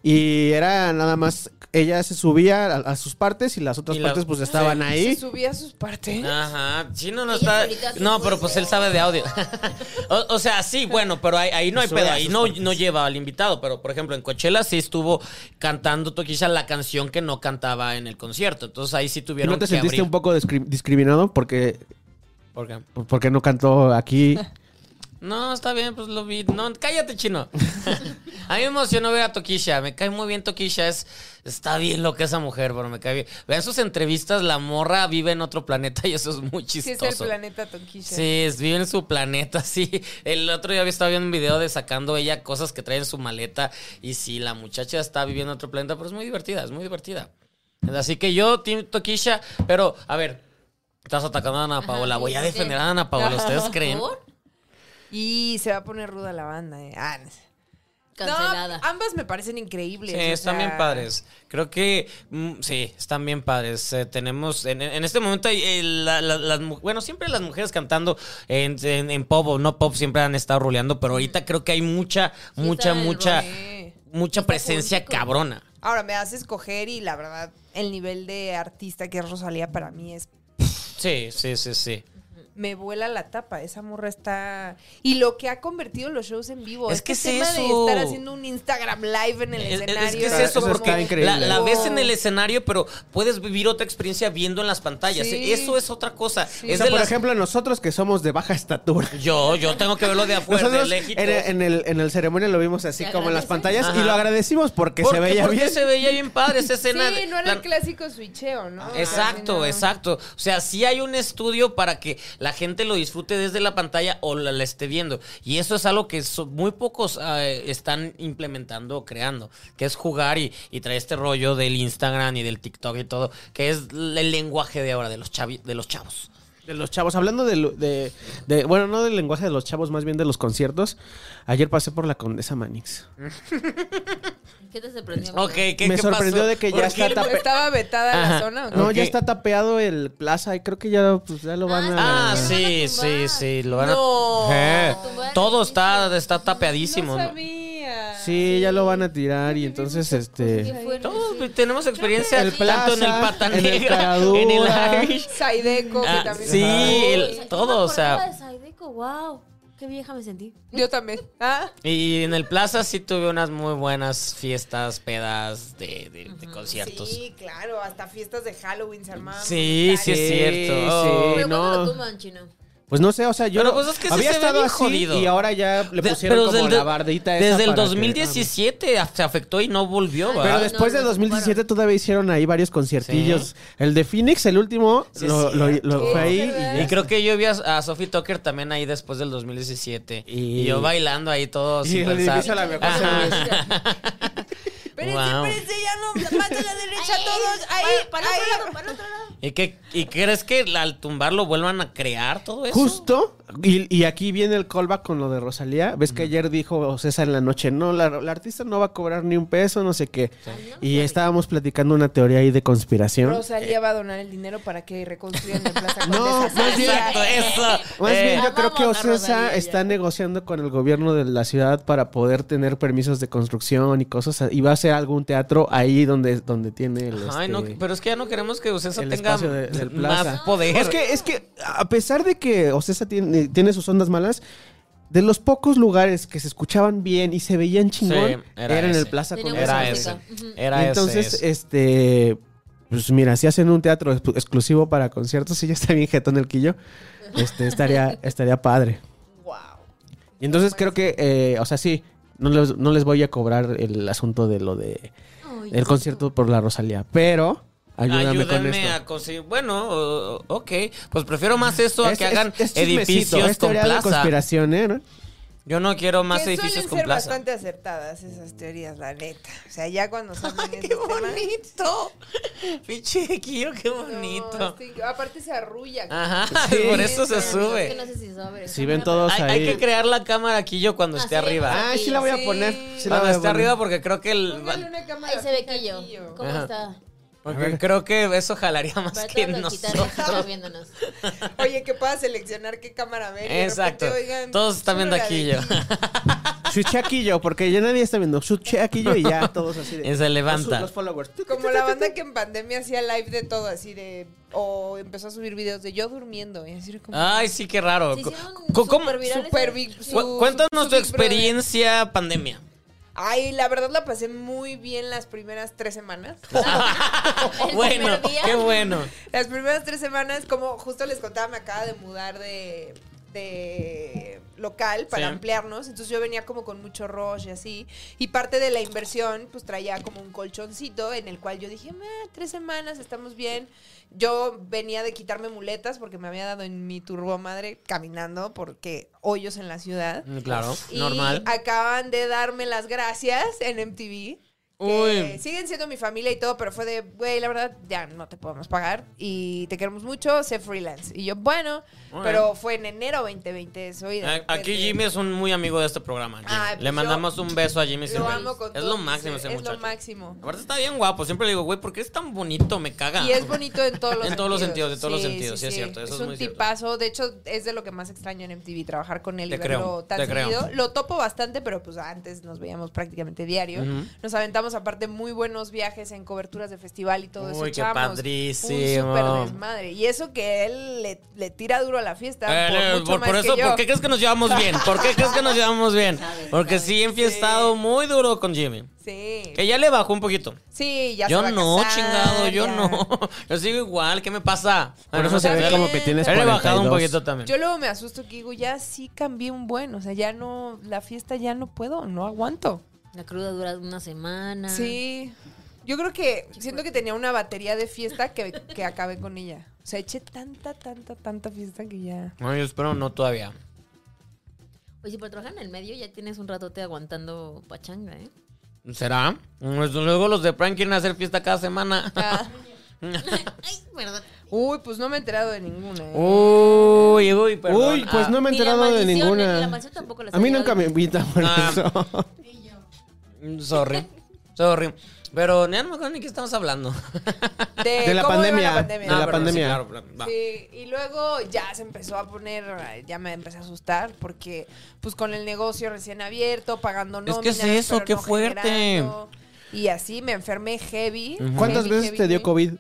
[SPEAKER 3] Y era nada más, ella se subía a, a sus partes y las otras
[SPEAKER 1] Y las-
[SPEAKER 3] partes pues estaban ahí.
[SPEAKER 5] Se subía a sus partes.
[SPEAKER 1] Ah, Ajá, Chino no
[SPEAKER 2] Ella
[SPEAKER 1] está.
[SPEAKER 2] solita se
[SPEAKER 1] No,
[SPEAKER 2] fue,
[SPEAKER 1] pero pues él
[SPEAKER 2] pero-
[SPEAKER 1] sabe de audio. o, o sea, sí, bueno, pero ahí, ahí no hay
[SPEAKER 3] Sube
[SPEAKER 1] pedo,
[SPEAKER 3] a
[SPEAKER 1] ahí
[SPEAKER 3] sus
[SPEAKER 1] no,
[SPEAKER 3] partes.
[SPEAKER 1] no lleva al invitado. Pero por ejemplo, en Coachella sí estuvo cantando Toquisha la canción que no cantaba en el concierto. Entonces ahí sí
[SPEAKER 3] ¿Y
[SPEAKER 1] tuvieron
[SPEAKER 3] ¿No te
[SPEAKER 1] que
[SPEAKER 3] sentiste
[SPEAKER 1] abrir.
[SPEAKER 3] un poco discri- discriminado porque,
[SPEAKER 1] ¿Por qué?
[SPEAKER 3] porque no cantó aquí?
[SPEAKER 1] No, está bien, pues lo vi. No, cállate, chino. a mí me emocionó ver a Toquisha. Me cae muy bien Toquisha. Es, está bien lo que esa mujer, pero me cae bien. Vean sus entrevistas, la morra vive en otro planeta y eso es muy
[SPEAKER 5] Sí, es
[SPEAKER 1] chistoso.
[SPEAKER 5] el planeta Tonquilla.
[SPEAKER 1] Sí, es- vive en su planeta, sí. El otro día estaba viendo un video de sacando ella cosas que trae en su maleta. Y sí, la muchacha está viviendo en otro planeta, pero es muy divertida, es muy divertida. Así que yo, Team Toquisha, pero a ver, estás atacando a Ana Paola.
[SPEAKER 2] sí,
[SPEAKER 1] Voy a
[SPEAKER 2] ¿por qué?
[SPEAKER 1] defender a Ana Paola, ¿ustedes creen?
[SPEAKER 2] ¿Por?
[SPEAKER 5] Y se va a poner ruda la banda, eh. Ah, no sé.
[SPEAKER 2] Cancelada.
[SPEAKER 5] No, ah. ambas me parecen increíbles.
[SPEAKER 1] Sí,
[SPEAKER 5] o
[SPEAKER 1] están
[SPEAKER 5] sea,
[SPEAKER 1] bien padres. Creo que mm, sí, están bien padres. Eh, tenemos en, en este momento, hay, eh, la- la- las mu- bueno, siempre las mujeres cantando en, en- en pop o no pop siempre han estado ruleando, pero
[SPEAKER 5] Mm.
[SPEAKER 1] ahorita creo que hay mucha,
[SPEAKER 2] Sí,
[SPEAKER 1] mucha,
[SPEAKER 2] está el
[SPEAKER 1] mucha,
[SPEAKER 5] Sí.
[SPEAKER 1] mucha presencia
[SPEAKER 2] público.
[SPEAKER 1] cabrona.
[SPEAKER 5] Ahora me haces escoger y la verdad, el nivel de artista que es Rosalía para mí es.
[SPEAKER 1] Sí, sí, sí, sí.
[SPEAKER 5] Me vuela la tapa, esa morra está. Y lo que ha convertido los shows en vivo.
[SPEAKER 1] Es
[SPEAKER 5] este
[SPEAKER 1] que es
[SPEAKER 5] tema de
[SPEAKER 1] eso.
[SPEAKER 5] estar haciendo un Instagram live en el
[SPEAKER 1] Es, es-
[SPEAKER 5] escenario. Oh.
[SPEAKER 1] es que es
[SPEAKER 3] Está- eso
[SPEAKER 1] eso,
[SPEAKER 3] está
[SPEAKER 1] porque la,
[SPEAKER 3] increíble.
[SPEAKER 1] la ves en el escenario, pero puedes vivir otra experiencia viendo en las pantallas.
[SPEAKER 5] Sí.
[SPEAKER 1] Eso es otra cosa.
[SPEAKER 3] O
[SPEAKER 1] Es
[SPEAKER 3] sea,
[SPEAKER 1] de
[SPEAKER 3] por
[SPEAKER 1] las-
[SPEAKER 3] ejemplo, nosotros que somos de baja estatura.
[SPEAKER 1] Yo, yo tengo que verlo de afuera, de
[SPEAKER 3] Nosotros
[SPEAKER 1] lejitos.
[SPEAKER 3] en el, en el, en el ceremonia lo vimos así
[SPEAKER 2] ¿Te
[SPEAKER 3] como en las
[SPEAKER 2] agradece?
[SPEAKER 3] pantallas y
[SPEAKER 1] Ajá.
[SPEAKER 3] lo agradecimos porque se
[SPEAKER 1] Porque-
[SPEAKER 3] veía
[SPEAKER 1] porque
[SPEAKER 3] bien.
[SPEAKER 1] se veía bien padre esa
[SPEAKER 5] Sí,
[SPEAKER 1] escena. de-
[SPEAKER 5] no era
[SPEAKER 1] la- Ah,
[SPEAKER 5] el clásico switcheo, ¿no?
[SPEAKER 1] Exacto,
[SPEAKER 5] O sea, no.
[SPEAKER 1] exacto. O sea, sí hay un estudio para que la gente lo disfrute desde la pantalla o la, la esté viendo. Y eso es algo que so- muy pocos eh, están implementando o creando, que es jugar y, y traer este rollo del Instagram y del TikTok y todo, que es l- el lenguaje de ahora, de los, chavi- de los chavos.
[SPEAKER 3] De los chavos, hablando de, lo- de, de- bueno, no del lenguaje de los chavos, más bien de los conciertos. Ayer pasé por la Condesa Manix.
[SPEAKER 2] ¿Qué te sorprendió?
[SPEAKER 1] Ok, ¿qué,
[SPEAKER 3] Me
[SPEAKER 1] qué
[SPEAKER 3] sorprendió
[SPEAKER 1] pasó?
[SPEAKER 3] de que ya
[SPEAKER 1] ¿Por
[SPEAKER 3] está
[SPEAKER 1] qué?
[SPEAKER 3] tape-
[SPEAKER 5] ¿Estaba vetada la
[SPEAKER 1] Ajá.
[SPEAKER 5] zona? o qué?
[SPEAKER 3] No, ya
[SPEAKER 1] Ok.
[SPEAKER 3] está tapeado el plaza y creo que ya, pues, ya lo van a...
[SPEAKER 1] Ah,
[SPEAKER 2] Lo van a
[SPEAKER 1] sí, sí,
[SPEAKER 2] tumbar.
[SPEAKER 1] sí, lo van a...
[SPEAKER 5] No.
[SPEAKER 1] Eh,
[SPEAKER 2] Lo tumbaron,
[SPEAKER 1] Todo
[SPEAKER 2] sí,
[SPEAKER 1] está, está
[SPEAKER 5] No
[SPEAKER 1] tapeadísimo. ¿no?
[SPEAKER 5] sabía.
[SPEAKER 3] Sí, ya lo van a tirar y entonces este...
[SPEAKER 2] Qué fuerte,
[SPEAKER 1] Todos
[SPEAKER 2] sí.
[SPEAKER 1] tenemos experiencia
[SPEAKER 3] El
[SPEAKER 1] tanto en el
[SPEAKER 3] Plaza,
[SPEAKER 1] pata
[SPEAKER 3] en el
[SPEAKER 1] negra,
[SPEAKER 3] Caradura.
[SPEAKER 1] en el Irish.
[SPEAKER 5] Saideco, que
[SPEAKER 1] Ah,
[SPEAKER 5] también.
[SPEAKER 1] sí,
[SPEAKER 5] Ay,
[SPEAKER 1] el-
[SPEAKER 2] Uy, yo me
[SPEAKER 1] todo, o sea-
[SPEAKER 2] acordaba de Saideco, wow. Qué vieja me sentí.
[SPEAKER 5] Yo también. Ah,
[SPEAKER 1] Y en el Plaza sí tuve unas muy buenas fiestas, pedas de, de- de conciertos. Sí,
[SPEAKER 5] Sí, claro, hasta fiestas de Halloween se armaban.
[SPEAKER 1] sí,
[SPEAKER 5] Dale.
[SPEAKER 1] es
[SPEAKER 3] Sí,
[SPEAKER 1] cierto.
[SPEAKER 3] sí.
[SPEAKER 1] Oh.
[SPEAKER 2] Pero ¿cuándo
[SPEAKER 3] no.
[SPEAKER 2] lo tumban, chino?
[SPEAKER 3] Pues no sé, o sea, yo
[SPEAKER 1] Pero
[SPEAKER 3] no-
[SPEAKER 1] pues es que sí
[SPEAKER 3] había
[SPEAKER 1] se ve
[SPEAKER 3] estado
[SPEAKER 1] bien
[SPEAKER 3] así
[SPEAKER 1] jodido.
[SPEAKER 3] y ahora ya le
[SPEAKER 1] De-
[SPEAKER 3] pusieron como
[SPEAKER 1] desde-
[SPEAKER 3] la bardita esa
[SPEAKER 1] desde el
[SPEAKER 3] para que-
[SPEAKER 1] 2017 af- se afectó y no
[SPEAKER 3] Ah,
[SPEAKER 1] volvió,
[SPEAKER 3] pero
[SPEAKER 1] ¿verdad?
[SPEAKER 2] de-
[SPEAKER 3] después
[SPEAKER 2] no,
[SPEAKER 3] de
[SPEAKER 2] no,
[SPEAKER 3] 2017 todavía hicieron ahí varios conciertillos. El de Phoenix, el último,
[SPEAKER 1] Sí,
[SPEAKER 3] lo,
[SPEAKER 1] sí.
[SPEAKER 3] lo- lo-
[SPEAKER 5] Sí,
[SPEAKER 3] fue ahí.
[SPEAKER 5] es verdad.
[SPEAKER 3] y
[SPEAKER 1] y creo que yo vi a, a Sophie Tucker también ahí después del 2017.
[SPEAKER 3] Y-
[SPEAKER 1] Y, yo bailando ahí todo
[SPEAKER 3] Y
[SPEAKER 1] sin
[SPEAKER 3] el
[SPEAKER 1] pensar.
[SPEAKER 3] edificio a la mejor
[SPEAKER 1] Ajá.
[SPEAKER 3] se ve.
[SPEAKER 5] Pero Espérense,
[SPEAKER 1] Wow.
[SPEAKER 5] espérense, ya no, mate a la derecha todos. Ahí,
[SPEAKER 2] para,
[SPEAKER 5] ahí.
[SPEAKER 2] otro lado, para otro lado.
[SPEAKER 1] ¿Y, qué, ¿Y crees que al tumbarlo vuelvan a crear todo eso?
[SPEAKER 3] Justo, y, y aquí viene el callback con lo de Rosalía. Ves que ayer dijo César en la noche, no, la, la artista no va a cobrar ni un peso, no sé qué. Y estábamos platicando una teoría ahí de
[SPEAKER 1] ¿Mm?
[SPEAKER 3] conspiración.
[SPEAKER 1] Eh.
[SPEAKER 5] Rosalía va a donar el dinero para que reconstruyan la plaza.
[SPEAKER 3] No,
[SPEAKER 5] Condesa.
[SPEAKER 3] más bien-
[SPEAKER 1] Exacto, eso.
[SPEAKER 3] Más
[SPEAKER 1] Eh,
[SPEAKER 3] bien, yo
[SPEAKER 2] Amamos
[SPEAKER 3] creo que
[SPEAKER 2] a
[SPEAKER 3] Ocesa
[SPEAKER 2] Rosalía.
[SPEAKER 3] está negociando con el gobierno de la ciudad para poder tener permisos de construcción y cosas. a- Y va a hacer algún teatro ahí donde, donde tiene el. este,
[SPEAKER 1] Ay, no, pero es que ya no queremos que Ocesa
[SPEAKER 3] el
[SPEAKER 1] tenga
[SPEAKER 3] espacio de- del
[SPEAKER 1] más
[SPEAKER 3] plaza.
[SPEAKER 1] poder.
[SPEAKER 3] Es que, es que, a pesar de que Ocesa tiene, tiene sus ondas malas, de los pocos lugares que se escuchaban bien y se veían chingón,
[SPEAKER 1] Sí,
[SPEAKER 3] era,
[SPEAKER 1] era
[SPEAKER 3] en el
[SPEAKER 1] ese.
[SPEAKER 3] Plaza
[SPEAKER 2] Tenía
[SPEAKER 3] con
[SPEAKER 1] era
[SPEAKER 2] buena
[SPEAKER 1] ese.
[SPEAKER 2] música. Ujú.
[SPEAKER 1] Era
[SPEAKER 3] Entonces,
[SPEAKER 1] ese.
[SPEAKER 3] este. Pues mira, si hacen un teatro ex- exclusivo para conciertos, y ya está bien jetón el quillo, este, estaría, estaría padre.
[SPEAKER 5] Wow.
[SPEAKER 3] Y entonces creo que, eh, o sea, sí, no les, no les voy a cobrar el asunto de lo de
[SPEAKER 2] Ay,
[SPEAKER 3] el concierto por la Rosalía, pero ayúdame con
[SPEAKER 1] Ayúdenme
[SPEAKER 3] esto.
[SPEAKER 1] a conseguir. Bueno, uh, ok. Pues prefiero más eso a
[SPEAKER 3] Es-
[SPEAKER 1] que
[SPEAKER 3] es-
[SPEAKER 1] hagan
[SPEAKER 3] es chismecito,
[SPEAKER 1] edificios
[SPEAKER 3] es
[SPEAKER 1] con
[SPEAKER 3] teoría de
[SPEAKER 1] plaza.
[SPEAKER 3] conspiración, ¿eh? ¿No?
[SPEAKER 1] Yo no quiero más
[SPEAKER 5] que
[SPEAKER 1] edificios
[SPEAKER 5] suelen
[SPEAKER 1] con
[SPEAKER 5] ser
[SPEAKER 1] plaza.
[SPEAKER 5] bastante acertadas esas teorías, la neta. O sea, ya cuando este salen
[SPEAKER 1] Ay,
[SPEAKER 5] estos
[SPEAKER 1] qué
[SPEAKER 5] temas-
[SPEAKER 1] bonito. Pinche Kio, qué
[SPEAKER 5] No,
[SPEAKER 1] bonito.
[SPEAKER 5] este- aparte se arrulla.
[SPEAKER 1] Ajá,
[SPEAKER 5] Sí.
[SPEAKER 1] por eso se
[SPEAKER 5] Es que
[SPEAKER 2] Es que
[SPEAKER 1] sube.
[SPEAKER 2] no sé si sabe.
[SPEAKER 3] Si ven todos
[SPEAKER 1] Hay,
[SPEAKER 3] ahí.
[SPEAKER 1] hay que crear la cámara Quillo cuando esté
[SPEAKER 2] Así,
[SPEAKER 1] arriba. ¿eh?
[SPEAKER 3] Ah, sí la voy a
[SPEAKER 5] Sí.
[SPEAKER 3] poner. sí la
[SPEAKER 1] cuando
[SPEAKER 3] voy a
[SPEAKER 1] esté
[SPEAKER 3] poner.
[SPEAKER 1] arriba porque creo que el,
[SPEAKER 5] Póngale una cámara.
[SPEAKER 2] Ahí se ve Quillo.
[SPEAKER 5] Quillo.
[SPEAKER 2] ¿Cómo
[SPEAKER 1] Ajá.
[SPEAKER 2] está?
[SPEAKER 1] porque creo que eso jalaría más
[SPEAKER 2] Para
[SPEAKER 1] que
[SPEAKER 2] todos los
[SPEAKER 1] nosotros.
[SPEAKER 2] gitanos que están viéndonos.
[SPEAKER 5] Oye, que pueda seleccionar qué cámara ver. y de
[SPEAKER 1] Exacto.
[SPEAKER 5] repente, oigan,
[SPEAKER 1] Todos están
[SPEAKER 5] solo
[SPEAKER 1] viendo
[SPEAKER 5] la
[SPEAKER 1] a
[SPEAKER 5] de
[SPEAKER 1] Quillo.
[SPEAKER 3] Chuché aquí yo, porque ya nadie está viendo. Chuché aquí yo y ya todos así. de-
[SPEAKER 1] Y se
[SPEAKER 3] Los,
[SPEAKER 1] levanta.
[SPEAKER 3] los followers.
[SPEAKER 5] Como la banda que en pandemia hacía live de todo, así de. O empezó a subir videos de yo durmiendo. Y así era como.
[SPEAKER 1] Ay, sí, qué raro.
[SPEAKER 2] Se hicieron
[SPEAKER 1] Co- Ah, ¿Cómo?
[SPEAKER 2] súper virales.
[SPEAKER 5] Super big,
[SPEAKER 1] Cu-
[SPEAKER 5] su-
[SPEAKER 1] Cuéntanos
[SPEAKER 5] su
[SPEAKER 1] tu
[SPEAKER 5] Big Brother.
[SPEAKER 1] experiencia pandemia.
[SPEAKER 5] Ay, la verdad la pasé muy bien las primeras tres semanas.
[SPEAKER 2] primer
[SPEAKER 1] bueno,
[SPEAKER 2] día.
[SPEAKER 1] qué bueno.
[SPEAKER 5] Las primeras tres semanas, como justo les contaba, me acaba de mudar de, de local para
[SPEAKER 1] Sí.
[SPEAKER 5] ampliarnos. Entonces yo venía como con mucho rush y así. Y parte de la inversión, pues traía como un colchoncito en el cual yo dije, "Meh, tres semanas, estamos bien. Yo venía de quitarme muletas porque me había dado en mi turbo madre caminando porque hoyos en la ciudad.
[SPEAKER 1] Mm, Claro,
[SPEAKER 5] Y
[SPEAKER 1] normal.
[SPEAKER 5] acaban de darme las gracias en MTV. que
[SPEAKER 1] Uy.
[SPEAKER 5] Eh, Siguen siendo mi familia y todo, pero fue de, güey, la verdad, ya no te podemos pagar y te queremos mucho, sé freelance. Y yo, bueno,
[SPEAKER 1] Muy
[SPEAKER 5] pero fue en enero 2020 eso. y de
[SPEAKER 1] A- Aquí
[SPEAKER 5] repente-
[SPEAKER 1] Jimmy es un muy amigo de este programa. Jimmy.
[SPEAKER 5] Ay, pues
[SPEAKER 1] Le
[SPEAKER 5] yo
[SPEAKER 1] mandamos un beso a Jimmy
[SPEAKER 5] Lo
[SPEAKER 1] Silvestre.
[SPEAKER 5] amo con
[SPEAKER 1] Es
[SPEAKER 5] todo
[SPEAKER 1] lo
[SPEAKER 5] mi
[SPEAKER 1] máximo
[SPEAKER 5] ser,
[SPEAKER 1] ese
[SPEAKER 5] Es lo
[SPEAKER 1] muchacho.
[SPEAKER 5] máximo.
[SPEAKER 1] Aparte está bien guapo. Siempre le digo, güey, ¿por qué es tan bonito? Me caga.
[SPEAKER 5] Y es bonito en todos los sentidos.
[SPEAKER 1] En todos los sentidos, en todos los sentidos, sí es cierto, eso es
[SPEAKER 5] un
[SPEAKER 1] muy cierto.
[SPEAKER 5] tipazo. De hecho, es de lo que más extraño en MTV, trabajar con él y
[SPEAKER 1] Te creo,
[SPEAKER 5] verlo tan
[SPEAKER 1] te creo.
[SPEAKER 5] seguido. Lo topo bastante, pero pues antes nos veíamos prácticamente diario.
[SPEAKER 1] Ujú.
[SPEAKER 5] Nos aventamos aparte muy buenos viajes en coberturas de festival y todo eso.
[SPEAKER 1] Uy, qué
[SPEAKER 5] echamos
[SPEAKER 1] padrísimo.
[SPEAKER 5] Un súper desmadre. Y eso que él le, le tira duro a la fiesta.
[SPEAKER 1] Eh,
[SPEAKER 5] por mucho más
[SPEAKER 1] eso,
[SPEAKER 5] que yo.
[SPEAKER 1] ¿por qué crees que nos llevamos bien? ¿Por qué crees que nos llevamos bien? Porque sí, he enfiestado muy duro con Jimmy.
[SPEAKER 5] Sí.
[SPEAKER 1] Que ya le bajó un poquito.
[SPEAKER 5] Sí, ya
[SPEAKER 1] yo
[SPEAKER 5] se va a
[SPEAKER 1] no,
[SPEAKER 5] casar,
[SPEAKER 1] chingado, yo
[SPEAKER 5] ya.
[SPEAKER 1] no. Yo sigo igual, ¿qué me pasa?
[SPEAKER 3] Por
[SPEAKER 1] Bueno,
[SPEAKER 3] eso se
[SPEAKER 1] ya
[SPEAKER 3] ve
[SPEAKER 1] le-
[SPEAKER 3] como que tienes
[SPEAKER 1] ya le he bajado un
[SPEAKER 3] 42.
[SPEAKER 1] poquito también.
[SPEAKER 5] Yo luego me asusto que digo, ya sí cambié un buen, o sea, ya no, la fiesta ya no puedo, no aguanto.
[SPEAKER 2] La cruda dura una semana.
[SPEAKER 5] Sí. Yo creo que siento que tenía una batería de fiesta que, que acabé con ella. O sea, eché tanta, tanta, tanta fiesta que ya.
[SPEAKER 1] No, yo espero no todavía.
[SPEAKER 2] Oye, pero trabajar en el medio ya tienes un ratote aguantando pachanga, ¿eh?
[SPEAKER 1] ¿Será? Pues Luego los de Prank quieren hacer fiesta cada semana.
[SPEAKER 2] Ay, perdón.
[SPEAKER 5] Uy, pues no me he enterado de ninguna. ¿eh?
[SPEAKER 1] Uy, uy, perdón. Ah,
[SPEAKER 3] Uy, pues no me he
[SPEAKER 2] Ni Ah. la
[SPEAKER 3] enterado de
[SPEAKER 2] maldición,
[SPEAKER 3] ninguna.
[SPEAKER 2] ni la maldición tampoco les
[SPEAKER 3] a mí
[SPEAKER 2] ha
[SPEAKER 3] nunca
[SPEAKER 2] llegado.
[SPEAKER 3] me invitan por
[SPEAKER 1] Ah.
[SPEAKER 3] eso.
[SPEAKER 1] Ah, Sorry. Sorry. Pero ya no me acuerdo ni qué estamos hablando.
[SPEAKER 3] Oh, De la
[SPEAKER 5] cómo iba
[SPEAKER 3] pandemia,
[SPEAKER 1] Ah,
[SPEAKER 3] De la
[SPEAKER 1] perdón,
[SPEAKER 3] pandemia.
[SPEAKER 1] sí, claro, claro, va.
[SPEAKER 5] Sí, y luego ya se empezó a poner, ya me empecé a asustar porque pues con el negocio recién abierto, pagando
[SPEAKER 1] Es
[SPEAKER 5] nóminas.
[SPEAKER 1] que es eso,
[SPEAKER 5] pero
[SPEAKER 1] qué
[SPEAKER 5] no
[SPEAKER 1] fuerte.
[SPEAKER 5] generando. Y así me enfermé heavy.
[SPEAKER 3] ¿Cuántas
[SPEAKER 5] heavy,
[SPEAKER 3] veces
[SPEAKER 5] heavy,
[SPEAKER 3] te dio
[SPEAKER 5] heavy.
[SPEAKER 3] COVID?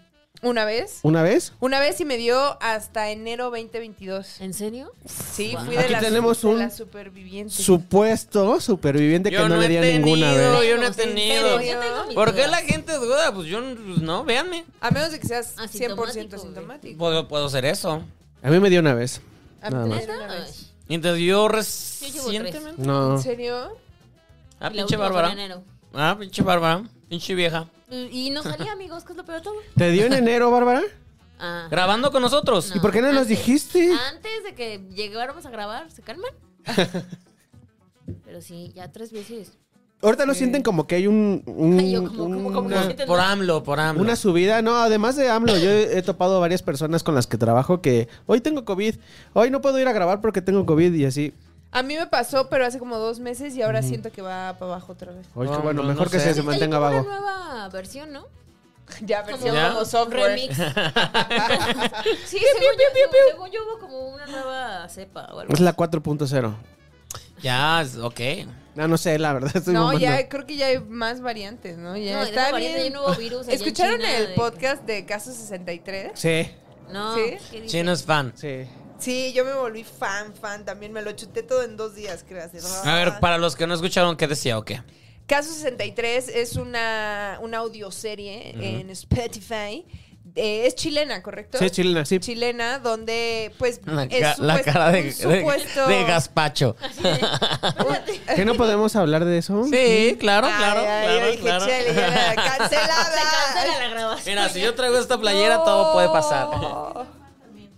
[SPEAKER 5] Una vez.
[SPEAKER 3] ¿Una vez?
[SPEAKER 5] Una vez y me dio hasta enero 2022.
[SPEAKER 2] ¿En serio?
[SPEAKER 5] Sí,
[SPEAKER 2] Wow.
[SPEAKER 5] fui de
[SPEAKER 3] Aquí
[SPEAKER 5] las,
[SPEAKER 3] tenemos
[SPEAKER 5] de
[SPEAKER 3] un
[SPEAKER 5] las supervivientes.
[SPEAKER 3] Supuesto superviviente
[SPEAKER 1] Yo
[SPEAKER 3] que no,
[SPEAKER 1] no
[SPEAKER 3] le
[SPEAKER 1] he
[SPEAKER 3] dio ninguna
[SPEAKER 1] tenido,
[SPEAKER 3] vez.
[SPEAKER 1] yo no he
[SPEAKER 2] Tengo, sí,
[SPEAKER 1] tenido.
[SPEAKER 2] pero yo tengo mis
[SPEAKER 1] ¿Por qué
[SPEAKER 2] dudas.
[SPEAKER 1] la gente duda? Pues yo pues no, véanme.
[SPEAKER 5] a menos de que seas 100%
[SPEAKER 2] Asintomático, güey.
[SPEAKER 5] asintomático.
[SPEAKER 1] Puedo, puedo hacer eso.
[SPEAKER 3] A mí me dio una vez.
[SPEAKER 5] A
[SPEAKER 3] Nada
[SPEAKER 5] mí
[SPEAKER 3] más.
[SPEAKER 5] también una
[SPEAKER 2] Ay,
[SPEAKER 5] vez.
[SPEAKER 1] Entonces yo
[SPEAKER 2] llevo tres.
[SPEAKER 1] recientemente.
[SPEAKER 3] No.
[SPEAKER 5] ¿En serio?
[SPEAKER 1] Ah,
[SPEAKER 2] la
[SPEAKER 1] pinche
[SPEAKER 2] última fue en
[SPEAKER 1] Bárbara.
[SPEAKER 2] enero.
[SPEAKER 1] Ah, pinche Bárbara. Pinche vieja.
[SPEAKER 2] Y y no salía, amigos, que es lo peor de todo.
[SPEAKER 3] ¿Te dio en enero, Bárbara?
[SPEAKER 2] Ah.
[SPEAKER 1] Grabando con nosotros.
[SPEAKER 3] ¿Y por qué no nos
[SPEAKER 2] Antes.
[SPEAKER 3] dijiste?
[SPEAKER 2] Antes de que llegáramos a grabar, ¿se calman? Pero sí, ya tres veces.
[SPEAKER 3] Ahorita no sienten como que hay un. un-
[SPEAKER 2] Ay, yo como- como- como-
[SPEAKER 3] una-
[SPEAKER 1] Por AMLO, por AMLO.
[SPEAKER 3] Una subida, no, además de AMLO, yo he he topado a varias personas con las que trabajo que hoy tengo COVID, hoy no puedo ir a grabar porque tengo COVID y así.
[SPEAKER 5] A mí me pasó, pero hace como dos meses y ahora siento que va para abajo otra vez.
[SPEAKER 3] Hoy,
[SPEAKER 1] No,
[SPEAKER 3] qué bueno,
[SPEAKER 1] no,
[SPEAKER 3] mejor
[SPEAKER 1] no
[SPEAKER 3] que
[SPEAKER 1] sé.
[SPEAKER 3] se, se
[SPEAKER 2] Hay
[SPEAKER 3] mantenga
[SPEAKER 2] como
[SPEAKER 3] vago.
[SPEAKER 2] una nueva versión, ¿no?
[SPEAKER 5] Ya,
[SPEAKER 2] Como,
[SPEAKER 5] versión
[SPEAKER 1] ¿Ya?
[SPEAKER 5] como software.
[SPEAKER 2] remix. sí, según, yo, según- según yo hubo como una nueva cepa o algo.
[SPEAKER 3] Es la 4.0.
[SPEAKER 1] Ya, ok.
[SPEAKER 3] No, no sé, la verdad. Estoy
[SPEAKER 5] No,
[SPEAKER 3] mamando.
[SPEAKER 5] ya creo que ya hay más variantes, ¿no? Ya
[SPEAKER 2] No, y de
[SPEAKER 5] está
[SPEAKER 2] esa variante
[SPEAKER 5] bien.
[SPEAKER 2] hay un nuevo virus allá en
[SPEAKER 5] ¿Escucharon
[SPEAKER 2] China
[SPEAKER 5] el
[SPEAKER 2] de-
[SPEAKER 5] podcast de Caso 63?
[SPEAKER 3] Sí,
[SPEAKER 2] No,
[SPEAKER 5] ¿Sí?
[SPEAKER 2] ¿qué dice?
[SPEAKER 1] Chino es fan.
[SPEAKER 3] sí.
[SPEAKER 5] Sí, yo me volví fan, fan también. Me lo chuté todo en dos días, gracias.
[SPEAKER 1] A ver, para los que no escucharon, ¿qué decía o qué?
[SPEAKER 5] Caso 63 es una, una audioserie en Spotify. Eh, es chilena, ¿correcto?
[SPEAKER 3] Sí, chilena, sí.
[SPEAKER 5] Chilena, donde pues
[SPEAKER 1] La,
[SPEAKER 5] es
[SPEAKER 1] ca- la
[SPEAKER 5] supuest-
[SPEAKER 1] cara de,
[SPEAKER 5] un
[SPEAKER 1] de,
[SPEAKER 5] supuesto-
[SPEAKER 1] de gazpacho.
[SPEAKER 3] ¿Que no podemos hablar de eso?
[SPEAKER 1] Sí, claro,
[SPEAKER 5] Ay,
[SPEAKER 1] claro, claro,
[SPEAKER 5] ay, ay, qué
[SPEAKER 1] claro.
[SPEAKER 5] chale, ya la- cancelada.
[SPEAKER 2] Se cancela la grabación.
[SPEAKER 1] Mira, si yo traigo esta playera, todo puede pasar.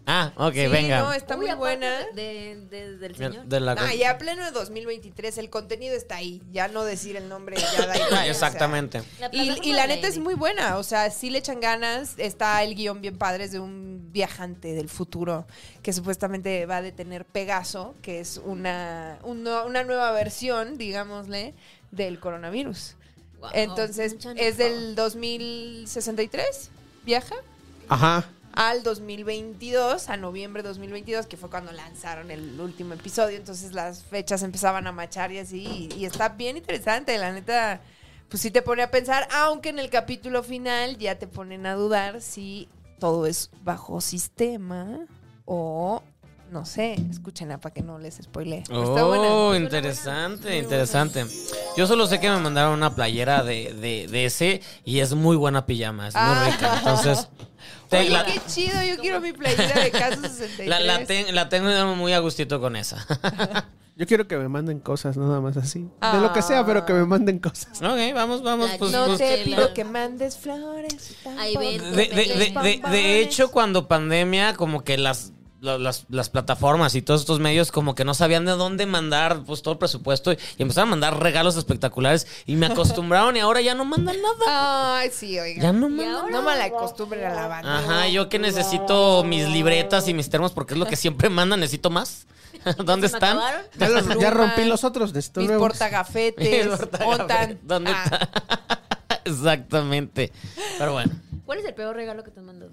[SPEAKER 1] Ah, ok,
[SPEAKER 5] Sí,
[SPEAKER 1] venga.
[SPEAKER 5] este No, está
[SPEAKER 2] Uy,
[SPEAKER 5] muy
[SPEAKER 2] aparte
[SPEAKER 5] buena.
[SPEAKER 2] de- de- del
[SPEAKER 1] Mira,
[SPEAKER 2] señor.
[SPEAKER 1] de la-
[SPEAKER 5] Ah, ya pleno de 2023, el contenido está ahí. Ya no decir el nombre, ya da igual, o sea.
[SPEAKER 1] Exactamente.
[SPEAKER 2] La
[SPEAKER 5] Y,
[SPEAKER 2] plataforma
[SPEAKER 5] y la
[SPEAKER 2] de
[SPEAKER 5] neta es
[SPEAKER 2] Lady.
[SPEAKER 5] muy buena, o sea, sí le echan ganas. Está el guión bien padre, es de un viajante del futuro que supuestamente va a detener Pegaso, que es una, un nue- una nueva versión, digámosle, del coronavirus.
[SPEAKER 2] Wow,
[SPEAKER 5] Entonces,
[SPEAKER 2] mucha
[SPEAKER 5] es
[SPEAKER 2] neta.
[SPEAKER 5] del 2063, viaja
[SPEAKER 3] Ajá.
[SPEAKER 5] al 2022, a noviembre 2022, que fue cuando lanzaron el último episodio. Entonces las fechas empezaban a machar y así. Y, y está bien interesante, la neta. Pues sí te pone a pensar, aunque en el capítulo final ya te ponen a dudar si todo es bajo sistema o no sé. Escúchenla para que no les spoile. Está buena.
[SPEAKER 1] Oh, interesante, interesante. Yo solo sé que me mandaron una playera de, de, de ese y es muy buena pijama, es
[SPEAKER 5] Ah.
[SPEAKER 1] muy rica. Entonces, te-
[SPEAKER 5] Oye,
[SPEAKER 1] la,
[SPEAKER 5] qué chido, yo quiero mi playera de Caso 63.
[SPEAKER 1] la- la ten- la tengo muy a gustito con esa.
[SPEAKER 3] Yo quiero que me manden cosas, nada más así. De lo que sea, pero que me manden cosas.
[SPEAKER 1] ok, vamos, vamos.
[SPEAKER 2] La
[SPEAKER 1] Pues,
[SPEAKER 2] no
[SPEAKER 1] pues-
[SPEAKER 2] Chela.
[SPEAKER 5] Te pido que mandes flores.
[SPEAKER 2] Ahí ven.
[SPEAKER 5] tampoco
[SPEAKER 1] de, de- de- de- de hecho,
[SPEAKER 5] bombones.
[SPEAKER 1] cuando pandemia, como que las, la- las, las plataformas y todos estos medios como que no sabían de dónde mandar pues, todo el presupuesto y empezaron a mandar regalos espectaculares y me acostumbraron y ahora ya no mandan nada.
[SPEAKER 5] Ay, sí, oiga.
[SPEAKER 1] Ya no
[SPEAKER 2] Y
[SPEAKER 1] mandan
[SPEAKER 2] ahora-
[SPEAKER 5] No me la acostumbren a la banda.
[SPEAKER 1] Ajá, yo que necesito mis libretas y mis termos porque es lo que siempre mandan, necesito más. ¿Dónde
[SPEAKER 2] ¿Se me
[SPEAKER 1] están?
[SPEAKER 2] acabaron?
[SPEAKER 3] Ya, los- ya
[SPEAKER 5] Plumas,
[SPEAKER 3] rompí los otros, necesito
[SPEAKER 5] Mis
[SPEAKER 3] nuevos.
[SPEAKER 5] portagafetes.
[SPEAKER 1] El Horta Gabriel.
[SPEAKER 5] OTAN.
[SPEAKER 1] ¿Dónde
[SPEAKER 5] Ah,
[SPEAKER 1] está? Exactamente. Pero bueno.
[SPEAKER 2] ¿Cuál es el peor regalo que te han mandado?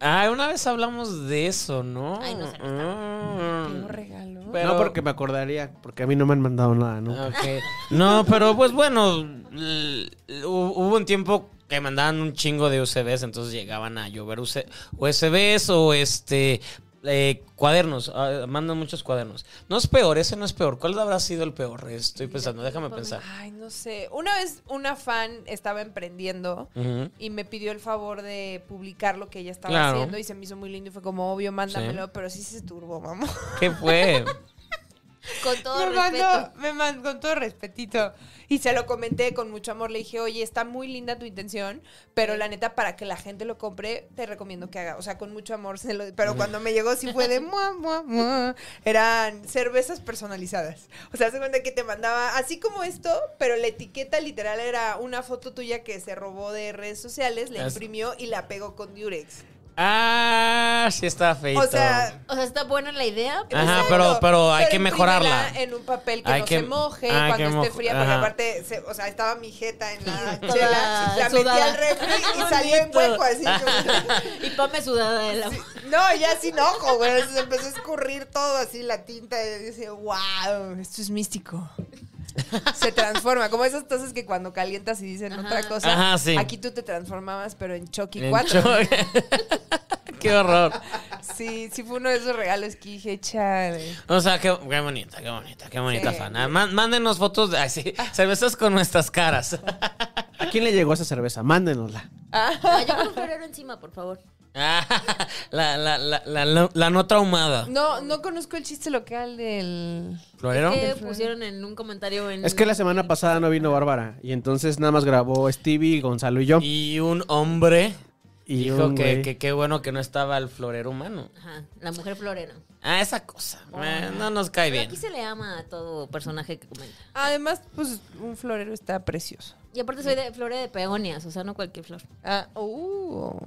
[SPEAKER 1] Ah, una vez hablamos de eso, ¿no?
[SPEAKER 2] Ay, no sé, no
[SPEAKER 1] Mm.
[SPEAKER 5] qué regalo.
[SPEAKER 1] Pero-
[SPEAKER 3] No, porque me acordaría, porque a mí no me han mandado nada, ¿no?
[SPEAKER 1] Ah, Ok. No, pero pues bueno, l- hu- hubo un tiempo que mandaban un chingo de USBs, entonces llegaban a llover UC USBs o este eh, cuadernos, ah, mandan muchos cuadernos. No es peor, ese no es peor. ¿Cuál habrá sido el peor? Estoy pensando, déjame pensar.
[SPEAKER 5] Ay, no sé. Una vez una fan estaba emprendiendo
[SPEAKER 1] Ujú.
[SPEAKER 5] y me pidió el favor de publicar lo que ella estaba
[SPEAKER 1] Claro.
[SPEAKER 5] haciendo y se me hizo muy lindo y fue como, obvio, mándamelo,
[SPEAKER 1] Sí.
[SPEAKER 5] pero sí se turbó, mamá.
[SPEAKER 1] ¿Qué fue?
[SPEAKER 2] Con todo
[SPEAKER 5] me
[SPEAKER 2] respeto.
[SPEAKER 5] mandó, me mandó con todo respetito. Y se lo comenté con mucho amor. Le dije, oye, está muy linda tu intención, pero la neta, para que la gente lo compre, te recomiendo que haga. O sea, con mucho amor se lo Pero cuando me llegó, sí fue de mua, mua, mua. Eran cervezas personalizadas. O sea, se cuenta que te mandaba así como esto, pero la etiqueta literal era una foto tuya que se robó de redes sociales, la
[SPEAKER 1] Es-
[SPEAKER 5] imprimió y la pegó con Durex.
[SPEAKER 1] Ah, sí está feito.
[SPEAKER 5] O sea,
[SPEAKER 2] O sea, está buena la idea. pero-
[SPEAKER 1] Ajá,
[SPEAKER 5] Exacto,
[SPEAKER 1] pero, pero hay que
[SPEAKER 5] imprímela
[SPEAKER 1] mejorarla.
[SPEAKER 5] En un papel que
[SPEAKER 1] Hay
[SPEAKER 5] no
[SPEAKER 1] que-
[SPEAKER 5] se moje
[SPEAKER 1] hay
[SPEAKER 5] cuando
[SPEAKER 1] que
[SPEAKER 5] esté
[SPEAKER 1] moj-
[SPEAKER 5] fría, porque
[SPEAKER 1] ajá.
[SPEAKER 5] aparte, se- o sea, estaba mi jeta en la
[SPEAKER 2] Toda
[SPEAKER 5] chela, la metí
[SPEAKER 2] sudada.
[SPEAKER 5] al refri y salió en hueco así. como-
[SPEAKER 2] Y Pame sudada de la...
[SPEAKER 5] No, ya sin ojo, güey. Se empezó a escurrir todo así la tinta y dice, wow, esto es místico. Se transforma, como esas tazas que cuando calientas y dicen otra cosa,
[SPEAKER 1] Ajá, sí.
[SPEAKER 5] aquí tú te transformabas, pero en Chucky
[SPEAKER 1] En
[SPEAKER 5] 4.
[SPEAKER 1] cho- Qué horror.
[SPEAKER 5] Sí, sí fue uno de esos regalos que dije, chale.
[SPEAKER 1] O sea, qué, qué bonita, qué bonita, qué bonita
[SPEAKER 5] Sí.
[SPEAKER 1] fan. Ah, má- Mándenos fotos de ay, sí, cervezas con nuestras caras.
[SPEAKER 3] ¿A quién le llegó esa cerveza? Mándenosla.
[SPEAKER 2] Ah, yo con un florero encima, por favor.
[SPEAKER 1] Ah, la, la, la, la, la- la no traumada.
[SPEAKER 5] No, no conozco el chiste local del...
[SPEAKER 1] ¿Florero?
[SPEAKER 2] ¿Qué pusieron en un comentario en...
[SPEAKER 3] Es que la semana pasada no vino Bárbara y entonces nada más grabó Stevie, Gonzalo y yo. Y,
[SPEAKER 1] Y un hombre.
[SPEAKER 3] Y
[SPEAKER 1] Dijo
[SPEAKER 3] un
[SPEAKER 1] que,
[SPEAKER 3] güey-
[SPEAKER 1] que qué bueno que no estaba el florero humano.
[SPEAKER 2] Ajá, la mujer florera.
[SPEAKER 1] Ah, esa cosa. eh, no nos cae
[SPEAKER 2] Pero
[SPEAKER 1] bien.
[SPEAKER 2] aquí se le ama a todo personaje que comenta.
[SPEAKER 5] Además, pues un florero está precioso.
[SPEAKER 2] Y aparte soy de florera de peonias, o sea, no cualquier flor.
[SPEAKER 5] Ah, uh,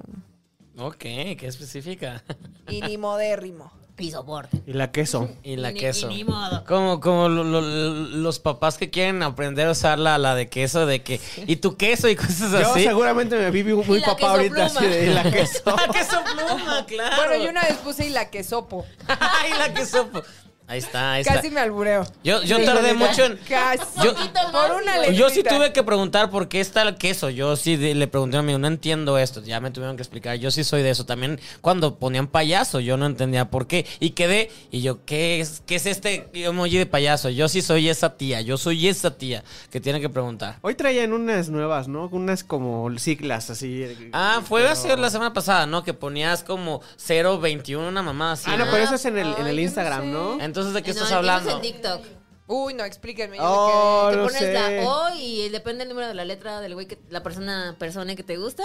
[SPEAKER 1] Ok, qué específica.
[SPEAKER 5] y ni modérrimo.
[SPEAKER 2] Y soporte.
[SPEAKER 3] Y la queso.
[SPEAKER 1] Y la
[SPEAKER 2] Ni-
[SPEAKER 1] queso.
[SPEAKER 2] y ni modo.
[SPEAKER 1] Como, como lo- lo- los papás que quieren aprender a usar la, la de queso, de que. Y tu queso y cosas
[SPEAKER 3] Yo
[SPEAKER 1] así.
[SPEAKER 3] seguramente me vi muy
[SPEAKER 2] Y la
[SPEAKER 3] papá ahorita
[SPEAKER 2] queso
[SPEAKER 3] así de y la queso.
[SPEAKER 1] La queso pluma, claro.
[SPEAKER 5] Bueno, yo una vez puse y la que sopo.
[SPEAKER 1] Ay, la queso. pl- Ahí está, ahí está.
[SPEAKER 5] Casi me albureo.
[SPEAKER 1] Yo, yo tardé mucho en.
[SPEAKER 5] Casi.
[SPEAKER 1] Yo-
[SPEAKER 5] por una letrita.
[SPEAKER 1] Yo sí tuve que preguntar por qué está el queso. Yo sí de- le pregunté a mí, no entiendo esto. Ya me tuvieron que explicar. Yo sí soy de eso. También cuando ponían payaso, yo no entendía por qué. Y quedé, y yo, ¿qué es, qué es este emoji de payaso? Yo sí soy esa tía. Yo soy esa tía que tiene que preguntar.
[SPEAKER 3] Hoy traían unas nuevas, ¿no? Unas como siglas así.
[SPEAKER 1] Ah, fue
[SPEAKER 3] pero-
[SPEAKER 1] hace la semana pasada, ¿no? Que ponías como 021, una mamá así.
[SPEAKER 3] Ah, no,
[SPEAKER 1] ¿no?
[SPEAKER 3] pero eso es en el, en
[SPEAKER 5] Ay, yo
[SPEAKER 3] el
[SPEAKER 5] no
[SPEAKER 3] Instagram,
[SPEAKER 5] sé.
[SPEAKER 3] ¿no?
[SPEAKER 1] Entonces, ¿de qué
[SPEAKER 2] Eh, no,
[SPEAKER 1] estás
[SPEAKER 2] el queso
[SPEAKER 1] hablando?
[SPEAKER 2] Es en TikTok.
[SPEAKER 5] Uy, no, explíquenme. yo me
[SPEAKER 3] Oh,
[SPEAKER 2] Te
[SPEAKER 3] no
[SPEAKER 2] pones
[SPEAKER 3] sé.
[SPEAKER 2] la O y depende del número de la letra del güey que la persona persona que te gusta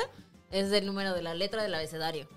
[SPEAKER 2] es del número de la letra del abecedario.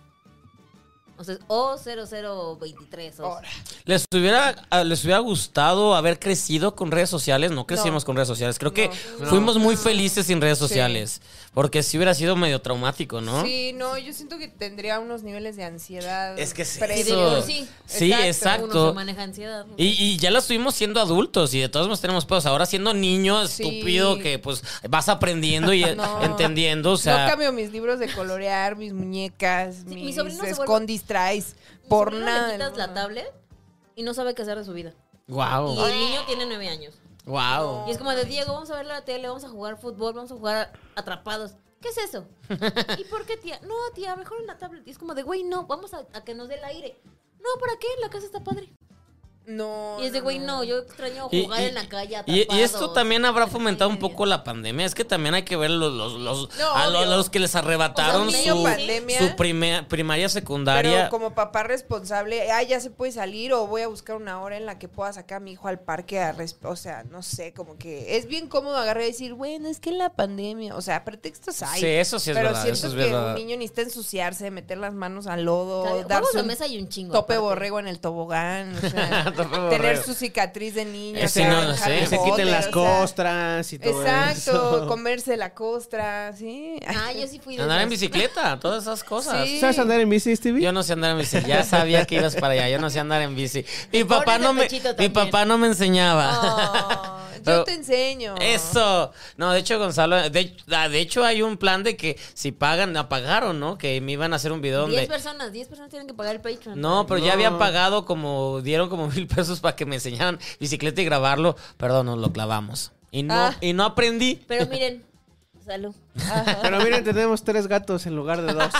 [SPEAKER 2] O sea, es O0023.
[SPEAKER 1] Oh.
[SPEAKER 2] o-
[SPEAKER 5] Ahora.
[SPEAKER 1] ¿Les hubiera, a- ¿Les hubiera gustado haber crecido con redes sociales? No crecimos con redes sociales. Creo que fuimos muy felices sin redes sociales. Porque sí hubiera sido medio traumático, ¿no?
[SPEAKER 5] Sí, no, yo siento que tendría unos niveles de ansiedad.
[SPEAKER 1] Es que es
[SPEAKER 5] Pero-
[SPEAKER 2] Y de
[SPEAKER 1] eso.
[SPEAKER 2] uno sí.
[SPEAKER 1] Sí,
[SPEAKER 2] Uno
[SPEAKER 1] exacto.
[SPEAKER 2] se maneja ansiedad.
[SPEAKER 1] Y, y ya la estuvimos siendo adultos y de todos modos tenemos pedos. Ahora siendo niño
[SPEAKER 5] Sí.
[SPEAKER 1] estúpido que pues vas aprendiendo y eh,
[SPEAKER 5] No.
[SPEAKER 1] entendiendo. O
[SPEAKER 5] no
[SPEAKER 1] sea,
[SPEAKER 5] cambio mis libros de colorear, mis muñecas,
[SPEAKER 2] mi
[SPEAKER 5] mis
[SPEAKER 2] sobrino se vuelve-
[SPEAKER 5] escondis traes, por
[SPEAKER 2] Si no
[SPEAKER 5] nada.
[SPEAKER 2] Le
[SPEAKER 5] del
[SPEAKER 2] quitas la
[SPEAKER 5] mundo.
[SPEAKER 2] tablet y no sabe qué hacer de su vida. Y
[SPEAKER 1] wow.
[SPEAKER 2] el niño tiene nueve años.
[SPEAKER 1] Wow.
[SPEAKER 2] Y es como de Diego, vamos a ver la tele, vamos a jugar fútbol, vamos a jugar atrapados. ¿Qué es eso? ¿Y por qué, tía? No, tía, mejor en la tablet. Y es como de, güey, no, vamos a, a que nos dé el aire. No, ¿para qué? La casa está padre.
[SPEAKER 5] No.
[SPEAKER 2] Y es de, güey, no, yo extraño jugar en la calle
[SPEAKER 1] y-
[SPEAKER 2] atrapados.
[SPEAKER 1] y esto también habrá fomentado un poco la pandemia. Es que también hay que ver los, los, los-
[SPEAKER 5] No,
[SPEAKER 1] a lo-
[SPEAKER 5] obvio.
[SPEAKER 1] los que les arrebataron
[SPEAKER 2] O sea, un niño
[SPEAKER 1] su,
[SPEAKER 5] pandemia.
[SPEAKER 1] su prime- primaria,
[SPEAKER 5] Pero
[SPEAKER 1] secundaria.
[SPEAKER 5] como papá responsable, ah, ya se puede salir o voy a buscar una hora en la que pueda sacar a mi hijo al parque a res- o sea, no sé, como que es bien cómodo agarrar y decir, bueno, es que en la pandemia, o sea, pretextos hay.
[SPEAKER 1] Sí, eso sí es
[SPEAKER 5] pero
[SPEAKER 1] verdad,
[SPEAKER 5] siento
[SPEAKER 1] eso es
[SPEAKER 5] que
[SPEAKER 1] verdad.
[SPEAKER 5] un niño necesita ensuciarse, meter las manos al lodo,
[SPEAKER 2] Claro, juegos
[SPEAKER 5] darse
[SPEAKER 2] de
[SPEAKER 5] un
[SPEAKER 2] mesa y un chingo.
[SPEAKER 5] tope
[SPEAKER 2] aparte.
[SPEAKER 5] borrego en el tobogán, o sea,
[SPEAKER 1] Tope
[SPEAKER 5] tener
[SPEAKER 1] borrego.
[SPEAKER 5] su cicatriz de niño,
[SPEAKER 1] Ese
[SPEAKER 5] acá,
[SPEAKER 1] no
[SPEAKER 5] en
[SPEAKER 1] lo sé.
[SPEAKER 5] Harry
[SPEAKER 3] Que se
[SPEAKER 5] Potter,
[SPEAKER 3] quiten las
[SPEAKER 5] o sea,
[SPEAKER 3] costras y todo
[SPEAKER 5] Exacto,
[SPEAKER 3] eso.
[SPEAKER 5] comerse la costra, sí.
[SPEAKER 2] Ah, yo sí fui de
[SPEAKER 1] Andar en
[SPEAKER 2] esas.
[SPEAKER 1] bicicleta, todas esas cosas.
[SPEAKER 5] Sí.
[SPEAKER 3] ¿Sabes andar en bici, Stevie?
[SPEAKER 1] Yo no sé andar en bici, ya sabía que ibas para allá, yo no sé andar en bici. Mi papá
[SPEAKER 2] Pones el
[SPEAKER 1] no me,
[SPEAKER 2] pechito
[SPEAKER 1] mi
[SPEAKER 2] también.
[SPEAKER 1] papá no me enseñaba.
[SPEAKER 5] Oh, yo
[SPEAKER 1] Pero-
[SPEAKER 5] te enseño.
[SPEAKER 1] Eso. No, de hecho, Gonzalo, de, ah, de hecho hay un plan de que si pagan, apagaron, ¿no? Que me iban a hacer un video donde
[SPEAKER 2] 10 personas, 10 personas tienen que pagar el Patreon.
[SPEAKER 1] No, pero ya habían
[SPEAKER 3] No.
[SPEAKER 1] pagado como, dieron como mil pesos para que me enseñaran bicicleta y grabarlo. Perdón, nos lo clavamos. Y no,
[SPEAKER 5] Ah.
[SPEAKER 1] y no aprendí.
[SPEAKER 2] Pero miren, salud.
[SPEAKER 1] Pues
[SPEAKER 3] Pero miren, tenemos tres gatos en lugar de dos.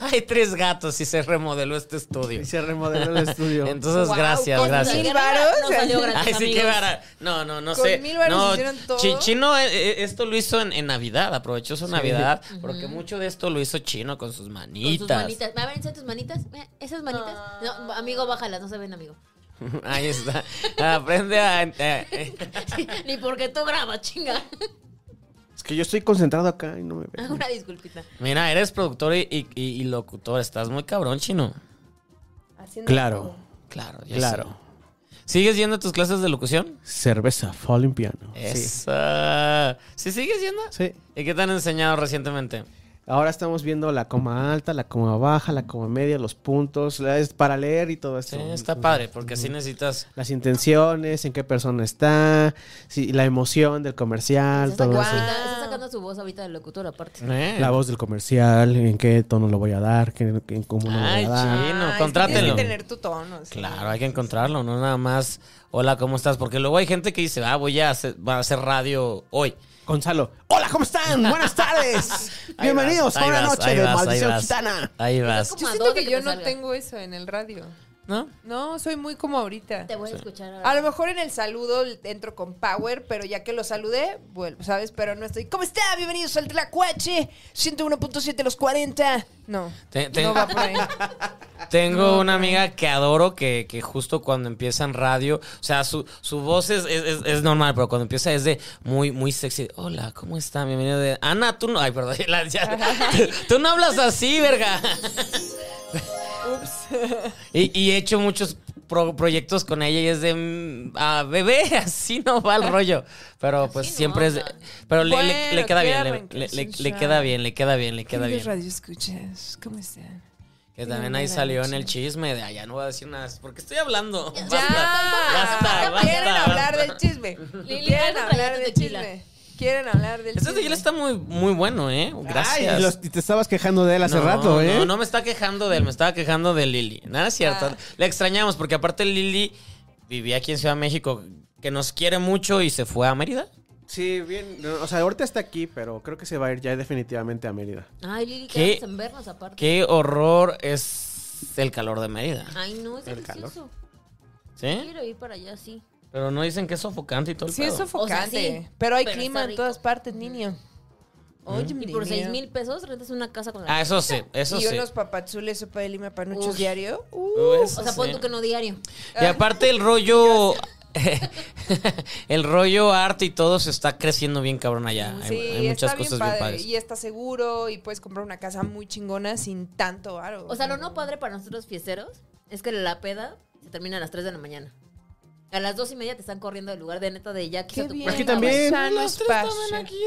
[SPEAKER 1] Hay tres gatos y se remodeló este estudio.
[SPEAKER 3] Y se remodeló el estudio.
[SPEAKER 1] Entonces,
[SPEAKER 5] Guau,
[SPEAKER 1] gracias,
[SPEAKER 5] con
[SPEAKER 1] gracias.
[SPEAKER 5] mil
[SPEAKER 2] Guerrera
[SPEAKER 5] varos.
[SPEAKER 2] no salió gratis,
[SPEAKER 1] Ay, sí,
[SPEAKER 2] amigos.
[SPEAKER 1] qué vara. No, no, no
[SPEAKER 5] Con
[SPEAKER 1] sé.
[SPEAKER 5] mil varos
[SPEAKER 1] no,
[SPEAKER 5] hicieron todo.
[SPEAKER 1] Chi- Chino, eh, eh, esto lo hizo en, en Navidad, aprovechó su Navidad, porque mucho de esto lo hizo Chino con sus
[SPEAKER 2] Con
[SPEAKER 1] manitas.
[SPEAKER 2] sus manitas. ¿Me ver, tus manitas? Mira, ¿Esas manitas? No,
[SPEAKER 5] Ah.
[SPEAKER 2] amigo, bájalas, no se ven, amigo.
[SPEAKER 1] Ahí está. Aprende a... eh,
[SPEAKER 2] Ni porque tú grabas, chinga.
[SPEAKER 3] Es que yo estoy concentrado acá y no me veo.
[SPEAKER 2] Una disculpita.
[SPEAKER 1] Mira, eres productor y, y- y- y locutor. Estás muy cabrón, Chino.
[SPEAKER 5] Haciendo
[SPEAKER 3] Claro,
[SPEAKER 1] Claro, yo sé.
[SPEAKER 3] claro.
[SPEAKER 1] ¿Sigues yendo a tus clases de locución?
[SPEAKER 3] Cerveza, falling piano. Sí.
[SPEAKER 1] Esa. ¿Sí sigues yendo?
[SPEAKER 3] Sí.
[SPEAKER 1] ¿Y qué te han enseñado recientemente?
[SPEAKER 3] Ahora estamos viendo la coma alta, la coma baja, la coma media, los puntos, la- es para leer y todo
[SPEAKER 1] Sí,
[SPEAKER 3] eso.
[SPEAKER 1] está padre, porque así necesitas.
[SPEAKER 3] Las intenciones, en qué persona está, si, la emoción del comercial,
[SPEAKER 2] Está
[SPEAKER 3] todo
[SPEAKER 2] sacando,
[SPEAKER 3] eso.
[SPEAKER 2] ahorita- está sacando su voz ahorita del locutor, aparte.
[SPEAKER 1] Eh.
[SPEAKER 3] La voz del comercial, en qué tono lo voy a dar, qué, qué- cómo lo voy
[SPEAKER 1] Ay,
[SPEAKER 3] a dar.
[SPEAKER 1] chino,
[SPEAKER 5] Ah, es que
[SPEAKER 1] contrátelo.
[SPEAKER 5] Tienes que tener tu tono. sí.
[SPEAKER 1] Claro, hay que encontrarlo, no nada más. Hola, ¿cómo estás? Porque luego hay gente que dice, ah, voy a hacer, va a hacer radio hoy.
[SPEAKER 3] Gonzalo, hola, ¿cómo están? Buenas tardes.
[SPEAKER 1] Ahí
[SPEAKER 3] Bienvenidos
[SPEAKER 1] vas,
[SPEAKER 3] a
[SPEAKER 1] ahí
[SPEAKER 3] una
[SPEAKER 1] vas,
[SPEAKER 3] noche
[SPEAKER 1] ahí
[SPEAKER 3] de
[SPEAKER 1] vas, ahí
[SPEAKER 3] maldición
[SPEAKER 1] vas.
[SPEAKER 3] gitana.
[SPEAKER 1] Ahí vas.
[SPEAKER 5] Yo
[SPEAKER 2] Como a
[SPEAKER 5] siento
[SPEAKER 2] dos
[SPEAKER 5] que
[SPEAKER 2] de que
[SPEAKER 5] yo
[SPEAKER 2] te
[SPEAKER 5] no
[SPEAKER 2] salga.
[SPEAKER 5] tengo eso en el radio.
[SPEAKER 1] ¿No?
[SPEAKER 5] No, soy muy como ahorita.
[SPEAKER 2] Te voy a escuchar ahora.
[SPEAKER 5] A lo mejor en el saludo entro con power, pero ya que lo saludé, vuelvo, ¿sabes? Pero no estoy. ¿Cómo está? Bienvenidos al Tlacuache 101.7 los 40. No.
[SPEAKER 1] Te- te-
[SPEAKER 5] No va por ahí.
[SPEAKER 1] Tengo una amiga que adoro que, que justo cuando empieza en radio, o sea, su, su voz es, es- es- es normal, pero cuando empieza es de muy, muy sexy. Hola, ¿cómo está? Bienvenido de. Ana, tú no. Ay, perdón. la- ya- tú, tú no hablas así, verga. Y, y he hecho muchos pro- proyectos con ella y es de. mm, ah, bebé, así no va el rollo. Pero pues
[SPEAKER 2] no,
[SPEAKER 1] siempre es. de-
[SPEAKER 2] o sea.
[SPEAKER 1] pero le- le, le
[SPEAKER 5] Bueno,
[SPEAKER 1] queda
[SPEAKER 5] qué
[SPEAKER 1] bien, le-
[SPEAKER 5] arranque,
[SPEAKER 1] le- le-
[SPEAKER 5] sí,
[SPEAKER 1] le
[SPEAKER 5] ya.
[SPEAKER 1] queda bien, le queda bien, le queda bien.
[SPEAKER 5] radio escuchas? ¿Cómo están?
[SPEAKER 1] Que también ahí salió en el chisme de allá, no voy a decir nada, porque estoy hablando.
[SPEAKER 2] Ya.
[SPEAKER 5] ¡Ya!
[SPEAKER 1] basta, basta,
[SPEAKER 5] quieren
[SPEAKER 1] basta.
[SPEAKER 5] hablar del chisme.
[SPEAKER 2] Lili, trae
[SPEAKER 5] Quieren
[SPEAKER 2] un
[SPEAKER 5] hablar
[SPEAKER 2] rayito
[SPEAKER 5] del
[SPEAKER 2] tequila.
[SPEAKER 5] chisme. Quieren hablar del
[SPEAKER 1] Este
[SPEAKER 5] chisme.
[SPEAKER 1] tequila está muy, muy bueno, ¿eh? Gracias.
[SPEAKER 3] Ay, los- y te estabas quejando de él hace
[SPEAKER 1] No,
[SPEAKER 3] rato, ¿eh?
[SPEAKER 1] No, no me está quejando de él, me estaba quejando de Lili. Nada es cierto.
[SPEAKER 5] Ah.
[SPEAKER 1] Le extrañamos, porque aparte Lili vivía aquí en Ciudad de México, que nos quiere mucho y se fue a Mérida.
[SPEAKER 3] Sí, bien. no, o sea, ahorita está aquí, pero creo que se va a ir ya definitivamente a Mérida.
[SPEAKER 2] Ay, Lili,
[SPEAKER 1] ¿Qué?
[SPEAKER 2] quedamos en vernos aparte.
[SPEAKER 1] Qué horror es el calor de Mérida.
[SPEAKER 5] Ah,
[SPEAKER 2] Ay, no, es delicioso.
[SPEAKER 1] ¿Sí?
[SPEAKER 2] Quiero ir para allá, sí.
[SPEAKER 1] Pero no dicen que es sofocante y todo el
[SPEAKER 5] Sí, es
[SPEAKER 1] pedo.
[SPEAKER 5] sofocante.
[SPEAKER 2] O sea, sí,
[SPEAKER 5] pero hay
[SPEAKER 2] pero
[SPEAKER 5] clima
[SPEAKER 2] está
[SPEAKER 5] en
[SPEAKER 2] rico.
[SPEAKER 5] todas partes, niño. Oye,
[SPEAKER 2] Y por seis mil pesos rentas una casa con la...
[SPEAKER 1] Ah, eso sí, eso
[SPEAKER 5] Y
[SPEAKER 1] sí.
[SPEAKER 5] unos papazules, sopa de lima, panuchos
[SPEAKER 2] Uf.
[SPEAKER 5] diario. Uh,
[SPEAKER 1] Uh,
[SPEAKER 2] o
[SPEAKER 1] eso
[SPEAKER 2] sea, pon
[SPEAKER 1] sí.
[SPEAKER 2] tú que no diario.
[SPEAKER 1] Y aparte el rollo... el rollo arte y todo se está creciendo bien cabrón allá. Hay,
[SPEAKER 5] sí,
[SPEAKER 1] hay muchas
[SPEAKER 5] está
[SPEAKER 1] cosas
[SPEAKER 5] bien padre.
[SPEAKER 1] bien padres.
[SPEAKER 5] Y está seguro y puedes comprar una casa muy chingona sin tanto varo.
[SPEAKER 2] O sea, lo no padre para nosotros fiesteros es que la peda se termina a las 3 de la mañana. A las 2 y media te están corriendo del lugar de neta de ya quita
[SPEAKER 5] Qué
[SPEAKER 2] tu
[SPEAKER 5] bien.
[SPEAKER 2] puerta,
[SPEAKER 3] Aquí también.
[SPEAKER 5] güey. Sano espacio.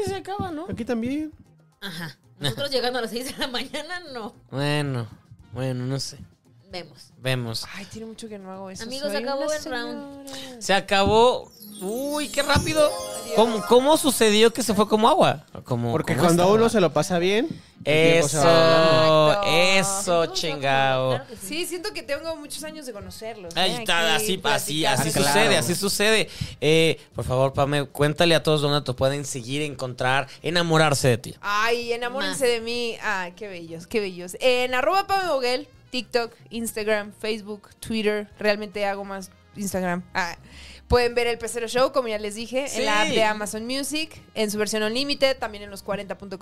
[SPEAKER 1] se acaba, ¿no?
[SPEAKER 3] Aquí también.
[SPEAKER 2] güey. Ajá. Nosotros llegando a las 6 de la mañana, no.
[SPEAKER 1] Bueno, bueno, no sé.
[SPEAKER 2] Vemos.
[SPEAKER 1] Vemos.
[SPEAKER 5] Ay, tiene mucho que no hago eso.
[SPEAKER 2] Amigos,
[SPEAKER 5] Soy
[SPEAKER 2] acabó
[SPEAKER 5] una
[SPEAKER 2] el round.
[SPEAKER 5] señora.
[SPEAKER 1] Se acabó. Uy, qué rápido. ¿Cómo, cómo sucedió que se fue como agua? Como,
[SPEAKER 3] Porque
[SPEAKER 1] como
[SPEAKER 3] cuando
[SPEAKER 1] esta
[SPEAKER 3] uno
[SPEAKER 1] agua.
[SPEAKER 3] se lo pasa bien. el tiempo se va.
[SPEAKER 1] Eso,
[SPEAKER 5] Exacto.
[SPEAKER 1] eso,
[SPEAKER 2] Nosotros,
[SPEAKER 1] Oh, chingao.
[SPEAKER 2] claro que sí.
[SPEAKER 5] Sí, siento que tengo muchos años de conocerlos.
[SPEAKER 1] Ahí
[SPEAKER 5] ¿eh?
[SPEAKER 1] está,
[SPEAKER 5] Aquí
[SPEAKER 1] así, así,
[SPEAKER 5] platicando.
[SPEAKER 1] así
[SPEAKER 3] Ah, claro.
[SPEAKER 1] sucede, así sucede. Eh, por favor, Pame, cuéntale a todos dónde te pueden seguir, encontrar, enamorarse de ti.
[SPEAKER 5] Ay, enamórense
[SPEAKER 2] Más.
[SPEAKER 5] de mí. Ay, qué bellos, qué bellos. En arroba Pame Boguel, TikTok, Instagram, Facebook, Twitter. Realmente hago más Instagram. Ah, Pueden ver el Pecero Show, como ya les dije,
[SPEAKER 1] Sí.
[SPEAKER 5] en la app de Amazon Music, en su versión Unlimited, también en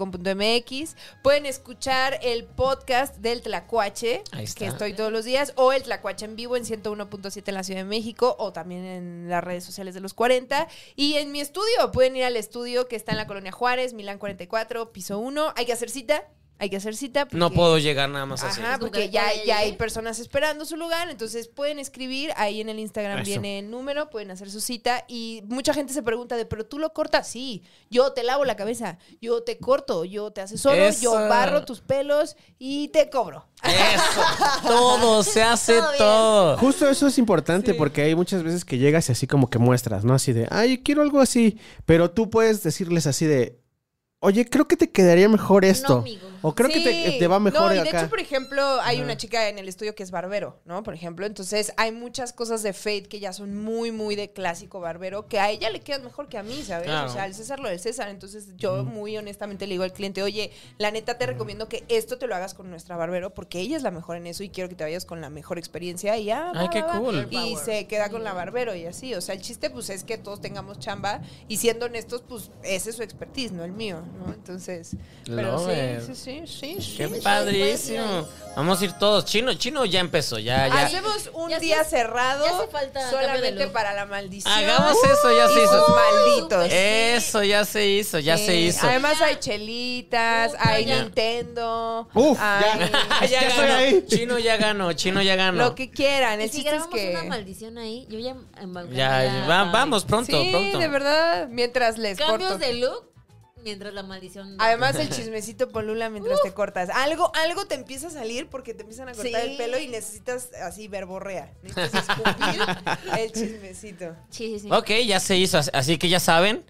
[SPEAKER 5] los40.com.mx. Pueden escuchar el podcast del Tlacuache,
[SPEAKER 1] Ahí está.
[SPEAKER 5] que estoy todos los días, o el Tlacuache en vivo en 101.7 en la Ciudad de México, o también en las redes sociales de los 40. Y en mi estudio, pueden ir al estudio que está en la Colonia Juárez, Milán 44, piso 1. Hay que hacer cita, hay que hacer cita.
[SPEAKER 1] No
[SPEAKER 5] porque-
[SPEAKER 1] puedo llegar nada más así.
[SPEAKER 5] Ajá,
[SPEAKER 2] Como
[SPEAKER 5] porque
[SPEAKER 2] que
[SPEAKER 5] ya,
[SPEAKER 2] ya
[SPEAKER 5] ya hay
[SPEAKER 2] llegué.
[SPEAKER 5] personas esperando su lugar, entonces pueden escribir, ahí en el Instagram
[SPEAKER 3] Eso.
[SPEAKER 5] viene el número, pueden hacer su cita y mucha gente se pregunta de, pero tú lo cortas, sí, yo te lavo la cabeza, yo te corto, yo te asesoro, yo
[SPEAKER 1] Eso.
[SPEAKER 5] barro tus pelos y te cobro.
[SPEAKER 1] Eso, todo, se hace
[SPEAKER 2] Todo bien.
[SPEAKER 1] todo.
[SPEAKER 3] Justo eso es importante porque hay muchas veces que llegas y así como que muestras, ¿no? Así de, ay, quiero algo así. Pero tú puedes decirles así de, oye, creo que te quedaría mejor esto.
[SPEAKER 2] amigo.
[SPEAKER 3] o creo que
[SPEAKER 5] Sí.
[SPEAKER 3] te, te va mejor
[SPEAKER 5] No, y de
[SPEAKER 3] acá.
[SPEAKER 5] hecho, por ejemplo, hay una chica en el estudio que es barbero, ¿no? Por ejemplo, entonces hay muchas cosas de Fate que ya son muy, muy de clásico barbero, que a ella le quedan mejor que a mí, ¿sabes?
[SPEAKER 1] Claro.
[SPEAKER 5] O sea, al César lo del César. Entonces yo muy honestamente le digo al cliente, oye, la neta te recomiendo que esto te lo hagas con nuestra barbero, porque ella es la mejor en eso y quiero que te vayas con la mejor experiencia y ya.
[SPEAKER 1] Ay, qué cool.
[SPEAKER 5] Y se queda con la barbero y así. O sea, el chiste pues es que todos tengamos chamba y siendo honestos, pues ese es su expertise, no el mío, ¿no? Entonces... Pero
[SPEAKER 1] Love it.
[SPEAKER 5] sí, sí, sí, sí, sí. pues,
[SPEAKER 1] Qué padrísimo. Vamos a ir todos. Chino, chino ya empezó, ya, ya.
[SPEAKER 5] Hacemos un
[SPEAKER 2] Ya
[SPEAKER 5] día
[SPEAKER 2] sí-
[SPEAKER 5] cerrado
[SPEAKER 2] ya hace falta cambio de
[SPEAKER 5] solamente
[SPEAKER 2] look.
[SPEAKER 5] para la maldición.
[SPEAKER 1] Hagamos eso, ya
[SPEAKER 5] y
[SPEAKER 1] se hizo.
[SPEAKER 5] sus malditos.
[SPEAKER 2] Súper.
[SPEAKER 1] Eso ya se hizo, ya
[SPEAKER 5] pues Sí.
[SPEAKER 1] se hizo.
[SPEAKER 5] Además hay chelitas,
[SPEAKER 2] Puta,
[SPEAKER 5] hay
[SPEAKER 2] ya.
[SPEAKER 5] Nintendo,
[SPEAKER 3] Uf,
[SPEAKER 5] hay
[SPEAKER 1] Ah, ya
[SPEAKER 3] Ya
[SPEAKER 1] ganó.
[SPEAKER 3] estoy ahí.
[SPEAKER 1] Chino ya ganó, chino ya ganó.
[SPEAKER 5] lo que quieran. El
[SPEAKER 2] si
[SPEAKER 5] chiste es
[SPEAKER 2] grabamos
[SPEAKER 5] que
[SPEAKER 2] una maldición ahí, yo ya embaucaría-
[SPEAKER 1] Ya, va-
[SPEAKER 2] Ay.
[SPEAKER 1] vamos, pronto,
[SPEAKER 5] sí,
[SPEAKER 1] pronto.
[SPEAKER 5] de verdad, mientras les
[SPEAKER 2] Cambios
[SPEAKER 5] corto.
[SPEAKER 2] de look mientras la maldición.
[SPEAKER 5] Además el chismecito polula mientras te cortas. Algo algo te empieza a salir porque te empiezan a cortar
[SPEAKER 2] Sí.
[SPEAKER 5] el pelo y necesitas así verborrea. Necesitas escupir el chismecito.
[SPEAKER 2] Sí, sí, sí.
[SPEAKER 1] Ok, ya se hizo. as- Así que ya saben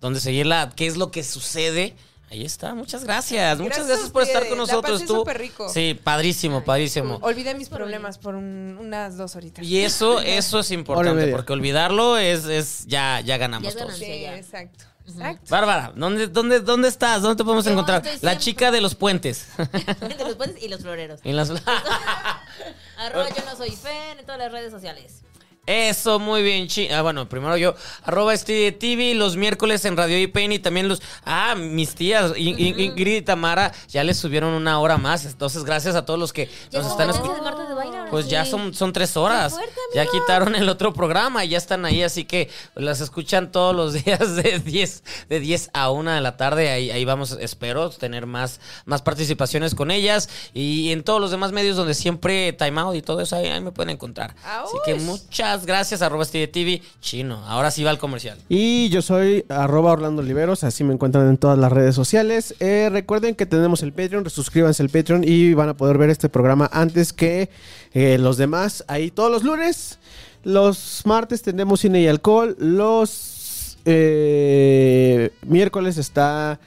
[SPEAKER 1] dónde seguirla, qué es lo que sucede. Ahí está, muchas gracias. Muchas
[SPEAKER 5] Gracias
[SPEAKER 1] gracias
[SPEAKER 5] a
[SPEAKER 1] por estar
[SPEAKER 5] ustedes,
[SPEAKER 1] con
[SPEAKER 5] la
[SPEAKER 1] nosotros.
[SPEAKER 5] pasé
[SPEAKER 1] Estuvo-
[SPEAKER 5] súper rico.
[SPEAKER 1] Sí, padrísimo, padrísimo.
[SPEAKER 5] Olvidé mis problemas por un- unas dos horitas.
[SPEAKER 1] Y eso, eso es importante,
[SPEAKER 3] media.
[SPEAKER 1] porque olvidarlo es, es ya, ya ganamos
[SPEAKER 2] Ya
[SPEAKER 1] todos.
[SPEAKER 2] ganamos.
[SPEAKER 5] Sí,
[SPEAKER 2] Sí, ya.
[SPEAKER 5] exacto. Exacto.
[SPEAKER 1] Bárbara, ¿dónde, dónde, ¿dónde estás? ¿Dónde te podemos
[SPEAKER 2] Yo
[SPEAKER 1] encontrar?
[SPEAKER 2] estoy
[SPEAKER 1] La
[SPEAKER 2] siempre-
[SPEAKER 1] chica de los puentes.
[SPEAKER 2] Entre los puentes y los floreros.
[SPEAKER 1] En las-
[SPEAKER 2] Arroba yo no soy fan en todas las redes sociales.
[SPEAKER 1] Eso, muy bien. chi- Ah, bueno, primero yo, arroba este TV, los miércoles en Radio IPN y también los... Ah, mis tías, In- In- Ingrid y Tamara, ya les subieron una hora más. Entonces, gracias a todos los que
[SPEAKER 2] Ya
[SPEAKER 1] nos
[SPEAKER 2] es
[SPEAKER 1] están
[SPEAKER 2] competencia de
[SPEAKER 1] escuchando.
[SPEAKER 2] Marta de baile.
[SPEAKER 1] Pues ya
[SPEAKER 2] sí.
[SPEAKER 1] son, son tres horas.
[SPEAKER 2] Qué fuerte,
[SPEAKER 1] ya
[SPEAKER 2] amigo.
[SPEAKER 1] quitaron el otro programa y ya están ahí, así que las escuchan todos los días de 10, de 10 a 1 de la tarde. Ahí, ahí vamos, espero tener más, más participaciones con ellas y en todos los demás medios donde siempre Time Out y todo eso, ahí, ahí me pueden encontrar.
[SPEAKER 2] Ah,
[SPEAKER 1] Así que
[SPEAKER 5] Aush.
[SPEAKER 1] muchas gracias, arroba este TV chino. Ahora sí va el comercial.
[SPEAKER 7] Y yo soy arroba Orlando Oliveros, así me encuentran en todas las redes sociales. Eh, recuerden que tenemos el Patreon, suscríbanse al Patreon y van a poder ver este programa antes que eh, los demás. Ahí todos los lunes, los martes tenemos cine y alcohol, los eh, miércoles está...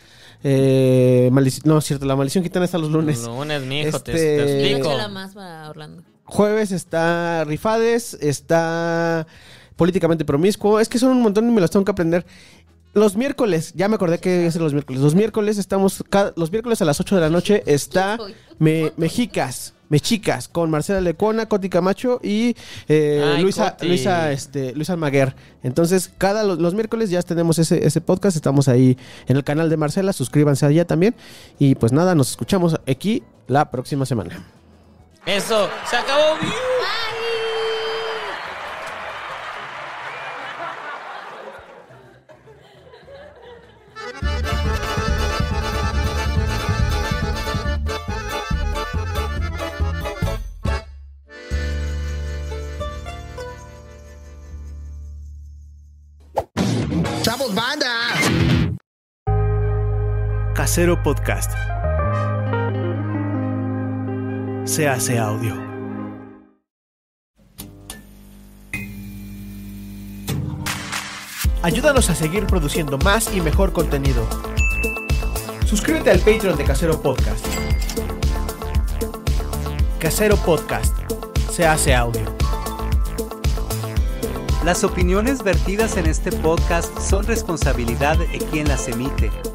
[SPEAKER 7] eh, malici- no, es cierto, la maldición gitana está los lunes.
[SPEAKER 1] Lunes, mijo, te-
[SPEAKER 7] Pues, Este-
[SPEAKER 1] te, explico.
[SPEAKER 2] Échala más para Orlando.
[SPEAKER 7] Jueves está Rifades, está Políticamente Promiscuo. Es que son un montón y me los tengo que aprender. Los miércoles, ya me acordé que es los miércoles. Los miércoles estamos, ca- los miércoles a las 8 de la noche está
[SPEAKER 2] ¿Quién soy?
[SPEAKER 7] Me- Mexicas. Mexicas, con Marcela Lecuona, Coti Camacho y eh,
[SPEAKER 1] Ay,
[SPEAKER 7] Luisa,
[SPEAKER 1] Coti.
[SPEAKER 7] Luisa, este, Luisa Almaguer. Entonces, cada los, los miércoles ya tenemos ese, ese podcast. Estamos ahí en el canal de Marcela. Suscríbanse allá también. Y pues nada, nos escuchamos aquí la próxima semana.
[SPEAKER 1] Eso, se acabó.
[SPEAKER 8] Casero Podcast. Se hace audio.
[SPEAKER 3] Ayúdanos a seguir produciendo más y mejor contenido. Suscríbete al Patreon de Casero Podcast. Casero Podcast. Se hace audio.
[SPEAKER 9] Las opiniones vertidas en este podcast son responsabilidad de quien las emite.